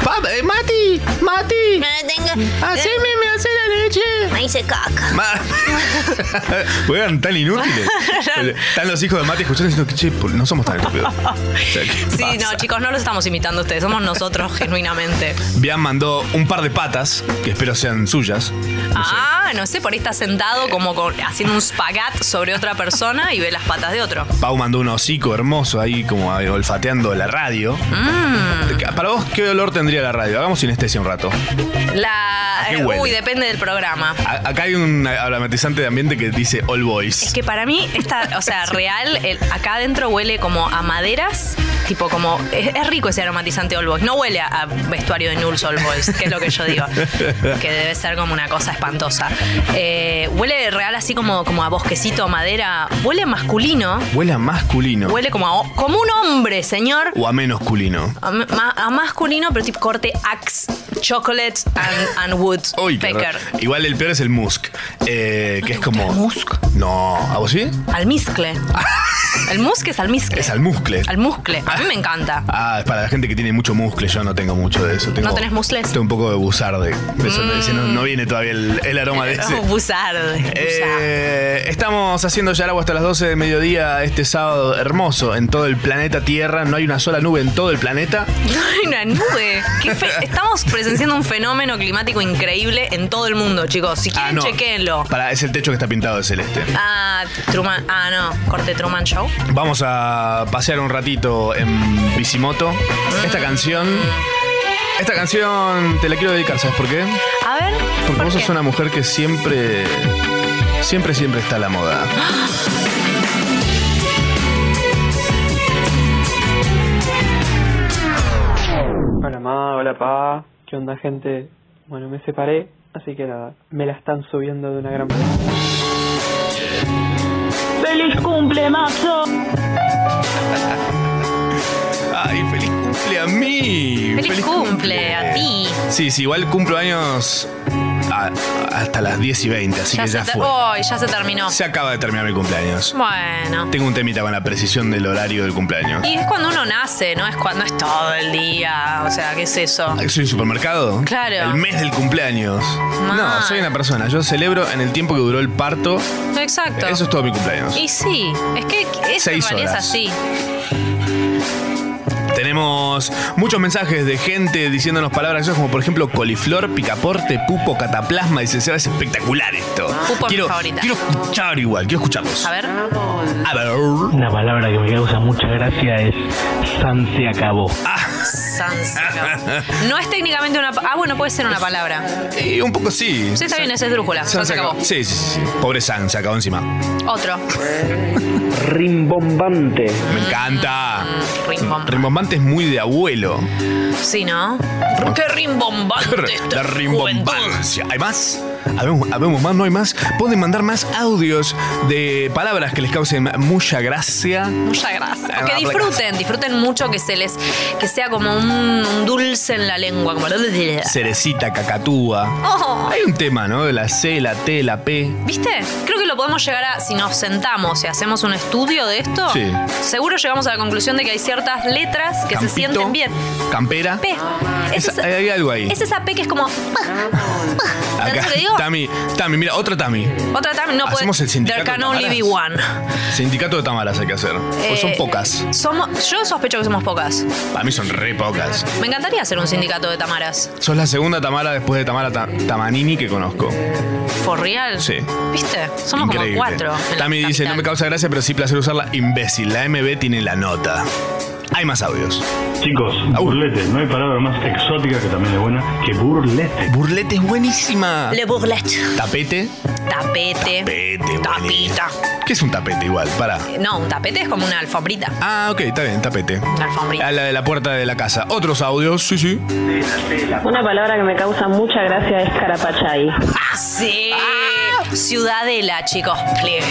Speaker 4: Pa- eh, Mati, Mati.
Speaker 15: Haceme,
Speaker 4: me hace la leche.
Speaker 15: Me hice
Speaker 2: Eh.
Speaker 15: caca.
Speaker 4: Ma- Juegan tan inútiles. Están los hijos de Mati escuchando y diciendo que che, por- no somos tan estúpidos. O sea, ¿qué
Speaker 2: Sí,
Speaker 4: pasa?
Speaker 2: no, chicos, no los estamos imitando a ustedes. Somos nosotros genuinamente.
Speaker 4: Bian mandó un par de patas, que espero sean suyas.
Speaker 2: Ah, no sé, por ahí está sentado como con- haciendo un spagat sobre otra persona y ve las patas de otro.
Speaker 4: Pau mandó un hocico hermoso ahí, como a- olfateando la radio.
Speaker 2: Mm.
Speaker 4: Para vos, ¿qué olor tendría la radio? Hagamos sinestesia un rato.
Speaker 2: La.
Speaker 4: ¿A qué huele?
Speaker 2: Uy, depende del programa.
Speaker 4: A- acá hay un aromatizante de ambiente que dice All Boys.
Speaker 2: Es que para mí, esta, o sea, real, el- acá adentro huele como a maderas, tipo como. Es, es rico ese aromatizante All Boys. No huele a, a vestuario de Nuls All Boys, que es lo que yo digo. Que debe ser como una cosa espantosa. Eh, huele real así como, como a bosquecito, a madera. Huele masculino.
Speaker 4: Huele a masculino.
Speaker 2: Huele como a, ho- como un hombre, señor.
Speaker 4: O a menos culino.
Speaker 2: A, m- ma- a masculino, pero tipo corte axe, chocolate and, and wood
Speaker 4: Uy, qué
Speaker 2: pecker.
Speaker 4: raro. Igual el peor es el musk. eh, que es como. No, ¿a vos sí?
Speaker 2: Almizcle. El musque es almizcle.
Speaker 4: Es al muscle.
Speaker 2: Almuzcle. A mí me encanta.
Speaker 4: Ah, es para la gente que tiene mucho muscle, yo no tengo mucho de eso. Tengo,
Speaker 2: ¿No tenés muscles? Mm.
Speaker 4: Tengo un poco de buzarde. Eso te- ese no, no viene todavía el, el aroma
Speaker 2: Eh, Oh,
Speaker 4: de ese.
Speaker 2: Buzarde.
Speaker 4: Eh, estamos haciendo ya el agua hasta las 12 de mediodía este sábado hermoso en todo el planeta Tierra. No hay una sola nube en todo el planeta.
Speaker 2: No hay una nube. Qué fe- Estamos presenciando un fenómeno climático increíble en todo el mundo, chicos. Si quieren,
Speaker 4: Ah, no.
Speaker 2: chequenlo.
Speaker 4: Para, es el techo que está pintado de celeste.
Speaker 2: Ah, Truman. Ah, no. Corte Truman Show.
Speaker 4: Vamos a pasear un ratito en Bicimoto. Esta canción. Esta canción te la quiero dedicar, ¿sabes por qué?
Speaker 2: A ver.
Speaker 4: Porque vos sos una mujer que siempre. Siempre, siempre está a la moda.
Speaker 6: Hola ma, hola pa, ¿qué onda gente? Bueno, me separé, así que nada, me la están subiendo de una gran manera.
Speaker 3: ¡Feliz cumple, macho!
Speaker 4: Ay, feliz cumple a mí.
Speaker 2: Feliz, cumple a ti.
Speaker 4: Sí, sí, igual cumplo años a- hasta las 10 y 20, así que
Speaker 2: se
Speaker 4: ya
Speaker 2: te-
Speaker 4: fue.
Speaker 2: Oh, ya se terminó.
Speaker 4: Se acaba de terminar mi cumpleaños.
Speaker 2: Bueno.
Speaker 4: Tengo un temita con la precisión del horario del cumpleaños.
Speaker 2: Y es cuando uno nace, no es cuando es todo el día. O sea, ¿qué es eso?
Speaker 4: ¿Soy un supermercado?
Speaker 2: Claro.
Speaker 4: El mes del cumpleaños. No,
Speaker 2: Mal.
Speaker 4: soy una persona. Yo celebro en el tiempo que duró el parto.
Speaker 2: Exacto.
Speaker 4: Eso es todo mi cumpleaños.
Speaker 2: Y sí, es que esa
Speaker 4: Seis
Speaker 2: realidad es
Speaker 4: horas.
Speaker 2: así.
Speaker 4: Tenemos muchos mensajes de gente diciéndonos palabras graciosas, como por ejemplo coliflor, picaporte, pupo, cataplasma. Dice, "Seba, es espectacular esto.
Speaker 2: Pupo es
Speaker 4: quiero,
Speaker 2: mi favorita.
Speaker 4: quiero escuchar igual, quiero escucharlos.
Speaker 2: A ver.
Speaker 4: A ver.
Speaker 8: Una palabra que me causa mucha gracia es San se acabó.
Speaker 2: Sansa. No es técnicamente una. pa- Ah, bueno, puede ser una palabra.
Speaker 4: Y un poco sí.
Speaker 2: Sí, está bien, esa es drújula.
Speaker 4: San
Speaker 2: Ya se acabó.
Speaker 4: Sí, sí, sí. Pobre San, se acabó encima.
Speaker 2: Otro. Mm,
Speaker 4: Rimbombante. Me encanta.
Speaker 2: rimbombante.
Speaker 4: Rimbombante es muy de abuelo.
Speaker 2: Sí, ¿no? Qué rimbombante esto.
Speaker 4: La rimbombancia. ¿Hay más? ¿Habemos, habemos más? ¿No hay más? Pueden mandar más audios de palabras que les causen mucha gracia.
Speaker 2: Mucha gracia. O Que
Speaker 4: Ah,
Speaker 2: disfruten, disfruten mucho que se les. que sea como un, un dulce en la lengua. Como...
Speaker 4: Cerecita, cacatúa.
Speaker 2: Oh,
Speaker 4: Hay un tema, ¿no? La C, la T, la P.
Speaker 2: ¿Viste? Creo que lo podemos llegar a. Si nos sentamos y hacemos un estudio de esto,
Speaker 4: Sí.
Speaker 2: seguro llegamos a la conclusión de que hay ciertas letras que se
Speaker 4: Campito.
Speaker 2: sienten bien.
Speaker 4: Campera.
Speaker 2: P. Es
Speaker 4: Esa- eh,
Speaker 2: esa-
Speaker 4: hay, hay algo ahí.
Speaker 2: es esa P que es como.
Speaker 4: Acá.
Speaker 2: ¿Entendés lo que digo?
Speaker 4: Tami, Tami, mira, otra Tami.
Speaker 2: Otra también no puede.
Speaker 4: Hacemos el sindicato
Speaker 2: There can
Speaker 4: de
Speaker 2: only be one.
Speaker 4: Sindicato de Tamaras hay que hacer. Pues son
Speaker 2: Eh,
Speaker 4: pocas.
Speaker 2: Somos, yo sospecho que somos pocas.
Speaker 4: Para mí son re pocas.
Speaker 2: Me encantaría hacer un sindicato de Tamaras.
Speaker 4: Sos la segunda Tamara después de Tamara Ta- Tamanini que conozco.
Speaker 2: For real.
Speaker 4: Sí.
Speaker 2: ¿Viste? Somos
Speaker 4: Increíble.
Speaker 2: como cuatro. en la
Speaker 4: Tami dice, no
Speaker 2: capital.
Speaker 4: me causa gracia, pero sí placer usarla. Imbécil, la MB tiene la nota. Hay más audios.
Speaker 27: Chicos, burlete. No hay palabra más exótica que también es buena que burlete.
Speaker 4: Burlete es buenísima.
Speaker 2: Le burlet.
Speaker 4: Tapete.
Speaker 2: Tapete.
Speaker 4: Tapete.
Speaker 2: Tapita.
Speaker 4: ¿Qué es un tapete igual? Para.
Speaker 2: No, un tapete es como una alfombrita.
Speaker 4: Ah, ok, está bien, tapete.
Speaker 2: Una alfombrita.
Speaker 4: A la de la puerta de la casa. Otros audios, sí, sí.
Speaker 28: Una palabra que me causa mucha gracia es carapachay.
Speaker 2: Ah, sí.
Speaker 4: ah.
Speaker 2: Ciudadela, chicos. Please.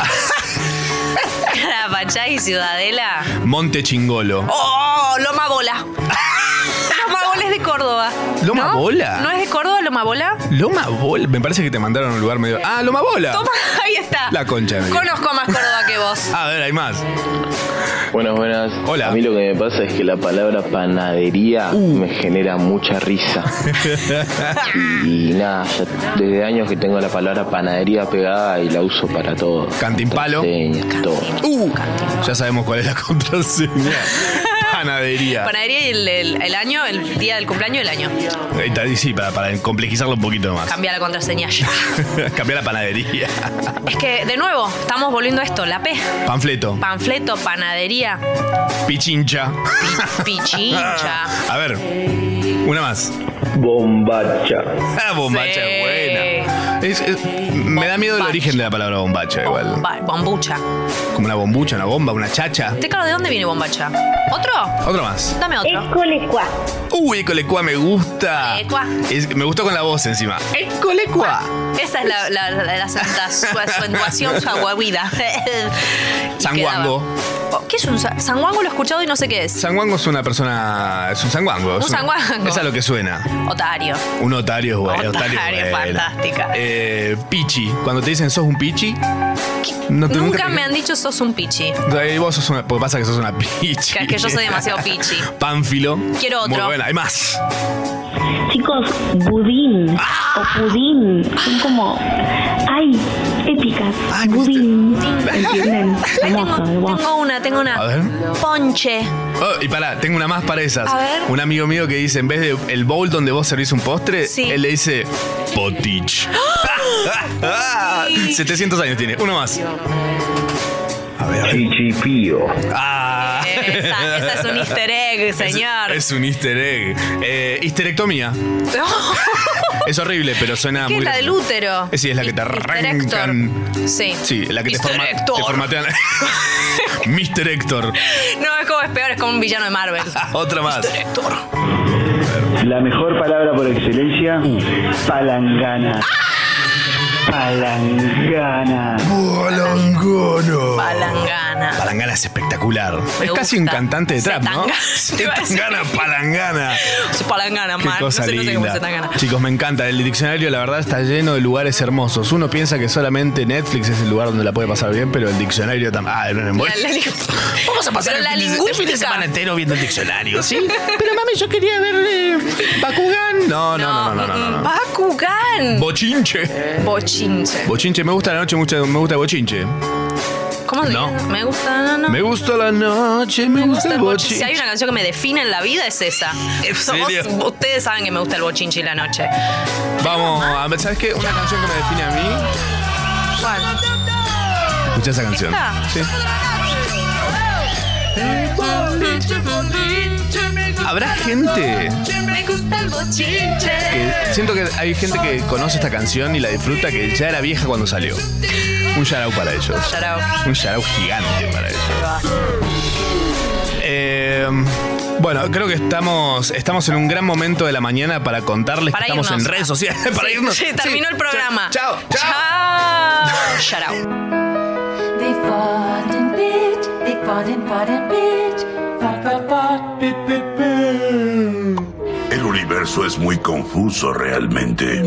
Speaker 2: Carapachay y Ciudadela.
Speaker 4: Monte Chingolo.
Speaker 2: ¡Oh! Loma Bola. Loma Bola es de Córdoba.
Speaker 4: ¿Loma
Speaker 2: ¿No?
Speaker 4: Bola?
Speaker 2: ¿No es de Córdoba Loma Bola?
Speaker 4: Loma Bola. Me parece que te mandaron a un lugar medio. Ah, Loma Bola.
Speaker 2: Toma, ahí está.
Speaker 4: La concha. de mi vida.
Speaker 2: Conozco más Córdoba que vos.
Speaker 4: A ver, hay más.
Speaker 29: Buenas, buenas. Hola. A mí lo que me pasa es que la palabra panadería
Speaker 4: Uh,
Speaker 29: me genera mucha risa.
Speaker 15: Ah,
Speaker 29: y nada, ya desde años que tengo la palabra panadería pegada y la uso para todo.
Speaker 4: Cantimpalo.
Speaker 29: Contraseñas, todo.
Speaker 4: Uh, ya sabemos cuál es la contraseña. Panadería.
Speaker 2: Panadería y el, el- el año, el día del cumpleaños y el año.
Speaker 4: Ahí está, y Sí, para, para complejizarlo un poquito más.
Speaker 2: Cambia la contraseña ya.
Speaker 4: Cambiar la panadería.
Speaker 2: Es que, de nuevo, estamos volviendo a esto, la P.
Speaker 4: Panfleto.
Speaker 2: Panfleto, panadería,
Speaker 4: Pichincha.
Speaker 2: pichincha.
Speaker 4: A ver, una más.
Speaker 29: Bombacha.
Speaker 4: Ah, bombacha es buena. Es- es- me da miedo el origen de la palabra bombacha, igual.
Speaker 2: Ba- Bombucha.
Speaker 4: Como una bombucha, una bomba, una chacha.
Speaker 2: Te claro, ¿de dónde viene bombacha? ¿Otro?
Speaker 4: Otro más.
Speaker 2: Dame otro.
Speaker 28: Escolecua.
Speaker 4: Uy, ecolecua me gusta.
Speaker 2: Ecolecua.
Speaker 4: Es- me gustó con la voz encima. Ah,
Speaker 2: Escolecua. Esa es la, la, la, la santa- su- acentuación sanguaguida. Y
Speaker 4: Sanguango.
Speaker 2: quedaba. Oh, ¿Qué es un sa- sanguango? Lo he escuchado y no sé qué es.
Speaker 4: Sanguango es una persona. Es un sanguango. es
Speaker 2: Un sanguango.
Speaker 4: Es a lo que suena.
Speaker 2: Otario.
Speaker 4: Un otario es bueno. Otario,
Speaker 2: Otario,
Speaker 4: es bueno.
Speaker 2: fantástica.
Speaker 4: Eh, pichi. Cuando te dicen sos un pichi. No te-
Speaker 2: Nunca me han dicho sos un pichi.
Speaker 4: Eh, Vos sos una. Porque pasa que sos una pichi.
Speaker 2: Que es que yo soy demasiado pichi.
Speaker 4: Pánfilo.
Speaker 2: Quiero otro.
Speaker 4: Muy buena, hay más.
Speaker 28: Chicos, budín
Speaker 4: Ah.
Speaker 28: o pudín son como. ¡Ay! Épicas.
Speaker 4: Ah,
Speaker 28: budín. ¿Entienden? Hermoso, hermoso.
Speaker 2: Tengo una, tengo una.
Speaker 4: A ver.
Speaker 2: Ponche.
Speaker 4: Oh, y pará, tengo una más para esas.
Speaker 2: A ver.
Speaker 4: Un amigo mío que dice, en vez de el bowl donde vos servís un postre, él le dice potich. Ah, 700 años tiene. Uno más. A ver, a ver.
Speaker 27: Chichipío.
Speaker 4: Ah.
Speaker 2: Esa, esa es un easter egg, señor.
Speaker 4: Es un easter egg. Eh, histerectomía. Es horrible, pero suena
Speaker 2: ¿Qué
Speaker 4: muy...
Speaker 2: es la del útero?
Speaker 4: Eh, Sí, es la que te
Speaker 2: Histerector.
Speaker 4: arrancan.
Speaker 2: Sí.
Speaker 4: Sí, la que te, forma-
Speaker 2: Histerector.
Speaker 4: te formatean. Mr. Héctor.
Speaker 2: No, es como es peor, es como un villano de Marvel.
Speaker 4: Otra más.
Speaker 1: La mejor palabra por excelencia, palangana. Palangana.
Speaker 4: Palangono.
Speaker 2: Palangana.
Speaker 4: Palangana es espectacular.
Speaker 2: Me
Speaker 4: es casi un
Speaker 2: gusta.
Speaker 4: cantante de trap, ¿no?
Speaker 2: Zetangana. Te iba a decir.
Speaker 4: Zetangana, palangana.
Speaker 2: Es palangana,
Speaker 4: Qué
Speaker 2: man.
Speaker 4: cosa
Speaker 2: no, sé, no sé cómo
Speaker 4: linda.
Speaker 2: se tan gana.
Speaker 4: Chicos, me encanta. El diccionario, la verdad, está lleno de lugares hermosos. Uno piensa que solamente Netflix es el lugar donde la puede pasar bien, pero el diccionario también. Ah, era un embole. Vamos a pasar el
Speaker 2: Pero la
Speaker 4: fin de- el fin de
Speaker 2: lingüística.
Speaker 4: semana entero viendo el diccionario, ¿sí?
Speaker 3: Pero mami, yo quería ver Bakugan.
Speaker 4: eh, No, no, no, no, no,
Speaker 2: Mm,
Speaker 4: no. no, no.
Speaker 2: Bakugan.
Speaker 4: Bochinche.
Speaker 2: Bochinche.
Speaker 4: Bochinche, me gusta la noche, mucho- me gusta bochinche.
Speaker 2: ¿Cómo se
Speaker 4: No.
Speaker 2: dice? Me gusta, no, no.
Speaker 4: Me gusta la noche, me, gusta, el bochinche.
Speaker 2: Si hay una canción que me define en la vida es esa. Somos-
Speaker 4: serio?
Speaker 2: ustedes saben que me gusta el bochinche y la noche.
Speaker 4: Vamos, a ver, ¿sabes qué? Una canción que me define a mí. Escucha esa canción.
Speaker 3: ¿Esta?
Speaker 4: Sí. Habrá gente
Speaker 3: Me gusta el
Speaker 4: que
Speaker 3: bochinche.
Speaker 4: siento que hay gente que conoce esta canción y la disfruta que ya era vieja cuando salió. Un shout out para ellos.
Speaker 2: Shout out.
Speaker 4: Un shout out gigante para ellos. Eh, bueno, creo que estamos, estamos en un gran momento de la mañana para contarles
Speaker 2: Para
Speaker 4: que estamos
Speaker 2: irnos.
Speaker 4: en redes sociales. Para
Speaker 2: Sí,
Speaker 4: irnos.
Speaker 2: sí, terminó el programa.
Speaker 4: Chao.
Speaker 2: Chao. Shout out.
Speaker 9: They fought and bit, they fought and fought and bit, fought, fought, fought, bit, bit, bit.
Speaker 10: El universo es muy confuso realmente.